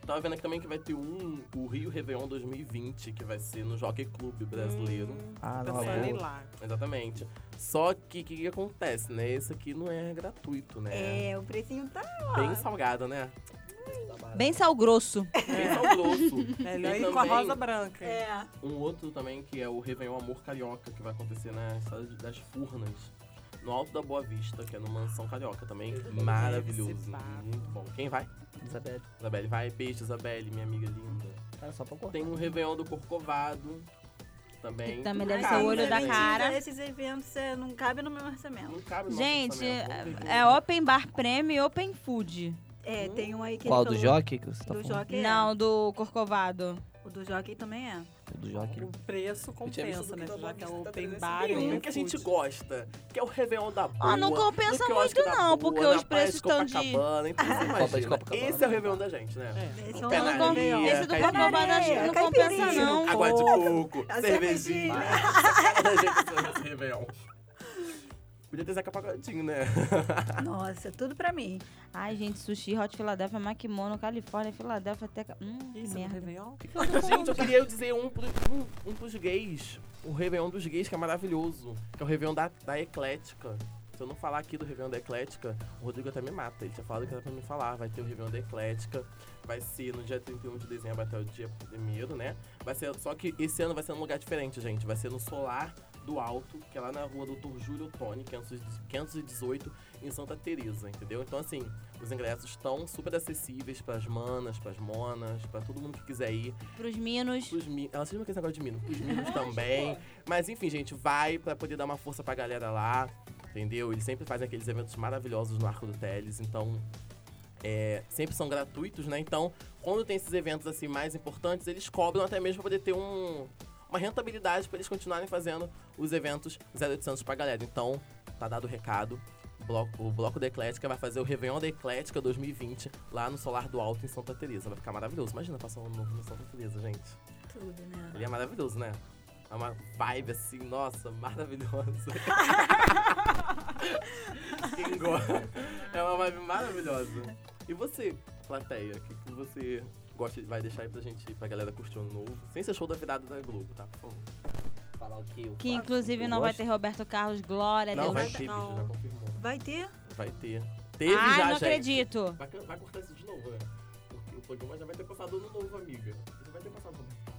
[SPEAKER 1] Tava vendo aqui também que vai ter um, o Rio Réveillon 2020, que vai ser no Jockey Clube brasileiro.
[SPEAKER 3] Hum,
[SPEAKER 4] Ah,
[SPEAKER 3] tô
[SPEAKER 4] não,
[SPEAKER 3] pensando em ir
[SPEAKER 4] boa.
[SPEAKER 3] lá.
[SPEAKER 1] Exatamente. Só que o que, que acontece, né? Esse aqui não é gratuito, né?
[SPEAKER 5] É, o precinho tá.
[SPEAKER 1] Bem salgado, né?
[SPEAKER 2] Bem sal grosso.
[SPEAKER 3] É.
[SPEAKER 1] Bem sal grosso.
[SPEAKER 3] Melhor
[SPEAKER 1] E
[SPEAKER 3] ir com a
[SPEAKER 1] também-
[SPEAKER 3] rosa branca.
[SPEAKER 5] é.
[SPEAKER 1] Um outro também que é o Réveillon Amor Carioca, que vai acontecer na Estrada de- das Furnas, no Alto da Boa Vista, que é no Mansão Carioca também. Maravilhoso.
[SPEAKER 3] Esse papo.
[SPEAKER 1] Muito bom. Quem vai?
[SPEAKER 4] Isabelle,
[SPEAKER 1] Isabelle, vai. Beijo, Isabelle, minha amiga linda.
[SPEAKER 4] Era só pra cortar.
[SPEAKER 1] Tem um Réveillon do Corcovado também.
[SPEAKER 2] Que
[SPEAKER 1] Não
[SPEAKER 2] também deve ser
[SPEAKER 1] cabe,
[SPEAKER 2] o olho
[SPEAKER 1] né,
[SPEAKER 2] da
[SPEAKER 1] gente?
[SPEAKER 2] cara.
[SPEAKER 5] Esses eventos é, não cabe no meu orçamento.
[SPEAKER 1] Não cabe no
[SPEAKER 2] Gente,
[SPEAKER 1] nosso orçamento.
[SPEAKER 2] é Open Bar Premium e Open Food.
[SPEAKER 5] É, tem um aí que
[SPEAKER 4] Qual
[SPEAKER 5] ele
[SPEAKER 4] do
[SPEAKER 5] falou.
[SPEAKER 4] Jockey que você tá
[SPEAKER 5] Do
[SPEAKER 4] falando?
[SPEAKER 5] Jockey é.
[SPEAKER 2] Não, do Corcovado.
[SPEAKER 5] O do Jockey também é.
[SPEAKER 4] O Do Jockey.
[SPEAKER 3] O preço
[SPEAKER 1] tinha visto
[SPEAKER 3] compensa,
[SPEAKER 1] do
[SPEAKER 3] né?
[SPEAKER 1] que tá
[SPEAKER 3] Já que é
[SPEAKER 1] bom,
[SPEAKER 3] open
[SPEAKER 1] tá
[SPEAKER 3] bar,
[SPEAKER 1] Tem um
[SPEAKER 3] open
[SPEAKER 1] que a gente
[SPEAKER 3] food.
[SPEAKER 1] gosta, que é o Réveillon da Boa.
[SPEAKER 2] Ah, não compensa
[SPEAKER 1] no quiosque
[SPEAKER 2] muito
[SPEAKER 1] é da
[SPEAKER 2] não,
[SPEAKER 1] Boa,
[SPEAKER 2] porque
[SPEAKER 1] na
[SPEAKER 2] os
[SPEAKER 1] Praia de
[SPEAKER 2] preços tão de-
[SPEAKER 1] Copacabana, então você
[SPEAKER 4] Copa de
[SPEAKER 1] imagina,
[SPEAKER 4] Copacabana.
[SPEAKER 1] Esse é o Réveillon da gente, né?
[SPEAKER 3] É.
[SPEAKER 5] Esse
[SPEAKER 1] Não
[SPEAKER 5] é um
[SPEAKER 1] pé na
[SPEAKER 5] ano
[SPEAKER 1] areia,
[SPEAKER 5] com-
[SPEAKER 2] Esse do
[SPEAKER 1] caipirinha.
[SPEAKER 2] Corcovado acho que não
[SPEAKER 5] Caipirinha.
[SPEAKER 2] compensa, não. é
[SPEAKER 1] Água de coco, cervejinha.
[SPEAKER 5] A
[SPEAKER 1] é
[SPEAKER 5] cervejinha.
[SPEAKER 1] Cara da gente esse Réveillon. Podia ter Zeca Pagodinho, né?
[SPEAKER 5] Nossa, tudo pra mim.
[SPEAKER 2] Ai, gente, sushi, Hot Philadelphia, Makimono, Califórnia, Philadelphia, até. Hum, que
[SPEAKER 3] Isso, no
[SPEAKER 2] merda.
[SPEAKER 3] Réveillon?
[SPEAKER 1] Gente, eu queria dizer um, pro, um, um pros gays. O Réveillon dos gays, que é maravilhoso. Que é o Réveillon da, da Eclética. Se eu não falar aqui do Réveillon da Eclética, o Rodrigo até me mata. Ele tinha falado que era pra me falar. Vai ter o Réveillon da Eclética. Vai ser no dia 31 de dezembro até o dia 1 né? Vai ser, só que esse ano vai ser num lugar diferente, gente. Vai ser no Solar do Alto, que é lá na rua Doutor Júlio Tony, 500 518, em Santa Teresa, entendeu? Então, assim, os ingressos estão super acessíveis pras manas, pras monas, pra todo mundo que quiser ir.
[SPEAKER 2] Pros Minos.
[SPEAKER 1] Pros mi- Ela sempre quer esse negócio de mino. Pros meninos também. Mas enfim, gente, vai pra poder dar uma força pra galera lá. Entendeu? Eles sempre fazem aqueles eventos maravilhosos no Arco do Teles. Então, é, sempre são gratuitos, né? Então, quando tem esses eventos assim mais importantes, eles cobram até mesmo pra poder ter um, uma rentabilidade pra eles continuarem fazendo os eventos 0800 pra galera. Então, tá dado o recado. O bloco- O Bloco da Eclética vai fazer o Réveillon da Eclética 2020 lá no Solar do Alto, em Santa Teresa. Vai ficar maravilhoso. Imagina passar um ano novo em Santa Teresa, gente.
[SPEAKER 5] Tudo, né?
[SPEAKER 1] Ele é maravilhoso, né? É uma vibe assim, nossa, maravilhosa. Quem gosta. É uma vibe maravilhosa. E você, plateia, o que, que você gosta, vai deixar aí pra gente, pra galera curtir o ano novo? Sem ser show da virada da Globo, tá? Por favor.
[SPEAKER 4] Falar o que eu
[SPEAKER 2] Que
[SPEAKER 4] faço,
[SPEAKER 2] inclusive
[SPEAKER 4] eu
[SPEAKER 2] não vai
[SPEAKER 4] tá, gosto.
[SPEAKER 2] ter Roberto Carlos, Glória,
[SPEAKER 1] não,
[SPEAKER 2] Deus.
[SPEAKER 1] vai
[SPEAKER 2] Ai,
[SPEAKER 1] ter, bicho, já confirmou.
[SPEAKER 5] Vai ter?
[SPEAKER 1] Vai ter. Teve já,
[SPEAKER 2] não
[SPEAKER 1] gente.
[SPEAKER 2] acredito.
[SPEAKER 1] Vai, vai cortar isso de novo, né? Porque o programa já vai ter passado ano novo, amiga. Já vai ter passado ano novo.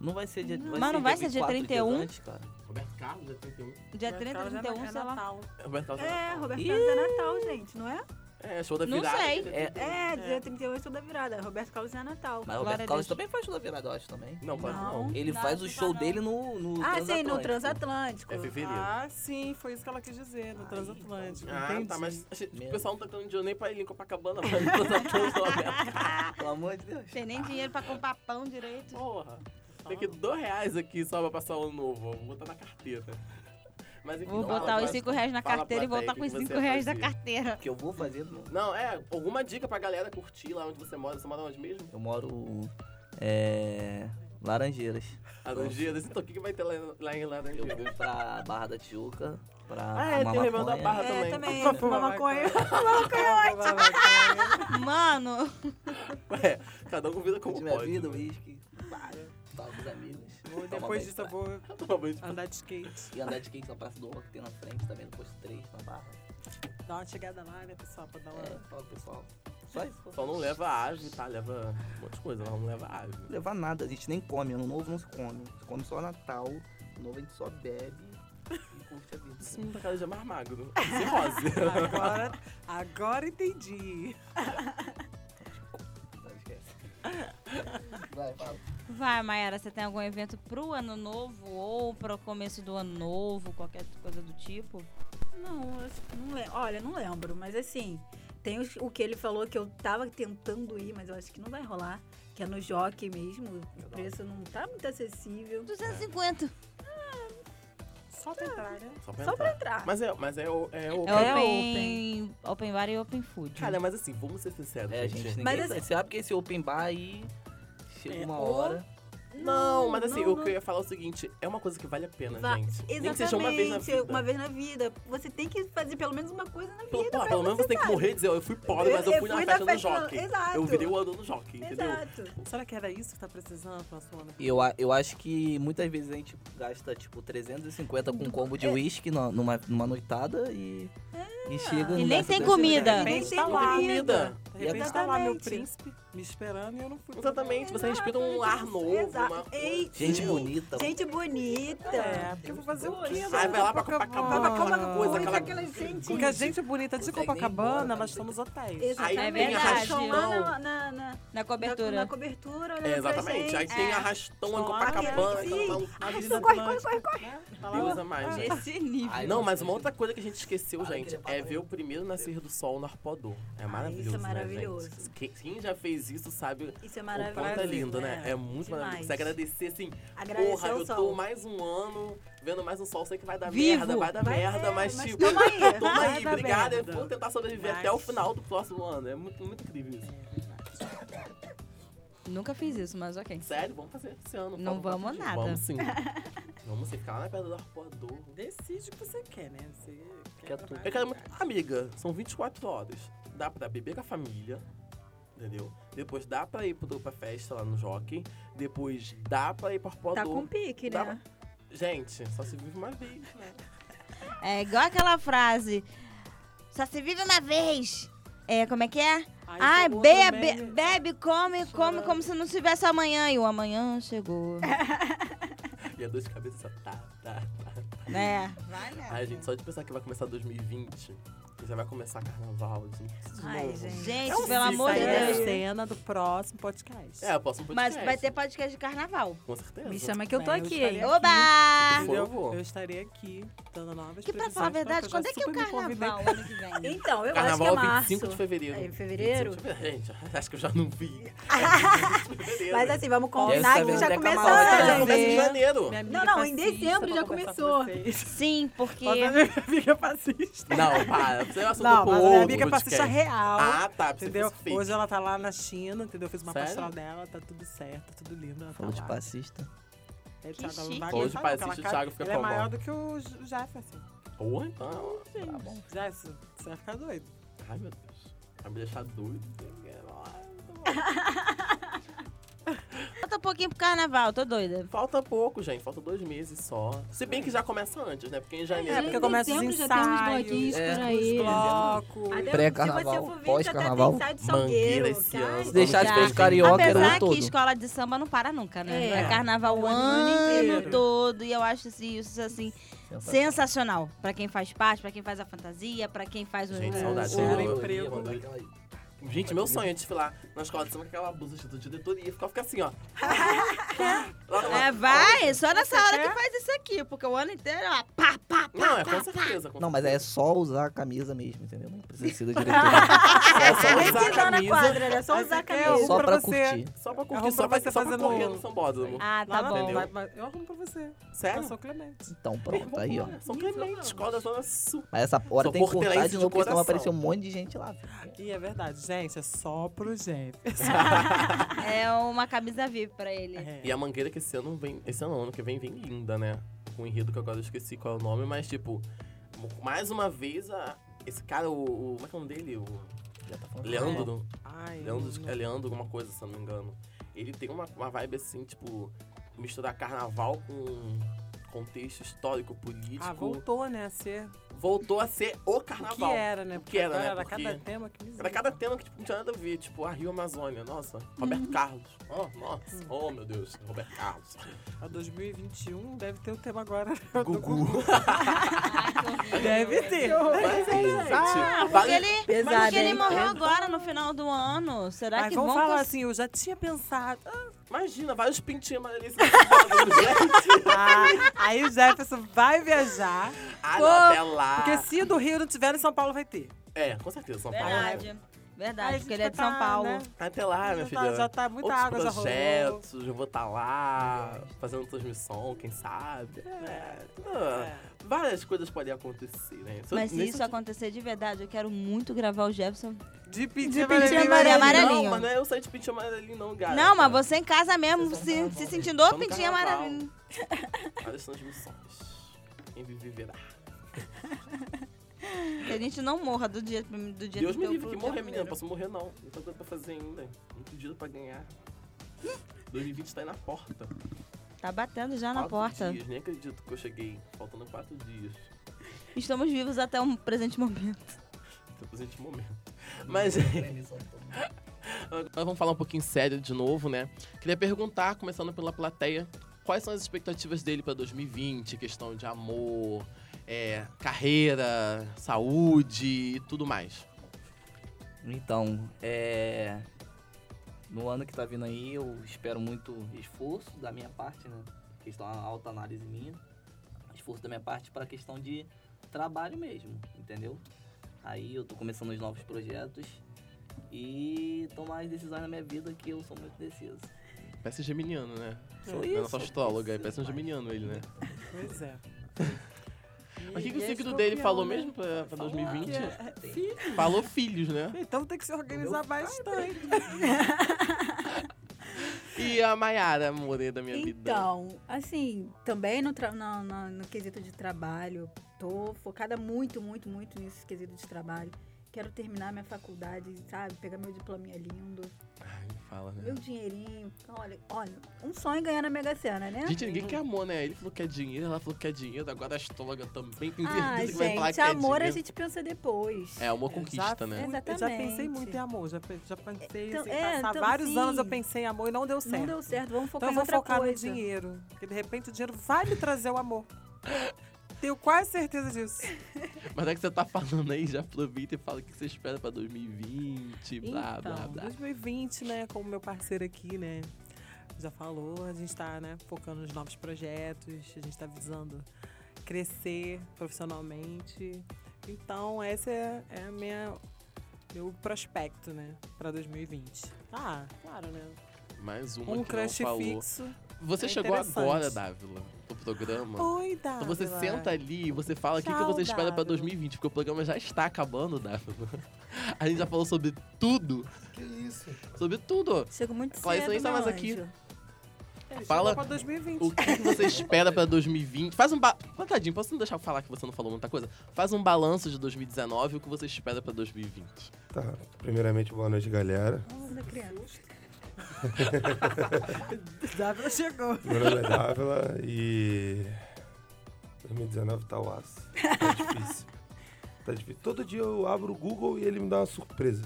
[SPEAKER 4] Não vai ser dia.
[SPEAKER 2] Mas não vai ser dia
[SPEAKER 4] 24 dias
[SPEAKER 2] 31?
[SPEAKER 4] antes, cara.
[SPEAKER 1] Roberto Carlos já tem um.
[SPEAKER 2] Dia
[SPEAKER 3] Vai
[SPEAKER 2] 30,
[SPEAKER 3] ficar já
[SPEAKER 2] 31,
[SPEAKER 3] na-
[SPEAKER 2] sei lá.
[SPEAKER 3] Natal.
[SPEAKER 1] Roberto Carlos já
[SPEAKER 5] É,
[SPEAKER 1] tá.
[SPEAKER 5] Roberto Carlos é Natal, gente, não é?
[SPEAKER 1] É, show da
[SPEAKER 2] Não
[SPEAKER 1] virada.
[SPEAKER 2] sei.
[SPEAKER 1] dia
[SPEAKER 4] É.
[SPEAKER 1] 31.
[SPEAKER 5] É, dia 38 é da virada. Roberto Carlos é
[SPEAKER 4] Mas
[SPEAKER 5] Natal.
[SPEAKER 4] o
[SPEAKER 2] Glória a
[SPEAKER 4] Roberto Carlos
[SPEAKER 2] Deus.
[SPEAKER 4] também faz show da virada, eu acho também.
[SPEAKER 1] Não, claro que não.
[SPEAKER 5] Não.
[SPEAKER 4] Ele
[SPEAKER 2] Não,
[SPEAKER 4] faz o
[SPEAKER 2] não faz
[SPEAKER 4] show
[SPEAKER 2] não.
[SPEAKER 4] dele no, no
[SPEAKER 5] Ah, sim, no
[SPEAKER 4] Transatlântico.
[SPEAKER 5] Transatlântico.
[SPEAKER 1] É fevereiro.
[SPEAKER 3] Ah, sim, foi isso que ela quis dizer, no Transatlântico.
[SPEAKER 1] Ah,
[SPEAKER 3] entendi.
[SPEAKER 1] tá, mas a gente- o
[SPEAKER 4] Mesmo.
[SPEAKER 1] pessoal não tá dando dinheiro nem pra ele em Copacabana, mas não tá dando Roberto.
[SPEAKER 4] Pelo amor de Deus.
[SPEAKER 2] Tem nem dinheiro pra comprar pão direito.
[SPEAKER 1] Porra. Tem que dois reais aqui só pra passar o ano novo. ó. Vou botar na carteira. Mas enfim,
[SPEAKER 2] Vou
[SPEAKER 1] fala,
[SPEAKER 2] botar os
[SPEAKER 1] Cláudia,
[SPEAKER 2] 5 reais na
[SPEAKER 1] fala a
[SPEAKER 2] carteira e
[SPEAKER 1] plateia,
[SPEAKER 2] voltar
[SPEAKER 1] o que
[SPEAKER 2] com os
[SPEAKER 1] que você
[SPEAKER 2] 5 reais da
[SPEAKER 1] fazia?
[SPEAKER 2] carteira.
[SPEAKER 4] Que eu vou fazer. não.
[SPEAKER 1] Não, é, alguma dica pra galera curtir lá onde você mora. Você mora onde mesmo?
[SPEAKER 4] Eu moro. É. Laranjeiras.
[SPEAKER 1] Laranjeiras. Então, o que, que vai ter lá, em- lá em
[SPEAKER 4] Eu
[SPEAKER 1] Laranjeiras?
[SPEAKER 4] fui pra Barra da Tijuca. Pra
[SPEAKER 1] Ah, é,
[SPEAKER 4] fumar
[SPEAKER 1] tem o Réveillon da
[SPEAKER 4] maconha.
[SPEAKER 1] Barra
[SPEAKER 5] É,
[SPEAKER 1] também.
[SPEAKER 5] também, ele fuma maconha.
[SPEAKER 2] Mano,
[SPEAKER 1] Ué, cada um convida como
[SPEAKER 4] Curti minha
[SPEAKER 1] pode.
[SPEAKER 4] vida,
[SPEAKER 1] né?
[SPEAKER 4] whisky, bar, tal com os amigos.
[SPEAKER 3] Vou-
[SPEAKER 4] tomar
[SPEAKER 3] Depois
[SPEAKER 4] banho
[SPEAKER 3] disso eu
[SPEAKER 4] de
[SPEAKER 3] vou
[SPEAKER 1] Toma banho de-
[SPEAKER 3] andar de skate.
[SPEAKER 4] praia. E andar de skate na Praça do Ouro que tem na frente também, no posto 3, na Barra.
[SPEAKER 3] Dar uma chegada lá, né, pessoal? Pra dar uma.
[SPEAKER 4] É, fala pro pessoal. Só isso.
[SPEAKER 1] Só não leva ave, tá? Leva um monte de coisa, mas não leva ave.
[SPEAKER 4] levar nada, a gente nem come. Ano novo não se come. Se come só Natal. Ano novo a gente só bebe e curte a vida.
[SPEAKER 1] Sim, tá cada dia mais magro. Cirrose.
[SPEAKER 3] Agora, agora entendi.
[SPEAKER 4] Não esquece. Vai, fala.
[SPEAKER 2] vai, Mayara, você tem algum evento pro ano novo ou pro começo do ano novo, qualquer coisa do tipo?
[SPEAKER 5] Não, eu não lembro. Olha, não lembro, mas assim, tem os- o que ele falou que eu tava tentando ir, mas eu acho que não vai rolar, que é no Jockey mesmo. O preço não tá muito acessível.
[SPEAKER 2] 250.
[SPEAKER 3] Só tentar, né?
[SPEAKER 1] Só pra
[SPEAKER 5] Só pra
[SPEAKER 1] entrar.
[SPEAKER 5] entrar.
[SPEAKER 1] Mas é, mas é o. É o
[SPEAKER 2] É open, open. bar e open food.
[SPEAKER 1] Cara, mas assim, vamos ser sinceros,
[SPEAKER 4] É, gente,
[SPEAKER 1] gente.
[SPEAKER 4] ninguém
[SPEAKER 5] Mas
[SPEAKER 4] Mas
[SPEAKER 5] assim-
[SPEAKER 4] sabe que esse open bar aí chega
[SPEAKER 3] É,
[SPEAKER 4] uma
[SPEAKER 3] ou-
[SPEAKER 4] hora.
[SPEAKER 1] Não, mas assim,
[SPEAKER 5] não,
[SPEAKER 1] o que eu ia falar é o seguinte: é uma coisa que vale a pena,
[SPEAKER 5] Va-
[SPEAKER 1] gente. Nem que seja uma vez na
[SPEAKER 5] Exatamente,
[SPEAKER 1] vida.
[SPEAKER 5] uma vez na vida. Você tem que fazer pelo menos uma coisa na
[SPEAKER 1] Pelo,
[SPEAKER 5] vida.
[SPEAKER 1] pô,
[SPEAKER 5] pra
[SPEAKER 1] pelo menos você tem que
[SPEAKER 5] sabe.
[SPEAKER 1] morrer e dizer, ó, eu fui pobre, mas eu,
[SPEAKER 5] Eu
[SPEAKER 1] fui na
[SPEAKER 5] fui na
[SPEAKER 1] festa do
[SPEAKER 5] festa do-
[SPEAKER 1] jockey.
[SPEAKER 5] Exato.
[SPEAKER 1] Eu virei o ano do jockey, entendeu?
[SPEAKER 5] Exato.
[SPEAKER 3] Será que era isso que tá precisando pra sua ano?
[SPEAKER 4] Eu, a- eu acho que muitas vezes a gente gasta, tipo, 350 com um combo
[SPEAKER 2] É.
[SPEAKER 4] de uísque na- numa, numa noitada e, e chega...
[SPEAKER 2] Ah, E
[SPEAKER 4] não
[SPEAKER 2] nem tem
[SPEAKER 4] gasta 300
[SPEAKER 2] comida.
[SPEAKER 4] reais.
[SPEAKER 2] Nem
[SPEAKER 3] repente
[SPEAKER 5] tem
[SPEAKER 3] tá lá.
[SPEAKER 1] comida.
[SPEAKER 3] De repente tá lá meu
[SPEAKER 5] Exatamente.
[SPEAKER 3] príncipe me esperando e eu não fui.
[SPEAKER 1] Exatamente, você respira um
[SPEAKER 5] Exato,
[SPEAKER 1] ar novo,
[SPEAKER 5] exato.
[SPEAKER 1] uma coisa.
[SPEAKER 5] Ei,
[SPEAKER 4] Gente
[SPEAKER 5] sim.
[SPEAKER 4] bonita.
[SPEAKER 5] Gente bonita.
[SPEAKER 3] É, porque eu vou fazer o quê?
[SPEAKER 4] Ai,
[SPEAKER 3] né?
[SPEAKER 1] vai lá pra Copacabana.
[SPEAKER 3] Copacabana.
[SPEAKER 1] Coisa,
[SPEAKER 5] Coisa,
[SPEAKER 1] aquela-
[SPEAKER 5] aquela gente.
[SPEAKER 3] Porque a gente bonita de
[SPEAKER 4] Consegue nem embora,
[SPEAKER 3] Copacabana,
[SPEAKER 4] tá
[SPEAKER 3] nós
[SPEAKER 4] ligado?
[SPEAKER 3] estamos hotéis.
[SPEAKER 5] Exatamente.
[SPEAKER 1] Aí
[SPEAKER 2] tem
[SPEAKER 5] Acham
[SPEAKER 1] arrastão.
[SPEAKER 5] lá na, na, na,
[SPEAKER 2] Na
[SPEAKER 5] cobertura.
[SPEAKER 2] cobertura.
[SPEAKER 5] Na, cobertura olhando
[SPEAKER 1] É,
[SPEAKER 5] pra
[SPEAKER 1] exatamente. Aí
[SPEAKER 5] gente.
[SPEAKER 1] tem arrastão em Copacabana,
[SPEAKER 5] Sim.
[SPEAKER 1] aquela maluca.
[SPEAKER 3] Ai,
[SPEAKER 5] socorre, corre,
[SPEAKER 1] Deus é mais, né?
[SPEAKER 2] Esse nível.
[SPEAKER 4] Ai,
[SPEAKER 1] Não,
[SPEAKER 4] nossa,
[SPEAKER 1] mas uma
[SPEAKER 4] gente.
[SPEAKER 1] outra coisa que a gente esqueceu,
[SPEAKER 4] Fala,
[SPEAKER 1] gente,
[SPEAKER 4] queria
[SPEAKER 1] é
[SPEAKER 4] falar.
[SPEAKER 1] ver o primeiro nascer do sol no Arpoador. É maravilhoso,
[SPEAKER 5] isso é
[SPEAKER 1] né,
[SPEAKER 5] maravilhoso.
[SPEAKER 1] gente? Quem- Quem já fez isso sabe
[SPEAKER 5] Isso é
[SPEAKER 1] o
[SPEAKER 5] maravilhoso.
[SPEAKER 1] quanto é lindo, né?
[SPEAKER 3] né?
[SPEAKER 1] É muito
[SPEAKER 5] Demais.
[SPEAKER 1] maravilhoso. Você agradecer, assim,
[SPEAKER 5] Agradecer
[SPEAKER 1] porra,
[SPEAKER 5] ao
[SPEAKER 1] eu
[SPEAKER 5] sol.
[SPEAKER 1] tô mais um ano vendo mais um sol, sei que vai dar
[SPEAKER 2] Vivo.
[SPEAKER 1] merda, vai dar
[SPEAKER 5] Vai
[SPEAKER 1] merda,
[SPEAKER 5] ser,
[SPEAKER 1] mas,
[SPEAKER 5] É, mas
[SPEAKER 1] tipo,
[SPEAKER 5] tamo aí.
[SPEAKER 1] toma
[SPEAKER 3] Vai
[SPEAKER 1] aí,
[SPEAKER 3] dar
[SPEAKER 1] obrigada.
[SPEAKER 3] merda.
[SPEAKER 1] Vou tentar sobreviver
[SPEAKER 3] Vai.
[SPEAKER 1] até o final do próximo ano. É muito, muito incrível isso.
[SPEAKER 3] É,
[SPEAKER 2] Nunca fiz isso, mas ok.
[SPEAKER 1] Sério, vamos fazer esse ano.
[SPEAKER 2] Não
[SPEAKER 1] Falta quatro
[SPEAKER 2] vamos
[SPEAKER 1] dias.
[SPEAKER 2] nada.
[SPEAKER 1] Vamos sim. vamos sim, ficar lá na pedra do arpoador.
[SPEAKER 3] Decide o que você quer, né? Você
[SPEAKER 4] Quer
[SPEAKER 3] quer
[SPEAKER 4] tudo.
[SPEAKER 3] trabalhar.
[SPEAKER 1] Eu quero é muito. Amiga, são 24 horas. Dá pra beber com a família, entendeu? Depois dá pra ir pro, pra festa lá no jockey. Depois dá pra ir pro
[SPEAKER 5] Tá
[SPEAKER 1] arpoador.
[SPEAKER 5] com pique,
[SPEAKER 1] Dá
[SPEAKER 5] né?
[SPEAKER 1] Gente, só se vive uma vez, né?
[SPEAKER 2] É igual aquela frase. Só se vive uma vez. É, como é que é?
[SPEAKER 3] Ai,
[SPEAKER 2] Ai,
[SPEAKER 3] chegou
[SPEAKER 2] bebe,
[SPEAKER 3] também,
[SPEAKER 2] bebe, come, come
[SPEAKER 3] chorando.
[SPEAKER 2] como se não tivesse amanhã. E o amanhã chegou.
[SPEAKER 1] É. E a dor de cabeça só tá, tá, tá.
[SPEAKER 2] né? Vai, né?
[SPEAKER 1] Ai, gente, só de pensar que vai começar 2020, que já vai começar carnaval, gente. isso de
[SPEAKER 5] Ai,
[SPEAKER 1] novo.
[SPEAKER 5] gente.
[SPEAKER 2] Gente,
[SPEAKER 1] É um
[SPEAKER 2] pelo
[SPEAKER 1] ciclo,
[SPEAKER 2] amor de
[SPEAKER 3] Isso aí é a
[SPEAKER 2] Deus.
[SPEAKER 3] cena do próximo podcast.
[SPEAKER 1] É, eu posso um
[SPEAKER 2] Mas
[SPEAKER 1] podcast.
[SPEAKER 2] vai ter podcast de carnaval.
[SPEAKER 1] Com certeza.
[SPEAKER 5] Me chama que eu tô
[SPEAKER 3] Vai, eu
[SPEAKER 5] aqui,
[SPEAKER 3] estarei
[SPEAKER 5] hein?
[SPEAKER 3] aqui.
[SPEAKER 2] Oba!
[SPEAKER 1] Por
[SPEAKER 3] Entendeu?
[SPEAKER 1] favor.
[SPEAKER 3] Eu estarei aqui dando novas
[SPEAKER 2] Que pra
[SPEAKER 3] previsões,
[SPEAKER 2] falar a verdade,
[SPEAKER 3] porque eu
[SPEAKER 2] quando
[SPEAKER 3] já
[SPEAKER 2] é que é o
[SPEAKER 3] super me convidei
[SPEAKER 2] carnaval ano que vem?
[SPEAKER 5] Então, eu
[SPEAKER 1] Carnaval
[SPEAKER 5] acho que é
[SPEAKER 1] 25 de
[SPEAKER 5] março.
[SPEAKER 1] fevereiro.
[SPEAKER 5] É, em fevereiro?
[SPEAKER 1] 25 de fevereiro. Gente, acho que eu já não vi.
[SPEAKER 5] Mas assim, é. vamos
[SPEAKER 4] Deve
[SPEAKER 5] combinar
[SPEAKER 4] saber
[SPEAKER 5] que
[SPEAKER 4] onde
[SPEAKER 5] já
[SPEAKER 4] é
[SPEAKER 5] começa
[SPEAKER 4] Camarote,
[SPEAKER 1] Mas já
[SPEAKER 3] né?
[SPEAKER 5] antes.
[SPEAKER 1] começa em
[SPEAKER 3] ver.
[SPEAKER 1] janeiro.
[SPEAKER 3] Minha
[SPEAKER 5] Não,
[SPEAKER 3] amiga
[SPEAKER 5] não, em
[SPEAKER 3] fascista,
[SPEAKER 5] dezembro
[SPEAKER 3] pra
[SPEAKER 5] já
[SPEAKER 3] conversar com
[SPEAKER 5] começou.
[SPEAKER 3] vocês.
[SPEAKER 2] Sim, porque.
[SPEAKER 3] Mas a minha amiga fascista.
[SPEAKER 1] Não, para. Você é um assunto
[SPEAKER 3] Não,
[SPEAKER 1] pro
[SPEAKER 3] mas a minha
[SPEAKER 1] outro
[SPEAKER 3] amiga fascista
[SPEAKER 1] podcast.
[SPEAKER 3] real.
[SPEAKER 1] Ah, tá. pra você
[SPEAKER 3] Entendeu?
[SPEAKER 1] fosse fake.
[SPEAKER 3] Hoje ela tá lá na China, entendeu? Fez uma
[SPEAKER 1] Sério?
[SPEAKER 3] pastoral dela, tá tudo certo, tudo lindo. Ela tá
[SPEAKER 4] Falou de
[SPEAKER 3] lá.
[SPEAKER 4] passista.
[SPEAKER 3] É,
[SPEAKER 2] Que chique.
[SPEAKER 3] vai
[SPEAKER 1] Hoje
[SPEAKER 3] aguentar,
[SPEAKER 1] parece que
[SPEAKER 3] não,
[SPEAKER 1] o
[SPEAKER 3] aquela
[SPEAKER 1] Thiago fica
[SPEAKER 3] Ele é
[SPEAKER 1] com a mão.
[SPEAKER 3] maior do que o J- Jefferson.
[SPEAKER 1] Ou então. Tá bom.
[SPEAKER 3] Jefferson, você vai ficar doido.
[SPEAKER 1] Ai, meu Deus. Vai me deixar doido. né,
[SPEAKER 2] Falta um pouquinho pro carnaval, tô doida.
[SPEAKER 1] Falta pouco, gente. Falta dois meses só. Se bem que já começa antes, né? Porque em janeiro.
[SPEAKER 3] É, porque começa os
[SPEAKER 7] dezembro já tem uns
[SPEAKER 3] ensaios,
[SPEAKER 7] bloquinhos
[SPEAKER 4] é,
[SPEAKER 7] por
[SPEAKER 3] os
[SPEAKER 7] aí.
[SPEAKER 3] blocos.
[SPEAKER 5] Até-
[SPEAKER 4] Pré-carnaval,
[SPEAKER 5] se você for ver,
[SPEAKER 4] pós-carnaval.
[SPEAKER 5] Já tá
[SPEAKER 3] é
[SPEAKER 5] de
[SPEAKER 1] Mangueira
[SPEAKER 5] salgueiro,
[SPEAKER 1] esse
[SPEAKER 5] cara.
[SPEAKER 1] ano.
[SPEAKER 4] Se deixar de
[SPEAKER 2] Já.
[SPEAKER 4] ser os carioca, né? era
[SPEAKER 2] Apesar
[SPEAKER 4] o
[SPEAKER 2] que
[SPEAKER 4] todo.
[SPEAKER 2] escola de samba não para nunca, né?
[SPEAKER 5] É.
[SPEAKER 2] É, carnaval o ano
[SPEAKER 5] inteiro.
[SPEAKER 2] ano todo. E eu acho isso, isso assim, sensacional. Pra quem faz parte, pra quem faz a fantasia, pra quem faz o.
[SPEAKER 1] Gente,
[SPEAKER 2] o-
[SPEAKER 1] saudade.
[SPEAKER 2] o-
[SPEAKER 1] Eu-
[SPEAKER 3] Zero
[SPEAKER 1] eu-
[SPEAKER 3] emprego.
[SPEAKER 1] eu- eu- Gente, meu sonho é desfilar na escola de cima com aquela blusa de de diretoria. Ficar, ficar assim, ó. Lá, lá, lá.
[SPEAKER 2] É, vai, só nessa hora que faz isso aqui, porque o ano inteiro, ó, pá, pá,
[SPEAKER 1] Não, é com certeza. com
[SPEAKER 4] Não, mas aí é só usar a camisa mesmo, entendeu? Não precisa ser da
[SPEAKER 1] certeza.
[SPEAKER 4] diretora.
[SPEAKER 1] só
[SPEAKER 5] Nem
[SPEAKER 1] usar a
[SPEAKER 5] pisar na
[SPEAKER 1] camisa,
[SPEAKER 5] quadra, era só usar a
[SPEAKER 3] É,
[SPEAKER 4] É
[SPEAKER 5] camisa.
[SPEAKER 3] o-
[SPEAKER 4] só
[SPEAKER 3] pra
[SPEAKER 4] pra
[SPEAKER 3] você.
[SPEAKER 4] curtir.
[SPEAKER 1] Só pra
[SPEAKER 3] Arruma
[SPEAKER 1] curtir,
[SPEAKER 3] pra
[SPEAKER 1] só pra,
[SPEAKER 3] você
[SPEAKER 1] só pra
[SPEAKER 3] fazendo-
[SPEAKER 1] correr no São Bódromo.
[SPEAKER 2] Ah, tá
[SPEAKER 3] Lá na-
[SPEAKER 2] bom.
[SPEAKER 1] Entendeu?
[SPEAKER 3] vai- vai- Eu arrumo pra você. Eu
[SPEAKER 1] Sério?
[SPEAKER 3] sou Clemente.
[SPEAKER 4] Então, pronto, aí, ó.
[SPEAKER 1] São Clemente, escola da Zona Sul.
[SPEAKER 4] Mas essa hora
[SPEAKER 1] Sou
[SPEAKER 4] tem que
[SPEAKER 1] portelense
[SPEAKER 4] cortar
[SPEAKER 1] de
[SPEAKER 4] de novo, porque senão vai
[SPEAKER 1] coração.
[SPEAKER 4] aparecer um monte de gente lá.
[SPEAKER 3] E é verdade, gente, é só pro Jeff.
[SPEAKER 2] É uma camisa VIP pra ele.
[SPEAKER 3] É.
[SPEAKER 1] E a Mangueira que esse ano vem. Esse ano, ano que vem, vem linda, né? Com o enredo que agora eu esqueci qual é o nome, mas tipo, mais uma vez a. Esse cara, o. o- como é que é o nome dele? O
[SPEAKER 4] Já tá falando.
[SPEAKER 1] Leandro.
[SPEAKER 3] Ai,
[SPEAKER 1] Leandro,
[SPEAKER 3] não-
[SPEAKER 1] é Leandro alguma coisa, se eu não me engano. Ele tem uma, uma vibe assim, tipo, misturar carnaval com contexto histórico, político.
[SPEAKER 3] Ah, voltou, né, a ser
[SPEAKER 1] Voltou a ser o
[SPEAKER 3] o que
[SPEAKER 1] carnaval.
[SPEAKER 3] era, né?
[SPEAKER 1] O que Tá era,
[SPEAKER 3] Agora
[SPEAKER 1] né?
[SPEAKER 3] Era
[SPEAKER 1] Porque
[SPEAKER 3] cada tema que me
[SPEAKER 1] Era cada tema que tipo, não tinha nada a ver, tipo, a Rio Amazônia, nossa, Roberto
[SPEAKER 3] Uhum.
[SPEAKER 1] Carlos. Oh, nossa, oh meu Deus, Roberto Carlos.
[SPEAKER 3] A 2021 deve ter o tema agora.
[SPEAKER 1] Gugu.
[SPEAKER 3] Deve ter.
[SPEAKER 1] Mas é, gente.
[SPEAKER 2] Ah, porque
[SPEAKER 1] vale-
[SPEAKER 2] ele,
[SPEAKER 5] Pesado,
[SPEAKER 2] porque ele
[SPEAKER 1] né?
[SPEAKER 5] hein?
[SPEAKER 2] morreu agora no final do ano. Será
[SPEAKER 3] Ai,
[SPEAKER 2] que
[SPEAKER 3] vamos
[SPEAKER 2] vão
[SPEAKER 3] falar
[SPEAKER 2] cons-
[SPEAKER 3] assim, eu já tinha pensado.
[SPEAKER 1] Imagina, vários pintinhos amarelinhos. tá gente.
[SPEAKER 3] Ah, aí o Jefferson vai viajar.
[SPEAKER 1] Ah, não, até lá.
[SPEAKER 3] Porque se do Rio não tiver, em São Paulo vai ter.
[SPEAKER 1] É, com certeza, São Paulo. né?
[SPEAKER 2] Verdade.
[SPEAKER 3] Aí a
[SPEAKER 2] Verdade,
[SPEAKER 3] gente
[SPEAKER 2] porque ele é de
[SPEAKER 3] vai
[SPEAKER 2] São
[SPEAKER 3] tá,
[SPEAKER 2] Paulo.
[SPEAKER 3] né?
[SPEAKER 1] Até lá, minha
[SPEAKER 3] já,
[SPEAKER 1] filha.
[SPEAKER 3] tá, já tá muita
[SPEAKER 1] é Outros
[SPEAKER 3] água, já rolou.
[SPEAKER 1] projetos, eu vou estar lá, fazendo transmissão, quem sabe. É, ah, Várias coisas podem acontecer, né? Se eu-
[SPEAKER 2] Mas se
[SPEAKER 1] nesse
[SPEAKER 2] isso é acontecer de verdade, eu quero muito gravar o Jefferson.
[SPEAKER 3] De pintinho
[SPEAKER 5] pintinho
[SPEAKER 3] amarelinho.
[SPEAKER 1] Não,
[SPEAKER 5] amarelinho.
[SPEAKER 2] amarelinho.
[SPEAKER 1] mas não é eu sair de pintinho amarelinho, não, cara.
[SPEAKER 2] Não, mas você em casa mesmo,
[SPEAKER 4] Vocês vão
[SPEAKER 2] se,
[SPEAKER 4] carnaval,
[SPEAKER 2] se
[SPEAKER 4] né?
[SPEAKER 2] sentindo o
[SPEAKER 1] Vamos
[SPEAKER 2] pintinho
[SPEAKER 1] carnaval.
[SPEAKER 2] amarelo.
[SPEAKER 1] Várias transmissões. Quem vive verá.
[SPEAKER 2] Que a gente não morra do dia do dia
[SPEAKER 1] Deus
[SPEAKER 2] do
[SPEAKER 1] me
[SPEAKER 2] teu-
[SPEAKER 1] livre, que morrer,
[SPEAKER 2] do teu
[SPEAKER 1] menina.
[SPEAKER 2] primeiro.
[SPEAKER 1] Posso morrer, não. Muita coisa pra fazer ainda. Muito dinheiro pra ganhar. 2020 tá aí na porta.
[SPEAKER 2] Tá batendo já na
[SPEAKER 1] Quatro
[SPEAKER 2] porta.
[SPEAKER 1] Dias. Nem acredito que eu cheguei. Faltando quatro dias.
[SPEAKER 2] Estamos vivos até um presente momento.
[SPEAKER 1] Até o presente momento. Mas, Agora vamos falar um pouquinho sério de novo, né? Queria perguntar, começando pela plateia, quais são as expectativas dele pra 2020? Questão de amor, é, carreira, saúde e tudo mais.
[SPEAKER 4] Então, é. No ano que tá vindo aí, eu espero muito esforço da minha parte, né? Questão uma alta análise minha. Esforço da minha parte para questão de trabalho mesmo, entendeu? Aí eu tô começando os novos projetos e tomar as decisões na minha vida que eu sou muito deciso.
[SPEAKER 1] Parece geminiano, né?
[SPEAKER 4] Sou
[SPEAKER 1] É
[SPEAKER 4] isso.
[SPEAKER 1] nosso astrólogo, aí
[SPEAKER 4] preciso
[SPEAKER 1] parece um
[SPEAKER 4] mais.
[SPEAKER 1] geminiano ele, né?
[SPEAKER 3] Pois é.
[SPEAKER 1] Mas o que, que
[SPEAKER 3] E
[SPEAKER 1] o
[SPEAKER 3] é
[SPEAKER 1] signo
[SPEAKER 3] escorpião,
[SPEAKER 1] dele falou
[SPEAKER 3] né?
[SPEAKER 1] mesmo pra, pra
[SPEAKER 4] Falou
[SPEAKER 1] 2020?
[SPEAKER 4] que é-
[SPEAKER 3] Filho,
[SPEAKER 1] Falou filhos, né?
[SPEAKER 3] Então tem que se organizar bastante.
[SPEAKER 1] E a Maiara, morena da minha vida.
[SPEAKER 5] Então, assim, também no, tra- no, no- no quesito de trabalho, tô focada muito, muito, muito nesse quesito de trabalho. Quero terminar minha faculdade, sabe? Pegar meu diplominha lindo,
[SPEAKER 1] Ai, fala, né?
[SPEAKER 5] meu dinheirinho. Olha, olha, um sonho ganhar na Mega Sena, né?
[SPEAKER 1] Gente, ninguém quer amor, né? Ele falou que é dinheiro, ela falou que é dinheiro, agora a astróloga também tem certeza
[SPEAKER 5] Ah,
[SPEAKER 1] que vai falar
[SPEAKER 5] gente,
[SPEAKER 1] que é
[SPEAKER 5] amor a
[SPEAKER 1] dinheiro.
[SPEAKER 5] gente pensa depois.
[SPEAKER 1] É uma
[SPEAKER 3] Eu
[SPEAKER 1] conquista,
[SPEAKER 3] já,
[SPEAKER 1] né?
[SPEAKER 5] fui-
[SPEAKER 3] Eu já pensei
[SPEAKER 5] Exatamente.
[SPEAKER 3] muito em amor, já, pe- já pensei
[SPEAKER 5] Então,
[SPEAKER 3] assim,
[SPEAKER 5] é,
[SPEAKER 3] passar
[SPEAKER 5] então,
[SPEAKER 3] vários
[SPEAKER 5] sim.
[SPEAKER 3] anos eu pensei em amor e não deu certo.
[SPEAKER 5] Não deu certo, vamos
[SPEAKER 3] Então
[SPEAKER 5] focar
[SPEAKER 3] eu
[SPEAKER 5] em
[SPEAKER 3] vou
[SPEAKER 5] outra
[SPEAKER 3] focar
[SPEAKER 5] coisa.
[SPEAKER 3] no dinheiro, porque de repente o dinheiro vai me trazer o amor. Tenho quase certeza disso.
[SPEAKER 1] Mas é que você tá falando aí, já aproveita e fala o que você espera pra 2020, blá, blá,
[SPEAKER 3] Então,
[SPEAKER 1] blá.
[SPEAKER 3] 2020, né, como meu parceiro aqui, né, já falou, a gente tá, né, focando nos novos projetos, a gente tá visando crescer profissionalmente. Então, esse é, é a minha meu prospecto, né, pra 2020. Ah, claro, né?
[SPEAKER 1] Mais uma
[SPEAKER 3] Um
[SPEAKER 1] que não
[SPEAKER 3] crush
[SPEAKER 1] falou.
[SPEAKER 3] fixo.
[SPEAKER 1] Você
[SPEAKER 3] É
[SPEAKER 1] chegou
[SPEAKER 3] interessante.
[SPEAKER 1] agora, Dávila, pro programa.
[SPEAKER 3] Oi, Dávila.
[SPEAKER 1] Então você senta ali e você fala o que, que
[SPEAKER 3] Tchau,
[SPEAKER 1] você espera pra
[SPEAKER 3] Dávila.
[SPEAKER 1] 2020, porque o programa já está acabando, Dávila. A gente já falou sobre tudo.
[SPEAKER 7] Que isso?
[SPEAKER 1] Sobre tudo.
[SPEAKER 5] Chego muito
[SPEAKER 1] Clarice
[SPEAKER 5] cedo,
[SPEAKER 1] nem tá
[SPEAKER 5] meu
[SPEAKER 1] mais aqui.
[SPEAKER 5] anjo.
[SPEAKER 3] Ele
[SPEAKER 1] fala-
[SPEAKER 3] É, chegou pra 2020.
[SPEAKER 1] O que que você espera pra 2020? Faz um ba... Tadinho, posso não deixar eu falar que você não falou muita coisa? Faz um balanço de 2019 e o que você espera pra 2020.
[SPEAKER 7] Tá, primeiramente, boa noite, galera.
[SPEAKER 5] Nossa, criança.
[SPEAKER 3] Dávila chegou.
[SPEAKER 7] Meu nome é Dávila e 2019 tá o aço. Tá difícil. Tá difícil. Todo dia eu abro o Google e ele me dá uma surpresa.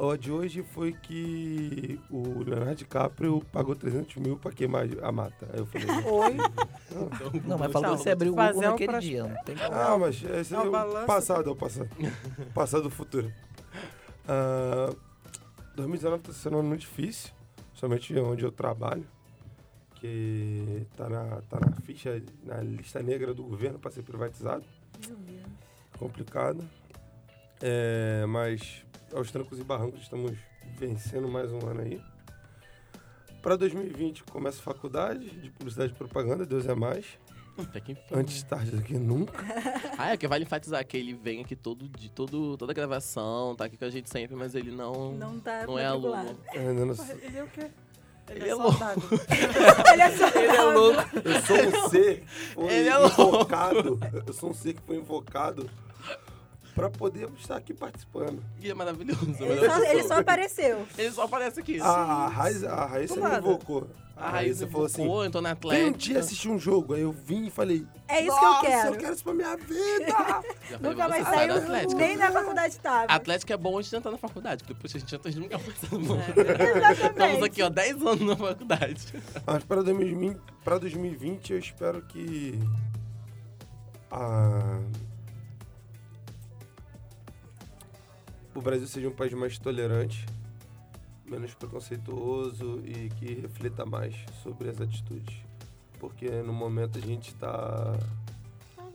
[SPEAKER 7] A de hoje foi que o Leonardo DiCaprio pagou 300 mil pra queimar a mata. Aí eu falei, é
[SPEAKER 3] Oi.
[SPEAKER 4] Não, mas falou que você abriu o
[SPEAKER 3] fazer
[SPEAKER 4] Google
[SPEAKER 3] um
[SPEAKER 4] naquele
[SPEAKER 3] prospecto.
[SPEAKER 4] dia, não tem como.
[SPEAKER 7] ah, mas esse
[SPEAKER 3] É
[SPEAKER 7] é,
[SPEAKER 3] o
[SPEAKER 7] o
[SPEAKER 3] balanço.
[SPEAKER 7] passado, é o passado. passado e futuro. Ah, 2019 tá sendo um ano muito difícil, principalmente onde eu trabalho. que tá na, tá na ficha, na lista negra do governo para ser privatizado. Complicado. É, mas aos trancos e barrancos estamos vencendo mais um ano aí. Para 2020 começa a faculdade de publicidade e propaganda, Deus é mais.
[SPEAKER 1] Até que enfim.
[SPEAKER 7] Antes
[SPEAKER 3] É.
[SPEAKER 7] tarde do que nunca.
[SPEAKER 1] Ah, é que vale enfatizar que ele vem aqui todo dia, todo, toda gravação, tá aqui com a gente sempre, mas ele não, não,
[SPEAKER 5] Não tá
[SPEAKER 1] é
[SPEAKER 5] matriculado.
[SPEAKER 1] aluno.
[SPEAKER 7] Ainda não
[SPEAKER 3] Porra,
[SPEAKER 7] sou-
[SPEAKER 3] Ele é o quê? Ele,
[SPEAKER 1] Ele é
[SPEAKER 3] é
[SPEAKER 1] louco.
[SPEAKER 3] soldado.
[SPEAKER 5] Ele é só-
[SPEAKER 1] Ele é louco.
[SPEAKER 7] Eu sou um ser que foi
[SPEAKER 1] Ele é louco.
[SPEAKER 7] invocado. Eu sou um ser que foi invocado para poder estar aqui participando.
[SPEAKER 1] Ele é maravilhoso.
[SPEAKER 5] Ele
[SPEAKER 1] melhor
[SPEAKER 5] só, ele
[SPEAKER 1] pessoa.
[SPEAKER 5] só apareceu.
[SPEAKER 1] Ele só aparece aqui.
[SPEAKER 7] A Raíssa, a Raíssa
[SPEAKER 3] Do
[SPEAKER 7] me
[SPEAKER 3] nada.
[SPEAKER 7] invocou.
[SPEAKER 1] A Raíssa falou assim, entrou na
[SPEAKER 7] Vem um
[SPEAKER 1] Atlética.
[SPEAKER 7] dia assistir um jogo. Aí eu vim e falei,
[SPEAKER 5] É isso
[SPEAKER 7] "Nossa,
[SPEAKER 5] que eu quero.
[SPEAKER 7] eu quero isso pra minha vida.
[SPEAKER 1] Já falei,
[SPEAKER 5] Nunca
[SPEAKER 1] você tá
[SPEAKER 5] mais
[SPEAKER 1] sai da
[SPEAKER 5] saiu,
[SPEAKER 1] Atlética.
[SPEAKER 5] nem na faculdade tava.
[SPEAKER 1] Atlético é bom antes de entrar na faculdade, porque depois que a gente entra, a gente nunca mais tá
[SPEAKER 5] É,
[SPEAKER 1] bom. Estamos
[SPEAKER 5] Exatamente.
[SPEAKER 1] aqui, ó, 10 anos na faculdade.
[SPEAKER 7] Mas para 2020, pra 2020 eu espero que a- o Brasil seja um país mais tolerante, menos preconceituoso e que reflita mais sobre as atitudes. Porque no momento a gente está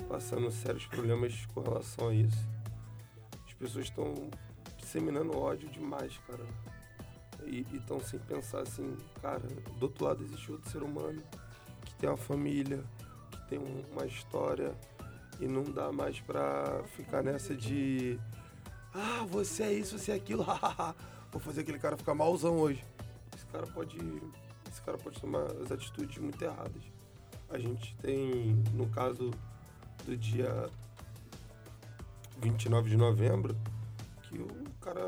[SPEAKER 7] passando sérios problemas com relação a isso. As pessoas estão disseminando ódio demais, cara e então sem pensar assim, cara, do outro lado existe outro ser humano que tem uma família, que tem um- uma história e não dá mais pra ficar nessa de ah, você é isso, você é aquilo, hahaha, vou fazer aquele cara ficar malzão hoje. Esse cara pode, esse cara pode tomar as atitudes muito erradas. A gente tem, no caso do dia 29 de novembro, que o cara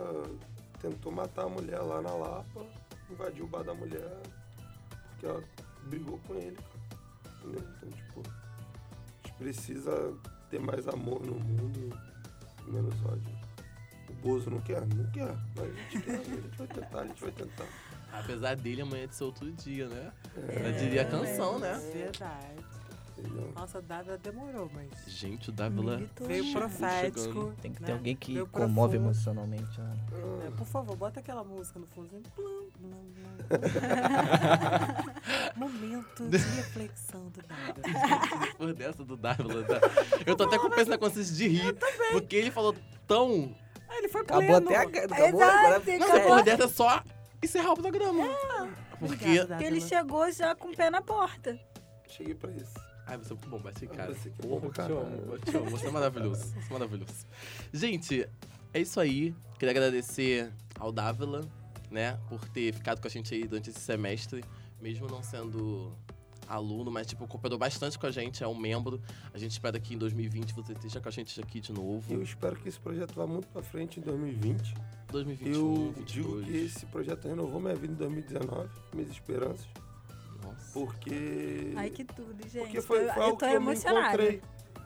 [SPEAKER 7] tentou matar a mulher lá na Lapa, invadiu o bar da mulher, porque ela brigou com ele, cara. Entendeu? Então, tipo, a gente precisa ter mais amor no mundo e menos ódio. O Bozo não quer? Não quer. Mas a gente quer, a gente vai tentar, a gente vai tentar.
[SPEAKER 1] Apesar dele, amanhã é de ser outro dia, né?
[SPEAKER 5] É,
[SPEAKER 1] Eu diria a canção, né?
[SPEAKER 3] É Verdade.
[SPEAKER 7] Entendeu?
[SPEAKER 3] Nossa, Dada demorou, mas.
[SPEAKER 1] Gente, o Dávila...
[SPEAKER 3] Veio
[SPEAKER 1] Chegou,
[SPEAKER 3] profético.
[SPEAKER 1] chegando.
[SPEAKER 4] Tem que ter
[SPEAKER 3] né?
[SPEAKER 4] alguém que
[SPEAKER 3] Meu
[SPEAKER 4] comove
[SPEAKER 3] profundo.
[SPEAKER 4] emocionalmente. né?
[SPEAKER 3] É, por favor, bota aquela música no fundo. assim, plum, plum, plum. Momento de reflexão do nada.
[SPEAKER 1] Depois dessa do Dávila, tá? eu tô até com peso na consciência de rir, porque ele falou tão...
[SPEAKER 3] Ah, ele foi
[SPEAKER 4] Acabou
[SPEAKER 3] pleno.
[SPEAKER 4] até a... Acabou agora.
[SPEAKER 5] Exato,
[SPEAKER 1] Não,
[SPEAKER 5] acabou.
[SPEAKER 1] depois dessa é só encerrar o programa.
[SPEAKER 5] É.
[SPEAKER 1] Porque...
[SPEAKER 3] Obrigada, Dada.
[SPEAKER 5] Porque ele chegou já com o pé na porta.
[SPEAKER 7] Cheguei pra isso.
[SPEAKER 1] Ai, você é muito bom, bate
[SPEAKER 7] Ah,
[SPEAKER 1] cara.
[SPEAKER 7] você que é
[SPEAKER 1] Porra,
[SPEAKER 7] bom
[SPEAKER 1] eu te
[SPEAKER 7] pra
[SPEAKER 1] amo,
[SPEAKER 7] caralho.
[SPEAKER 1] eu te amo. Você é maravilhoso. Você é maravilhoso. Gente, é isso aí. Queria agradecer ao Dávila, né, por ter ficado com a gente aí durante esse semestre, mesmo não sendo aluno, mas tipo, cooperou bastante com a gente, é um membro. A gente espera que em 2020 você esteja com a gente aqui de
[SPEAKER 7] Eu
[SPEAKER 1] novo.
[SPEAKER 7] espero que esse projeto vá muito pra frente em 2020.
[SPEAKER 1] 2021,
[SPEAKER 7] Eu digo que
[SPEAKER 1] 2022.
[SPEAKER 7] esse projeto renovou minha vida em 2019, minhas esperanças,
[SPEAKER 1] Nossa.
[SPEAKER 7] porque
[SPEAKER 5] Ai, que tudo, gente.
[SPEAKER 7] Porque foi,
[SPEAKER 5] eu,
[SPEAKER 7] foi
[SPEAKER 5] eu
[SPEAKER 7] algo
[SPEAKER 5] tô
[SPEAKER 7] que eu me
[SPEAKER 5] emocionada.
[SPEAKER 7] encontrei.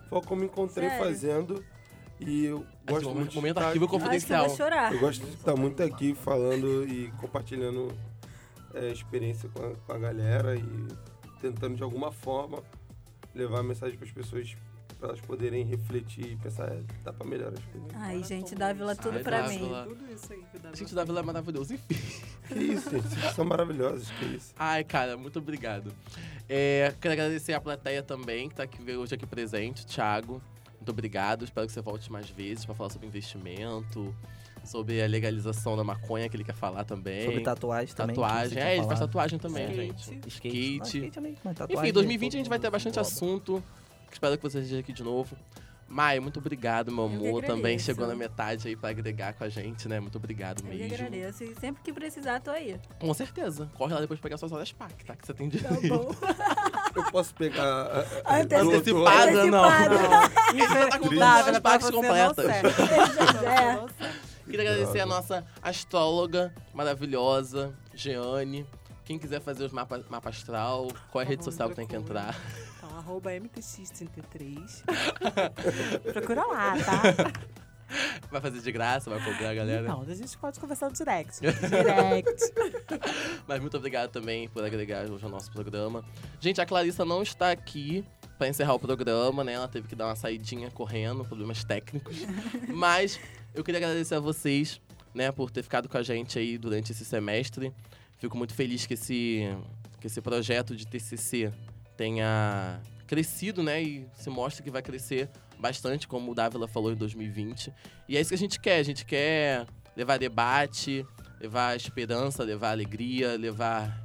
[SPEAKER 7] Foi algo que eu me encontrei
[SPEAKER 5] Sério.
[SPEAKER 7] fazendo. E eu
[SPEAKER 1] Esse
[SPEAKER 7] gosto muito
[SPEAKER 1] momento,
[SPEAKER 7] de
[SPEAKER 1] momento
[SPEAKER 7] estar
[SPEAKER 1] arquivo
[SPEAKER 7] aqui.
[SPEAKER 5] Acho que eu
[SPEAKER 1] confidencial.
[SPEAKER 5] vou chorar.
[SPEAKER 7] Eu gosto de estar muito aqui falando e compartilhando é, experiência com a, com a galera e tentando de alguma forma levar a mensagem para as pessoas para elas poderem refletir e pensar, é, dá para melhorar as coisas.
[SPEAKER 5] Ai,
[SPEAKER 3] Agora
[SPEAKER 5] gente,
[SPEAKER 3] tomou
[SPEAKER 5] Dávila,
[SPEAKER 3] isso.
[SPEAKER 5] tudo
[SPEAKER 1] Ai,
[SPEAKER 5] pra
[SPEAKER 1] Dávila.
[SPEAKER 5] mim.
[SPEAKER 3] Tudo isso aí que o Dada
[SPEAKER 1] Gente, o Dávila é maravilhoso. Enfim.
[SPEAKER 7] Que isso, gente? Vocês são maravilhosos, que isso.
[SPEAKER 1] Ai, cara, muito obrigado. É, quero agradecer a plateia também, que tá aqui, veio hoje aqui presente, Thiago. Muito obrigado. Espero que você volte mais vezes para falar sobre investimento, sobre a legalização da maconha que ele quer falar também.
[SPEAKER 4] Sobre É. tatuagem também. que você
[SPEAKER 1] tatuagem.
[SPEAKER 4] tinha
[SPEAKER 1] É, ele faz
[SPEAKER 4] falado.
[SPEAKER 1] tatuagem também,
[SPEAKER 3] Skate.
[SPEAKER 1] gente.
[SPEAKER 4] Skate. Não,
[SPEAKER 1] Skate.
[SPEAKER 4] skate é meio que uma tatuagem,
[SPEAKER 1] Enfim, 2020 a
[SPEAKER 4] todo
[SPEAKER 1] gente vai
[SPEAKER 4] mundo
[SPEAKER 1] ter
[SPEAKER 4] se
[SPEAKER 1] bastante
[SPEAKER 4] engloba.
[SPEAKER 1] assunto. Espero que você esteja aqui de novo. Mai, muito obrigado, meu
[SPEAKER 5] que
[SPEAKER 1] amor. Também
[SPEAKER 5] agradeço.
[SPEAKER 1] chegou na metade aí para agregar com a gente, né? Muito obrigado
[SPEAKER 5] Eu que
[SPEAKER 1] mesmo.
[SPEAKER 5] agradeço. E sempre que precisar, tô aí.
[SPEAKER 1] Com certeza. Corre lá depois pegar suas horas PAC, tá? Que você tem direito.
[SPEAKER 7] Eu posso pegar. a- a- a-
[SPEAKER 5] Antecipada.
[SPEAKER 7] do outro lado?
[SPEAKER 1] Antecipada, não.
[SPEAKER 3] Inver...
[SPEAKER 1] tá com todas as
[SPEAKER 3] Dávila, é pra
[SPEAKER 1] partes
[SPEAKER 3] você
[SPEAKER 1] completas.
[SPEAKER 3] não serve.
[SPEAKER 5] É.
[SPEAKER 3] Não serve.
[SPEAKER 1] Queria agradecer a nossa astróloga maravilhosa, Jeane. Quem quiser fazer os mapas mapa astral, qual é a
[SPEAKER 3] Tá
[SPEAKER 1] rede
[SPEAKER 3] bom,
[SPEAKER 1] social que tem que
[SPEAKER 3] procura.
[SPEAKER 1] entrar?
[SPEAKER 3] Então, arroba MTX33. Procura lá, tá?
[SPEAKER 1] Vai fazer de graça, vai cobrar a galera.
[SPEAKER 3] Não, a gente pode conversar no direct. Direct.
[SPEAKER 1] Mas muito obrigado também por agregar hoje ao nosso programa. Gente, a Clarissa não está aqui para encerrar o programa, né? Ela teve que dar uma saidinha correndo, problemas técnicos. Mas eu queria agradecer a vocês, né, por ter ficado com a gente aí durante esse semestre. Fico muito feliz que esse que esse projeto de TCC tenha crescido, né? E se mostra que vai crescer bastante, como o Dávila falou em 2020. E é isso que a gente quer. A gente quer levar debate, levar esperança, levar alegria, levar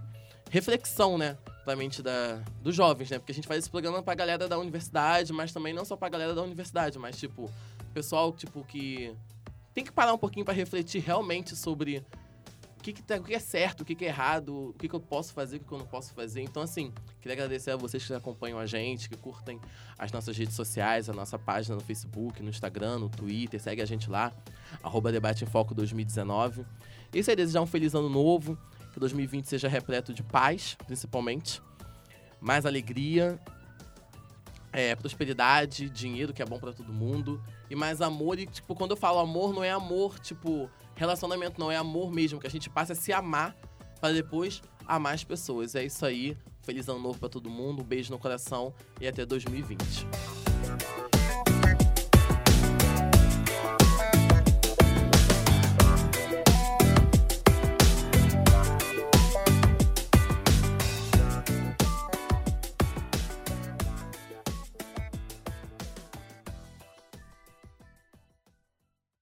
[SPEAKER 1] reflexão, né? Pra mente da, dos jovens, né? Porque a gente faz esse programa pra galera da universidade, mas também não só pra galera da universidade, mas, tipo, pessoal, tipo, que tem que parar um pouquinho pra refletir realmente sobre o que, que, tá- o que é certo, o que, que é errado, o que, que eu posso fazer, o que, que eu não posso fazer. Então, assim, queria agradecer a vocês que acompanham a gente, que curtem as nossas redes sociais, a nossa página no Facebook, no Instagram, no Twitter, segue a gente lá, arroba Debate em Foco 2019. E isso aí, desejar um feliz ano novo, que 2020 seja repleto de paz, principalmente, mais alegria, é, prosperidade, dinheiro, que é bom pra todo mundo, e mais amor. E, tipo, quando eu falo amor, não é amor, tipo, relacionamento, não, é amor mesmo, que a gente passa a se amar pra depois amar as pessoas. É isso aí. Feliz ano novo pra todo mundo, um beijo no coração e até 2020.